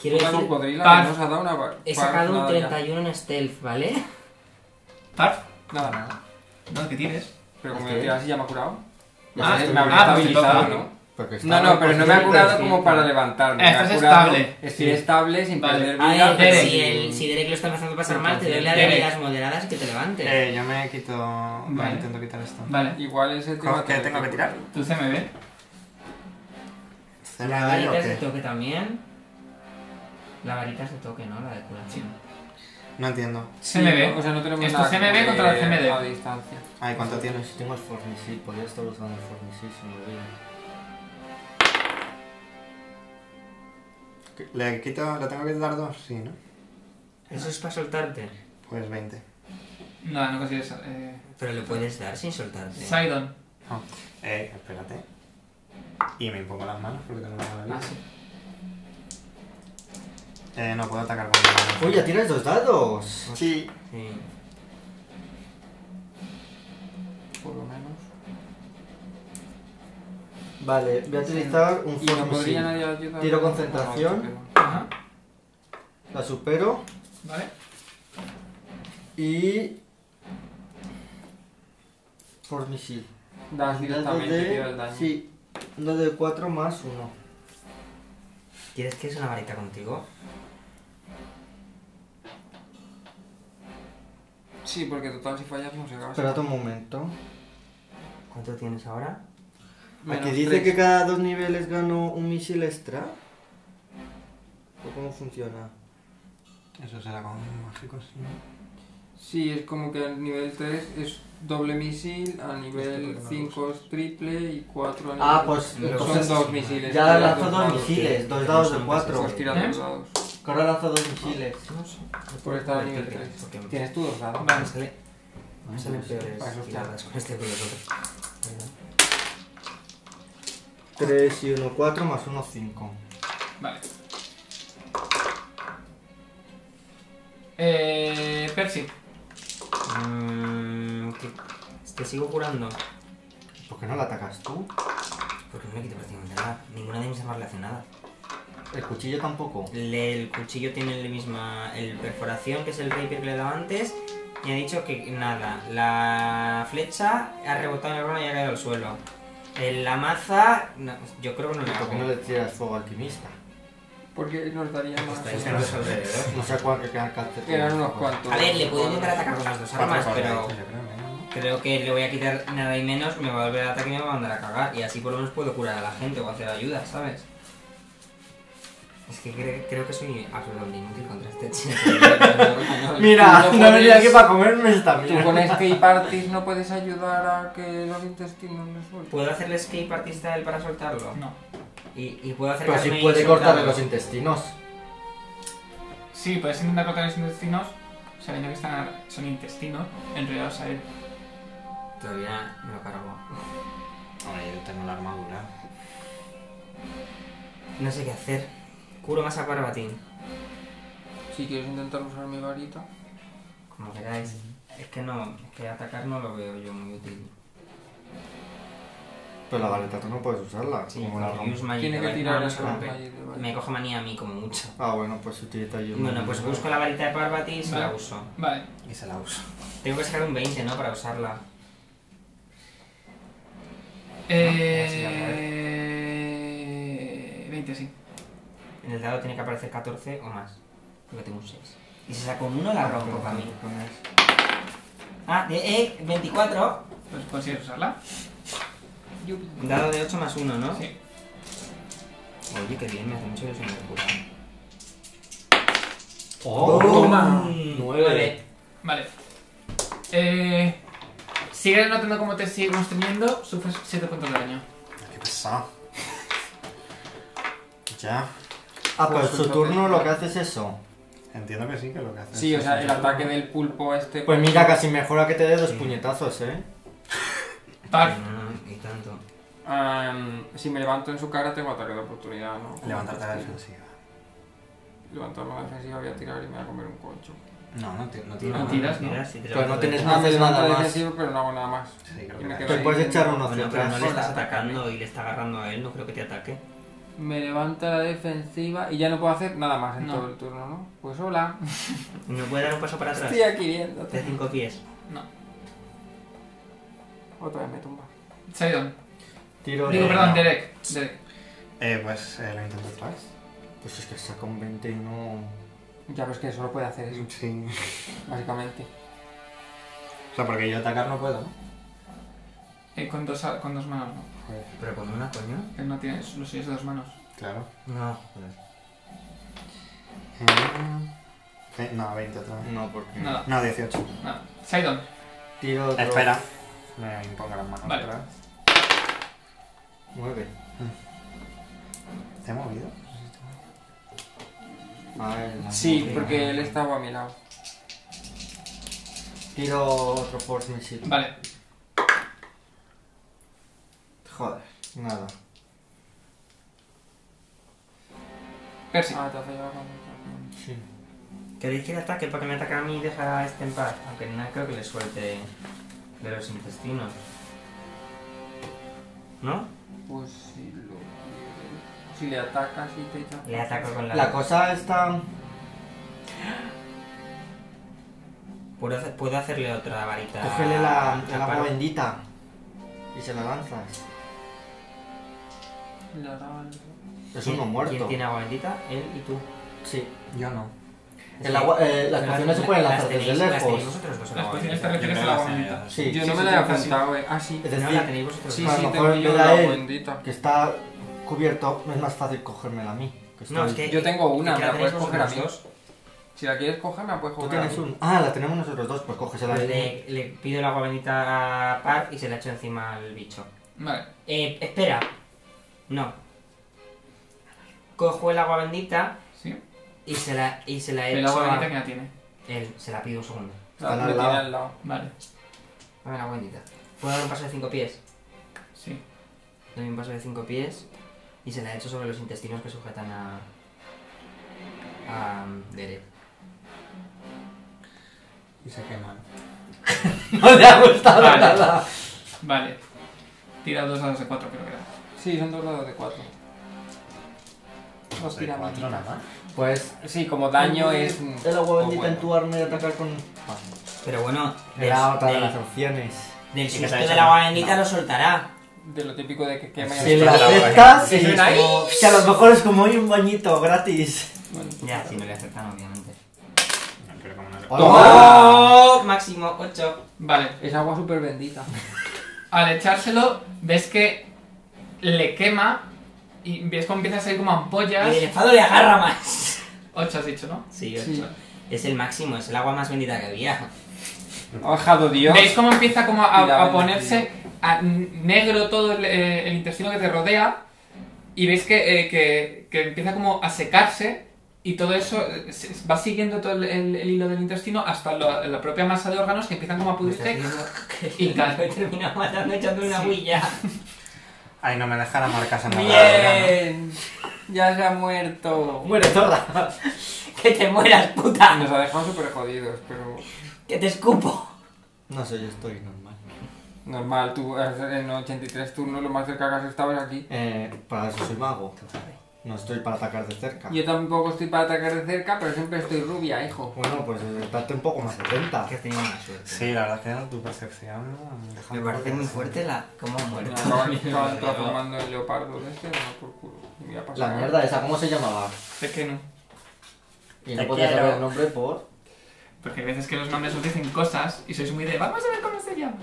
quiero
Una
decir.
cocodrila
Par.
que nos ha dado una par-
He
par-
sacado un
nada ya.
31 en stealth, ¿vale?
Parf,
Nada, nada.
no, que tires.
Pero como
Ok.
yo tiraba así ya me ha curado.
Ah,
Entonces
sí.
me habría
Ah, pues te
estabilizado,
toca.
¿no?
Porque está-
No, no, pero no me ha curado como para
Sí,
levantarme.
Ah,
me ha
estás
curado-
estable.
Estoy
Sí.
estable sin
Vale.
perder
A
vida.
ver,
Derek.
si, el, si Derek lo está empezando a pasar mal, te doy la de
Derek.
medidas moderadas y que te levantes.
Eh, yo me quito. me
Vale.
intento quitar esto.
Vale,
Igual es el
¿Cómo-
tema
¿Qué tengo que tirar?
tu CMB.
¿Se me daño
la
o
varita es de
qué?
toque también. La varita es de toque, ¿no? La de curación.
No entiendo.
CMB.
O sea, no tenemos
Esto
nada
CMB
que-
contra el CMD.
A distancia.
Ay, ¿cuánto tienes?
Si tengo el fornisil, podría estar usando el fornisil, se me olvida.
¿Le quito, ¿Le tengo que dar dos? Sí, ¿no?
Eso es para soltarte.
Pues 20.
No, no consigues. Eh,
Pero le puedes dar sin soltarte.
Sidon.
No. Eh, espérate. Y me impongo las manos porque no me da la vida.
Ah, sí.
Eh, no puedo atacar con las manos.
Uy, ya tienes dos dados.
Sí.
Sí.
Por lo menos.
Vale, voy a utilizar un
Y no podría
fornisil.
nadie ayudar.
pues Tiro concentración.
No, no,
Ajá.
La supero
Vale.
y... Fornisil.
no. Das directamente, tiro el daño.
Sí, un dado de 4 más 1.
¿Quieres que es una varita contigo?
Sí, porque total si fallas no se gasta.
Esperad un momento.
¿Cuánto tienes ahora?
Menos
Aquí dice
tres.
que cada dos niveles gano un misil extra. ¿O cómo funciona?
Eso será con mágicos. sí.
Sí, es como que al nivel 3 es doble misil, a nivel 5 es triple y 4 a nivel
Ah, pues
Pero
entonces
son dos misiles.
Ya
tiras
lanzo dos
dados.
misiles, dos dados de 4.
Pues tira
¿Eh?
dos dados.
Ahora lanzo dos misiles.
No sé.
Por estar a nivel 3. Tienes tú dos dados.
Vale, sale.
Ay,
Salen
no sé,
para
peores
asustar.
tiradas con este que los otros.
3 y 1, 4 más 1, 5.
Vale. Eh, Percy.
Mmm. Te sigo curando.
¿Por qué no la atacas tú?
Porque no me quito prácticamente nada. Ninguna de mis armas le hace nada.
El cuchillo tampoco.
Le- El cuchillo tiene la misma el perforación, que es el rapier que le he dado antes. Y ha dicho que nada. La flecha ha rebotado en el grano y ha caído al suelo. Eh, La maza, no, yo creo que no le
¿Por qué no
hago.
le tiras fuego alquimista?
Porque nos daría más.
Estáis en eso de- No sé cuánto que alcance.
Eran unos cuantos.
A ver, le puedo intentar atacar con las dos
Cuatro
armas, pero
cuadraditos, yo creo, ¿eh? ¿no?
creo que le voy a quitar nada y menos, me va a volver a atacar y me va a mandar a cagar. Y así por lo menos puedo curar a la gente o hacer ayuda, ¿sabes? Es que cre- creo que soy absolutamente inútil contra este chico.
Mira,
Tú
no venía
puedes-
aquí para comerme esta
Tú con
mierda.
escape artist no puedes ayudar a que los intestinos me suelten.
¿Puedo hacerle escape artista a él para soltarlo?
No.
Y, y puedo
Pero
acercarme
si
y
puede cortarle
soltarlo.
los intestinos.
Sí, puedes intentar cortar los intestinos, sabiendo que están, son intestinos enredados a él.
Todavía me lo cargo.
Hombre, yo tengo la armadura.
No sé qué hacer. Curo más a Parvatín.
Si quieres intentar usar mi varita.
Como queráis. Es que no, es que atacar no lo veo yo muy útil.
Pero la vareta tú no puedes usarla.
Sí,
como la
porque use
rompe.
Magic
Tiene que
Device.
tirar
No, no
a
se
esa
rompe.
calle de varita.
Me coge manía a mí como mucho.
Ah, bueno, pues utiliza yo.
Bueno, pues busco la varita de Parvati y se la
Vale.
uso.
Vale.
Y se la uso.
Tengo que sacar un 20, ¿no? Para usarla. así Ah, ya,
Eh... 20, sí.
En el dado tiene que aparecer 14 o más. Porque tengo un 6. Y si saco un 1 la Pues rompo para mí. Ah, de, eh, 24.
Pues consigues usarla.
Un dado de 8 más 1, ¿no?
Sí.
Oye, qué bien, me hace mucho ilusión el cura.
¡Oh!
toma.
¡Nueve!
Vale. Eh... Sigues notando cómo te sigue consumiendo, sufres 7 puntos de daño.
Qué pesado. Ya.
Ah, pero
Pues
su
entonces-
turno lo que hace es eso.
Entiendo que sí, que lo que hace
Sí,
es
o sea,
eso.
el ataque del pulpo este.
Pues mira, casi mejora que te dé dos puñetazos, ¿eh?
Par.
No, no, y tanto.
Am, si me levanto en su cara tengo ataque de oportunidad, ¿no?
Levantarte a la defensiva.
Levantarme a la defensiva voy a tirar y me voy a comer un concho.
No, no, ti- no
No,
tiene nada.
tiras, no.
Mira, si te
Pero
lo-
no tienes
Ah,
nada
me
más
levanto a
nada
la
más.
defensiva pero no hago nada más.
Sí, creo
Y me
que
quedo
Te
ahí.
la-
puedes echar uno hacia
Bueno, pero no
atrás.
le estás
Atacarme.
atacando y le está agarrando a él, no creo que te ataque.
Me levanto a la defensiva y ya no puedo hacer nada más en
No.
todo el turno, ¿no? Pues hola.
¿No puede dar un paso para atrás?
Estoy aquí
De
viéndote.
5 pies.
No.
Otra vez me tumba.
Saidon.
Tiro
Digo,
de-
perdón, Derek. Derek.
Eh, pues eh, lo intento otra vez.
Pues es que saca un 20 y no...
Ya ves que solo puede hacer eso,
Sí.
básicamente.
O sea, porque yo atacar no puedo, ¿no?
Eh, con, dos, con dos manos, no.
¿Pero con una, coño?
Que no tienes los suyos de dos manos.
Claro.
No, joder.
Eh, eh, no, 20 otra vez.
No, porque...
Mm.
Nada,
No, 18.
nada. Saidon.
Tiro otro.
Espera. Me impongo las manos
Vale.
otra vez.
Nueve.
¿Te he movido?
A ver, la
Sí,
moví.
porque él estaba a mi lado.
Tiro otro force missile.
Vale.
Joder, nada.
Percy.
Ah, te hace llevar la mano.
Sí.
¿Queréis que le ataque para que me ataque a mí y deja a este en paz? Aunque no creo que le suelte de los intestinos. ¿No?
Pues si lo quieres. Si le atacas y te echa.
Le ataco con la...
La cosa está...
¿Puedo, hacer- puedo hacerle otra varita.
Cógele la, el
a
agua
Parvati.
bendita y se la lanzas.
Le hará algo.
Es
¿Quién-
uno muerto.
¿Quién tiene agua bendita? Él y tú.
Sí.
Yo no.
El agua, eh, las pociones se pueden
las
lanzar desde
tenéis- las tenéis
lejos.
vosotros dos en
Las
agua
pociones te
bendita.
refieres
Yo
a
creo
la
que
bonita.
las-
Sí.
Yo
Sí,
no me
sí,
la he
sí, está
apuntado, eh. Ah, sí.
Es
No, la
decir,
tenéis vosotros
Sí,
dos.
Pues a
sí,
lo
tengo
mejor en
yo
vez de
una
a él.
bendita.
que está cubierto, es más fácil cogérmela a mí. Que
No,
estoy-
es que...
Yo tengo una,
que
me la
tenéis
puedes coger a mí.
vosotros dos.
Si la quieres coger, me la puedes
Tú
coger.
tienes
a mí.
un... Ah, la tenemos nosotros dos, pues cógesela a mí.
Le, le pido el agua bendita a Parv y se la echo encima al bicho.
Vale.
Eh, espera. No. Cojo el agua bendita
Sí.
y se la, y se la
El
echo
agua
a...
bonita que la tiene.
Él, se la pido un segundo.
La-
Están
me
al
tiene
lado.
al lado.
Vale.
Dame la agua bendita. Puedo dar un paso de cinco pies.
Sí.
Doy un paso de cinco pies y se la echo sobre los intestinos que sujetan a... a um, Derek.
Y se queman.
No le ha gustado
Vale.
nada.
Vale. Tira dos dados de cuatro, creo que era.
Sí, son dos dados de cuatro. Dos
De
tira
cuatro
más.
nada más.
Pues...
Sí, como daño es.
El agua
pues
bendita
bueno.
en tu arma y atacar con...
Pero bueno,
Era
des-
otra de
del-
las opciones.
del
que
susto
se la echa
del agua
en-
bendita
no.
lo soltará.
de lo típico de que quema y
Si
no
la
se acaba.
aceptas,
Que
y
suben ahí.
como- que a lo mejor es como "Ay, un bañito gratis.
Bueno,
Ya, si no le aceptan, obviamente.
Pero como no lo-
¡Oh! Máximo 8.
Vale.
Es agua súper bendita.
Al echárselo, ves que le quema y ves cómo empieza a salir como ampollas.
El enfado le agarra más.
8 has dicho, ¿no?
Sí,
Sí.
ocho. Es el máximo, es el agua más bendita que había.
Ha bajado Dios.
¿Veis cómo empieza como a,
Y la
a
ven
ponerse a- negro todo el, eh, el intestino que te rodea? Y veis que, eh, que- que empieza como a secarse y todo eso eh, se- se va siguiendo todo el, el- el hilo del intestino hasta lo- la propia masa de órganos que empiezan como a pudrirse.
Y
Y
claro,
cae.
he terminado matando echándole una huilla.
Ay, no me deja la marca se me va a dar,
Bien. Ya se ha muerto.
Muere zorra.
Que te mueras,
Nos
puta.
ha dejado súper jodidos, pero
Que te escupo.
No sé, yo estoy normal.
normal. Tú eh, en 83 turnos lo más cerca que has estado es aquí.
Eh, para eso soy mago. No estoy para atacar de cerca.
Yo tampoco estoy para atacar de cerca, pero siempre estoy rubia, hijo.
Bueno, pues eh, date un poco más atenta.
Que has tenido mala suerte.
Sí, la verdad que tu percepción deja
Me
un
parece
poco
muy
de-
fuerte la. ¿Cómo ha
Me
muerto?
acaban acaban transformando en leopardo de este, no por culo. Me voy a pasar.
La mierda esa, ¿cómo se llamaba?
Pequeño.
Y
Te
no podía
quiero.
saber el nombre por.
Porque hay veces que los nombres os dicen cosas y sois muy de. Vamos a ver cómo se llama.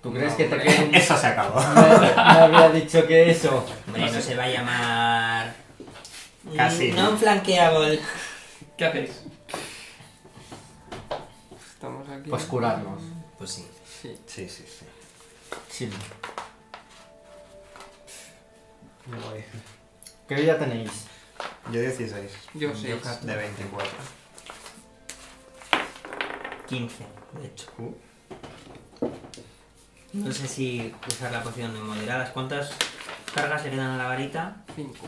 ¿Tú crees que te
hombre.
quedó un-
Eso se acabó.
Me, me había dicho que eso.
Hombre, eso se va a llamar.
Casi.
No flanqueable.
¿Qué hacéis?
Estamos aquí.
Pues curarnos.
Pues sí.
Sí.
Sí, sí, sí.
Sí.
Me voy.
¿Qué ya tenéis?
Yo 16.
Yo sí.
De 24.
15, de hecho. Uh. No sé si usar la poción de moderadas. ¿Cuántas cargas le quedan a la varita?
Cinco.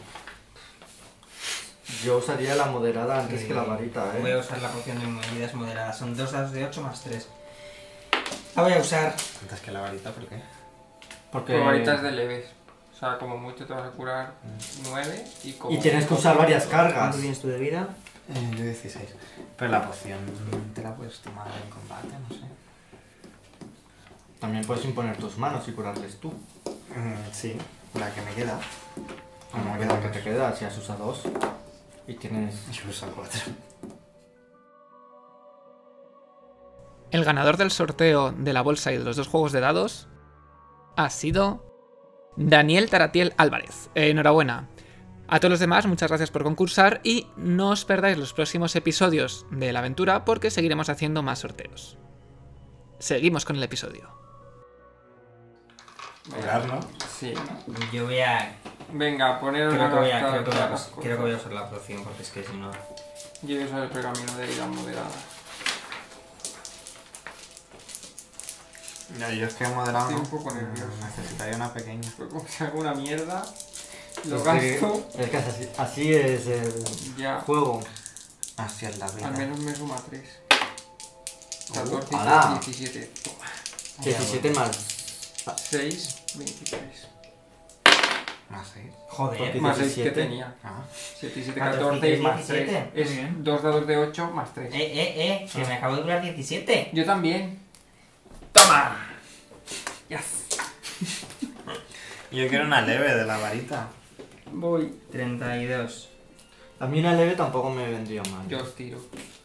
Yo usaría la moderada antes que la varita,
Voy a
eh.
usar la poción de medidas moderadas. Son dos dados de 8 más 3. La voy a usar.
Antes que la varita, ¿por qué?
Porque.
Pero pues ahorita es de leves. O sea, como mucho te vas a curar nueve y como.
Y tienes que usar varias cargas.
¿Cuánto tienes tú de vida?
Eh, yo 16. Pero la poción te la puedes tomar en combate, no sé.
También puedes imponer tus manos y curarles Pues tú.
Mm, sí, la que me queda.
Como que la que te queda, si has usado dos. Y tienes.
Yo uso 4.
El ganador del sorteo de la bolsa y de los dos juegos de dados ha sido Daniel Taratiel Álvarez. Eh, enhorabuena. A todos los demás, muchas gracias por concursar y no os perdáis los próximos episodios de la aventura porque seguiremos haciendo más sorteos. Seguimos con el episodio.
Curar, ¿no?
Sí.
Yo voy a.
Venga, poneros
Creo
la
que voy a,
cascada
creo que voy
de
a,
las
creo que
cosas.
voy a usar la poción porque es que si no.
Yo voy a usar el pergamino de vida moderada.
No, yo es que he moderado.
Estoy
¿no?
un poco nervioso.
Mm, Necesitaría una pequeña.
Pero como si hago una mierda, lo
es
Este
que-
gasto.
Es este, que así, así es el
Ya.
juego.
Ah,
Así es Ah, la vida.
Al menos me suma 3. 14
ala.
y 17. Toma.
17 más.
6, 23.
Más 6.
Joder.
¿Y
Más 6 que
17?
tenía.
Ah,
7 y 7,
Ah,
14 y más 3.
17.
Muy bien.
Es 2 dados de 8 más 3.
Eh, eh, eh, que me acabo de curar 17.
Yo también.
¡Toma!
Yes.
Yo quiero una leve de la varita.
Voy.
32.
A mí una leve tampoco me vendría mal.
Yo os tiro.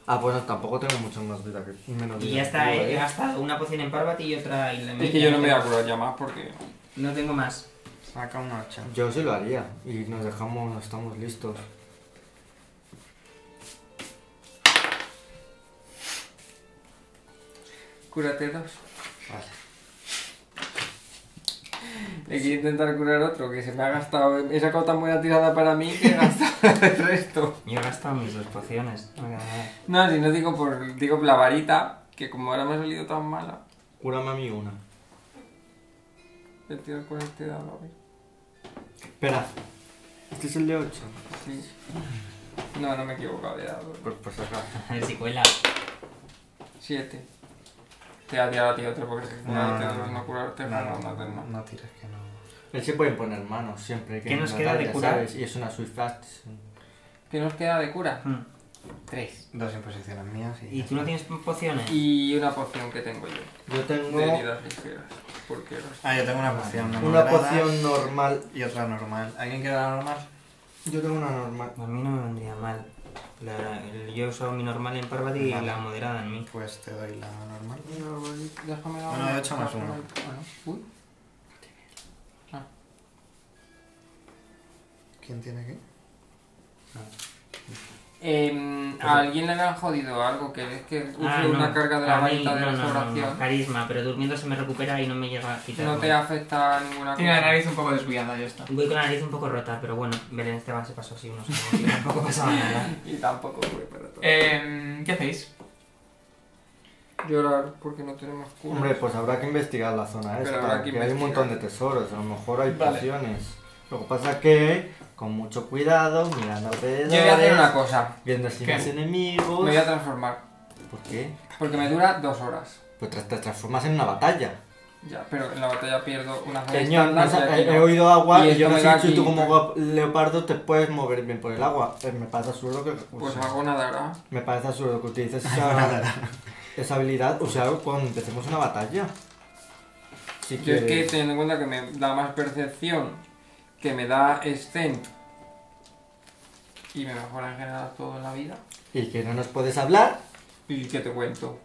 Ah, bueno, tampoco tengo mucho más vida que. Menos
Y
vida
ya
que
está,
tú,
eh, he
eh.
gastado una poción en Parvati y otra en la
Es que yo no me voy a curar ya más porque.
No tengo más.
Saca un 8.
Yo sí lo haría. Y nos dejamos, estamos listos.
Cúrate dos.
Vale.
Hay que intentar curar otro, que se me ha gastado. He sacado tan buena tirada para mí que he gastado el resto.
Yo he gastado mis dos pociones. No me queda nada.
No, si no digo por. Digo por la varita, que como ahora me ha salido tan mala.
Cúrame a mí una.
El tiro con este dado, a ver.
Espera. Este es el de 8.
Sí. No, no me he equivocado de dado.
Pues, pues acá.
A ver si cuela.
7. Te ha tirado a ti otro porque si
No,
no,
no,
te
no.
no, no curarte, no, este no, no, no,
no tires que no.
Él se pueden poner manos siempre. Que
¿Qué
en
nos
la
queda de
tarde,
curar?
¿sabes? Y es una Swift Action.
¿Qué nos queda de cura?
Hmm.
Tres.
Dos imposiciones mías y...
¿Y tú no tienes pociones?
Y una poción que tengo yo.
Yo tengo
De heridas ligeras. Porque las-
Ah, yo tengo una poción. no
una
moderada
poción normal.
Y otra normal. ¿Alguien quiere la normal?
Yo tengo una normal.
A mí no me vendría mal. La- el- yo he usado mi normal en Parvati y
Vale.
la moderada en mí.
Pues te doy la normal.
No, voy- déjame la-
Bueno, de ocho más uno.
Bueno, uy.
¿Quién tiene qué?
Em, a alguien le han jodido algo que es que sufre
Pues Ah, no.
una carga de la
A mí,
varita de
no, no, no,
restauración.
no. Carisma, pero durmiendo se me recupera y no me llega a quitar.
No te afecta ninguna
Tiene la nariz un poco desviada, ya está.
Voy con la nariz un poco rota, pero bueno, Belén Esteban se pasó así unos segundos y tampoco pasaba nada.
Y tampoco fue para todo.
Eh, ¿Qué hacéis?
Llorar porque no tenemos cura.
Hombre, pues habrá que investigar la zona
Pero
esta,
habrá que
que hay un
investigar.
montón de tesoros, a lo mejor hay
Vale.
pociones. Lo que pasa que, con mucho cuidado, mirando
Yo voy a hacer una
alrededor,
cosa.
viendo si
¿Qué?
los
Me
enemigos...
voy a transformar.
¿Por qué?
Porque me dura dos horas.
Pues tra- te transformas en una batalla.
Ya, pero en la batalla pierdo una zona
Señor, eh, no
estándar
sé,
y aquí
he, he
no.
oído agua y,
Y esto
yo no
me
sé
da
si tú
aquí-
como gua- leopardo te puedes mover bien por el agua. Eh, me parece absurdo que...
Pues
uses-
hago nadar. ¿ah?
Me parece absurdo que utilices esa, esa habilidad, o sea, cuando empecemos una batalla. Si
Yo es que
quieres.
teniendo en cuenta que me da más percepción, que me da scent y me mejora en general todo en la vida.
Y que no nos puedes hablar.
¿Y qué te cuento?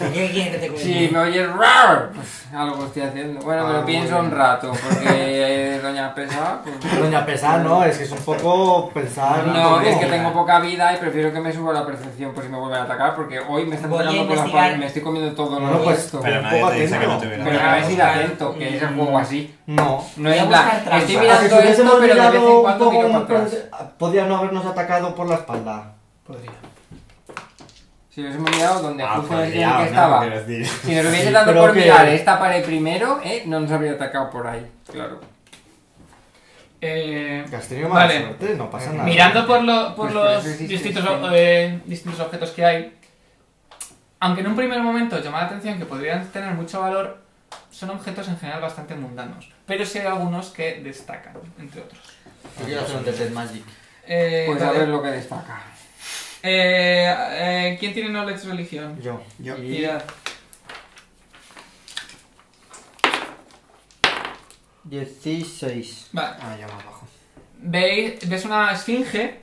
¿Qué quieres que
Eh,
te cuente?
Si me oyes rar, pues algo estoy haciendo. Bueno, me
Ah,
lo pienso
bueno.
un rato, porque eh, Doña Pesa, pues...
Doña Pesa, no, es que es un poco pensar. un
No,
poco.
es que tengo poca vida y prefiero que me suba la percepción por si me vuelven a atacar, porque hoy me están
Voy a
atacando por la
investigar.
espalda y me estoy comiendo todo
No,
lo
pues,
esto.
pero-
Pero,
Pero nadie te dice que
poco
no te
atento.
hubiera...
pero a ver si de atento, que es el juego así.
No.
No
Voy
es
a
en plan,
buscar trampas.
estoy
Ah,
mirando
si
esto,
hubiésemos
pero de vez
mirado
en
un
cuando
poco
miro para
un plan-
atrás.
Podía no habernos atacado por la espalda.
Podría.
Si hubiésemos mirado donde
Ah,
justo en el
pues
día en
ya,
que
¿no?
estaba.
Quiero decir...
Si nos hubiese
Sí,
dado
pero
por
que-
mirar esta pared primero, eh, no nos habría atacado por ahí. Claro.
Eh,
Que has tenido mala
Vale.
suerte, no pasa nada.
Mirando por, lo- por
Pues por
los
eso existe
distintos,
este.
o- eh, distintos objetos que hay, aunque en un primer momento llama la atención que podrían tener mucho valor, son objetos en general bastante mundanos. Pero sí hay algunos que destacan, entre otros.
Yo quiero hacer un Dead Magic.
Eh,
Pues a
vale.
ver lo que destaca.
Eh, eh, ¿Quién tiene knowledge religión?
Yo.
Yo.
Y-
Tirad.
16.
Vale.
Ah, ya más bajo.
Veis, ves una esfinge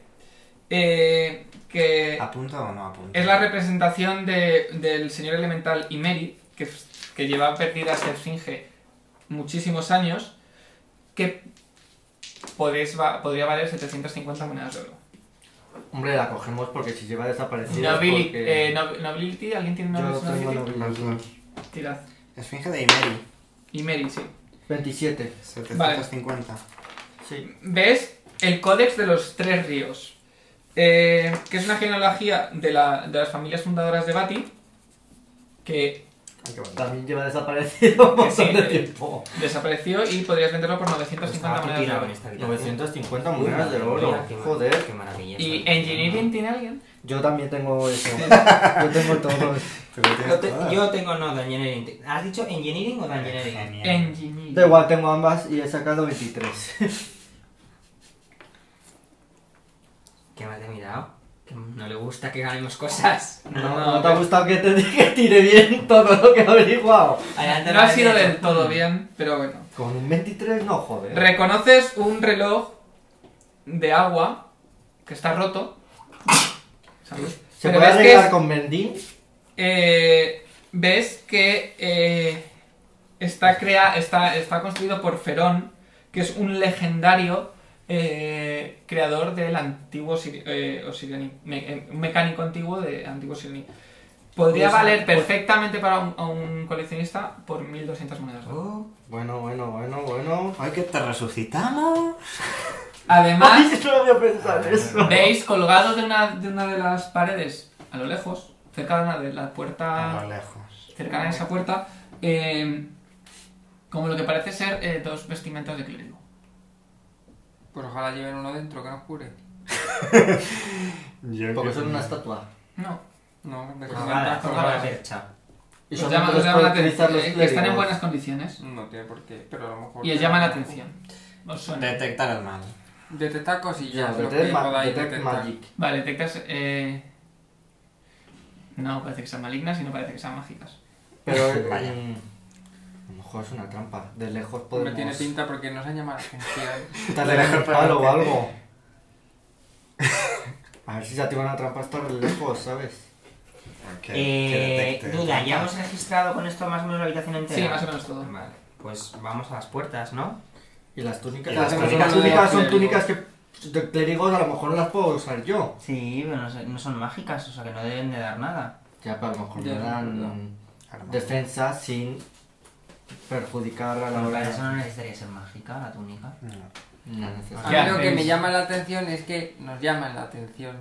eh, que
¿Apunta o no apunta?
Es la representación de- del señor elemental Imeri, que, que lleva perdida esta esfinge muchísimos años, que podéis va- podría valer 750 monedas de oro.
Hombre, la cogemos porque si lleva desaparecida.
Nobili-
porque...
eh, nob- nobility, ¿alguien tiene
Yo tengo
nobility?
nobility.
Los dos.
Tirad.
Esfinge de Imeri.
Imeri, sí.
27.
750.
Sí.
ves el Códex de los Tres Ríos, eh, que es una genealogía de, la- de las familias fundadoras de Bati, que
Ay, qué bonito.
También lleva desaparecido un
Que
montón
sí,
de
eh.
tiempo.
desapareció y podrías venderlo por 950
pues
Estaba aquí
monedas de
tirado en
oro.
esta habitación.
950 monedas de oro.
Mira, qué mar-
Joder.
Qué maravilla.
¿Y Engineering tiene alguien?
Yo también tengo eso. Yo tengo todo.
Tú lo tienes
Yo, te-
todas.
yo tengo no, de Engineering. ¿Has dicho Engineering o
Ah,
de Engineering?
Genial.
Engineering.
Da igual, tengo ambas y he sacado 23.
¿Qué mal te he mirado? Que no le gusta que ganemos cosas.
No, no te ha gustado que te que tire bien todo lo que he averiguado.
Adelante,
No ha
Rafael.
sido del todo bien, pero bueno.
Con un 23 no, joder.
Reconoces un reloj de agua que está roto. ¿sabes?
¿Se
Pero
puede
ves que,
arreglar
es-
con Mendín?
eh, ves que eh, está, crea, está, está construido por Ferón, que es un legendario eh, creador del antiguo Siri- eh, Osiriani, me- eh, un mecánico antiguo de antiguo Osiriani. Podría
Pues,
valer
pues-
perfectamente para un, a un coleccionista por 1200 monedas. de oro.
Oh,
Bueno, bueno, bueno, bueno.
Ay, que te resucitamos.
Además,
Ah,
Ay, yo no había pensado
Ah,
en eso.
Veis colgado de una, de una de las paredes, a lo lejos, cerca de, una de la
A
Ah.
puerta,
lo lejos.
cercana a esa puerta, eh, como lo que parece ser eh, dos vestimentas de clérigo.
Pues ojalá lleven uno dentro, que nos cure.
Yo
Porque
que-
son una estatua.
No,
No, me
pues nada,
con
con la percha.
Y
os
son
Pues llama-
los
os
que
llama la
pueden utilizar
atención, eh,
los
que están en
clérigos.
buenas condiciones
No tiene por qué, pero a lo mejor...
y os llama la atención. Os suena.
Detectar el mal.
Detectar cosillas,
Ya,
lo que
detect ma-
podáis
detect
detectar.
Magic.
Vale, detectas. Eh... No parece que sean malignas y no parece que sean mágicas.
Pero. eh,
Vaya.
mm, A lo mejor es una trampa. De lejos
Me
podemos.
tiene pinta porque nos han llamado la atención.
darle
De
un
lejos
palo o
podemos-
algo. A ver si se activa una trampa hasta re lejos, ¿sabes?
Que- que
Eh,
detecte
duda, ¿ya
trampas.
hemos registrado con esto más o menos la habitación entera?
Sí, más o menos todo.
Vale, pues vamos a las puertas, ¿no?
Y las túnicas.
Y
las
las
túnicas,
túnicas de
túnicas son
clérigo.
túnicas que. De clérigos a lo mejor no las puedo usar yo.
Sí, pero no, sé- no son mágicas, o sea que no deben de dar nada.
Ya, pero a lo mejor
Ya,
me dan
verdad.
A lo mejor.
defensa sin perjudicar a la
Pero para eso
hora.
no necesitaría ser mágica la túnica.
No.
No necesito.
A
¿Qué
mí lo que
hacéis?
me llama la atención es que nos llaman la atención.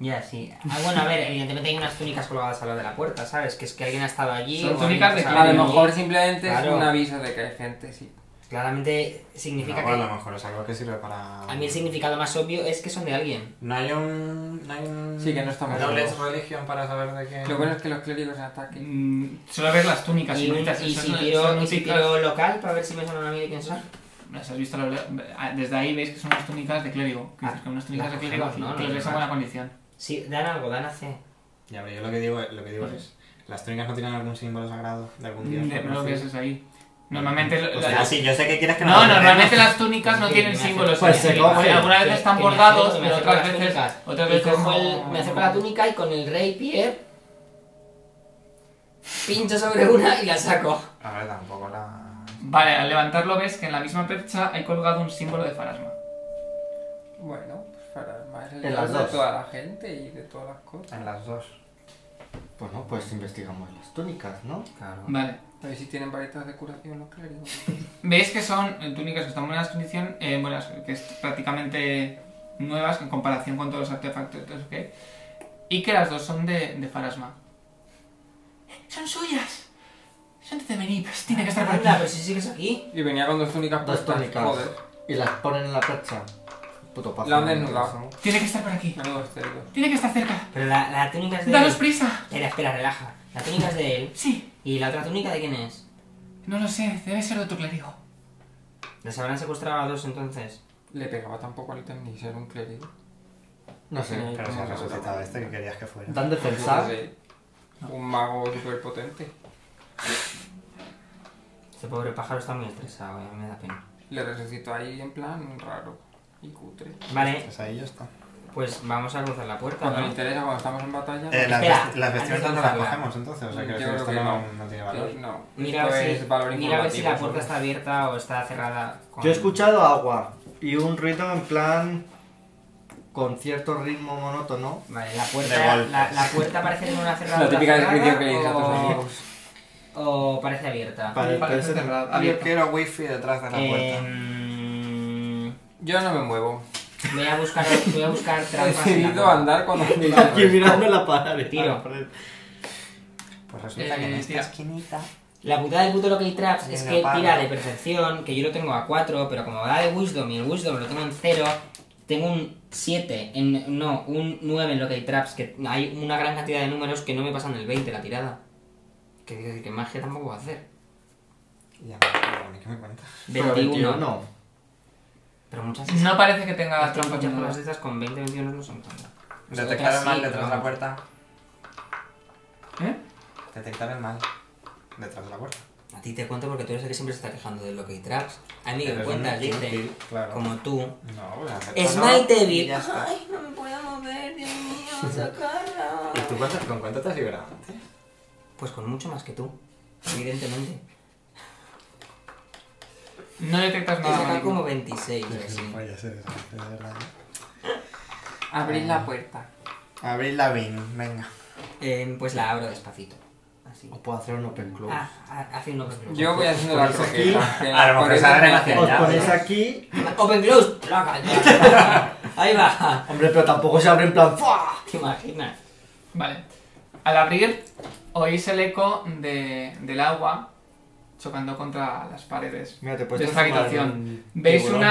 Ya, sí. Ah, bueno, a ver, evidentemente hay unas túnicas colgadas al lado de la puerta, ¿sabes? Que es que alguien ha estado allí.
Son
o
túnicas
alguien
de
ha estado
A lo
Claro.
mejor simplemente
Claro.
es un aviso de que hay gente, sí.
Claramente significa
No, a
que...
lo mejor es algo que sirve para...
A mí el significado más obvio es que son de alguien.
No hay un... No hay un...
Sí, que no estamos
Dobles
locos.
religión para saber de qué...
Lo bueno es que los clérigos ataquen.
Mm, solo ves las túnicas
Y, un-
no te-
y
son-
si
son
tiro, y si
túnicas-
tiro local para ver si me suena a mí de quién son.
Las has visto, las- ah, desde ahí veis que son unas túnicas de clérigo. Que
Ah,
dices que unas túnicas de
las
clérigo
cogemos, ¿no?
que les
Las
ves en
demás.
buena condición.
Sí, dan algo, dan AC.
Ya, pero yo lo que digo, lo que digo
Vale.
es... ¿Las túnicas no tienen algún símbolo sagrado de algún dios?
De- Mm, No lo
Pues
pienses ahí. Normalmente. lo-
ya,
la-
sí, yo sé que quieres que
No,
nos
normalmente las túnicas no
Sí,
tienen
me hace-
símbolos.
Pues
en
se
sí.
coge.
Algunas veces están bordados, pero otras veces.
Otras
Otras
veces
veces.
me acerco a las túnicas. Y
no-
cojo el- me acerco a la túnica y con el rey Pierre pincho sobre una y la saco.
A ver, tampoco la...
Vale, al levantarlo ves que en la misma percha hay colgado un símbolo de farasma.
Bueno, pues para más el
En las
dios de
dos.
toda la gente y de todas las cosas.
En las dos.
Pues no, pues investigamos las túnicas, ¿no?
Claro.
Vale.
A ver si tienen varitas de curación los clérigos.
Veis que son eh, túnicas que están en buenas condiciones, eh, buenas, que es prácticamente nuevas en comparación con todos los artefactos que hay. Y que las dos son de, de farasma. ¡Son suyas! Son de Temenipes, tiene que estar por aquí.
Anda, pero si sigues aquí.
Y venía con dos túnicas
Dos
puestas,
túnicas.
Joder,
Y las ponen en la percha. Puto paso.
La han desnudado.
Tiene que estar por aquí.
menudo estéril.
Tiene que estar cerca.
Pero la, la túnica es de
¡Danos
él.
prisa!
Espera, espera, relaja. La túnica es de él.
Sí.
¿Y la otra túnica de quién es?
No lo sé, debe ser de otro clérigo.
¿Les habrán secuestrado a dos entonces?
Le pegaba tampoco al ítem ni ser un clérigo.
No
Eh,
sé.
Pero si
¿Cómo
has
se
resucitado
llama?
este que querías que fuera.
Dan defensa.
Sí. Un mago súper potente.
Este pobre pájaro está muy estresado, eh, me da pena.
Le resucitó ahí en plan raro y cutre.
Vale,
Pues ahí ya está.
pues vamos a cruzar la puerta,
Cuando me
¿no?
interesa, cuando estamos en batalla. pues,
Eh, las,
Espera,
vesti- las vestimentas
antes de
no las
hablar.
cogemos entonces, o sea,
Yo
que
creo
esto
que
no,
no.
no tiene
no,
valor.
no.
Mira a
Esto
ver
es
si,
valor
mira a ver si la
informativo,
puerta está abierta o está cerrada. con-
Yo he escuchado agua y un ruido en plan con cierto ritmo monótono.
Vale, la
De
puerta,
golpes.
la, la puerta parece tener una cerradura
La típica
cerrada
descripción que le dices a tus
o,
amigos.
o parece abierta.
Vale,
Parece
entonces-
cerrado,
Yo
abierto.
quiero wifi detrás de
Eh,
la puerta.
Em,
Yo no me muevo.
voy a buscar, voy a buscar
He
trampas. en la
decidido
puerta.
andar cuando me digan
Aquí
esto.
mirando la pared.
Tiro.
Ah, pared.
Pues resulta que en
Eh,
esta
tira.
esquinita...
La putada del puto Locate Traps
Sí,
es
una
que
parda.
tira de percepción, que yo lo tengo a 4, pero como da de Wisdom y el Wisdom lo tengo en 0, tengo un 7, en, no, un 9 en Locate Traps, que hay una gran cantidad de números que no me pasan el 20 la tirada. Que quiere decir que magia tampoco va a hacer.
Ya, pero ni que me cuenta.
Pero
21.
no.
Pero muchas
No parece que tenga
Las
trampa
trampas
que
muchas
no
cosas de estas con 20, 21 no son tantas. O sea,
Detectar
otras
el mal
sí,
detrás
pero
de la
no.
puerta.
¿Eh?
Detectar el mal detrás de la puerta.
A ti te cuento porque tú eres el que siempre se está quejando de Locate Traps. A mí que
Pero
me
es
cuentas,
inútil,
dice,
Claro.
como tú,
No, pues acéptalo
Smite
y
Devil.
ya está.
Ay, no me puedo mover, Dios mío, sacarla.
¿Y tú cuánto- con cuánto te has liberado antes?
Pues con mucho más que tú, evidentemente.
No detectas
He
Ah,
nada.
sacado
maligno.
como 26 o así.
Follas eres, de verdad.
Abrir la puerta.
Abrir la bin, venga.
Eh, pues la abro despacito. Así.
O puedo hacer un open close.
Ah, ah, hace un open close.
Yo voy haciendo la
Ponéis
croqueta. que
A lo mejor
por eso
se abren
me
hacia
hacen-
Os
ya,
ponéis
¿no?
aquí.
Open close. Placa, ya. Ahí va.
Hombre, pero tampoco se abre en plan. ¡fua!
¿Te imaginas?
Vale. Al abrir, oís el eco de- del agua chocando contra las paredes.
Mira, pues te puedes
De esta
transformar
habitación.
en un
Veis
tiburón.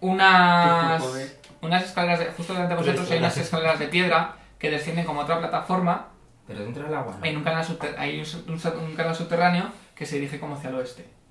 unas. unas.
Qué poder.
unas escaleras. de- justo delante de
Tres
vosotros hay unas
escaleras.
escaleras de piedra que descienden como otra plataforma.
Pero dentro del agua. ¿no?
Hay un canal, subter- hay un, sub- un sub- un canal subterráneo que se dirige como hacia el oeste.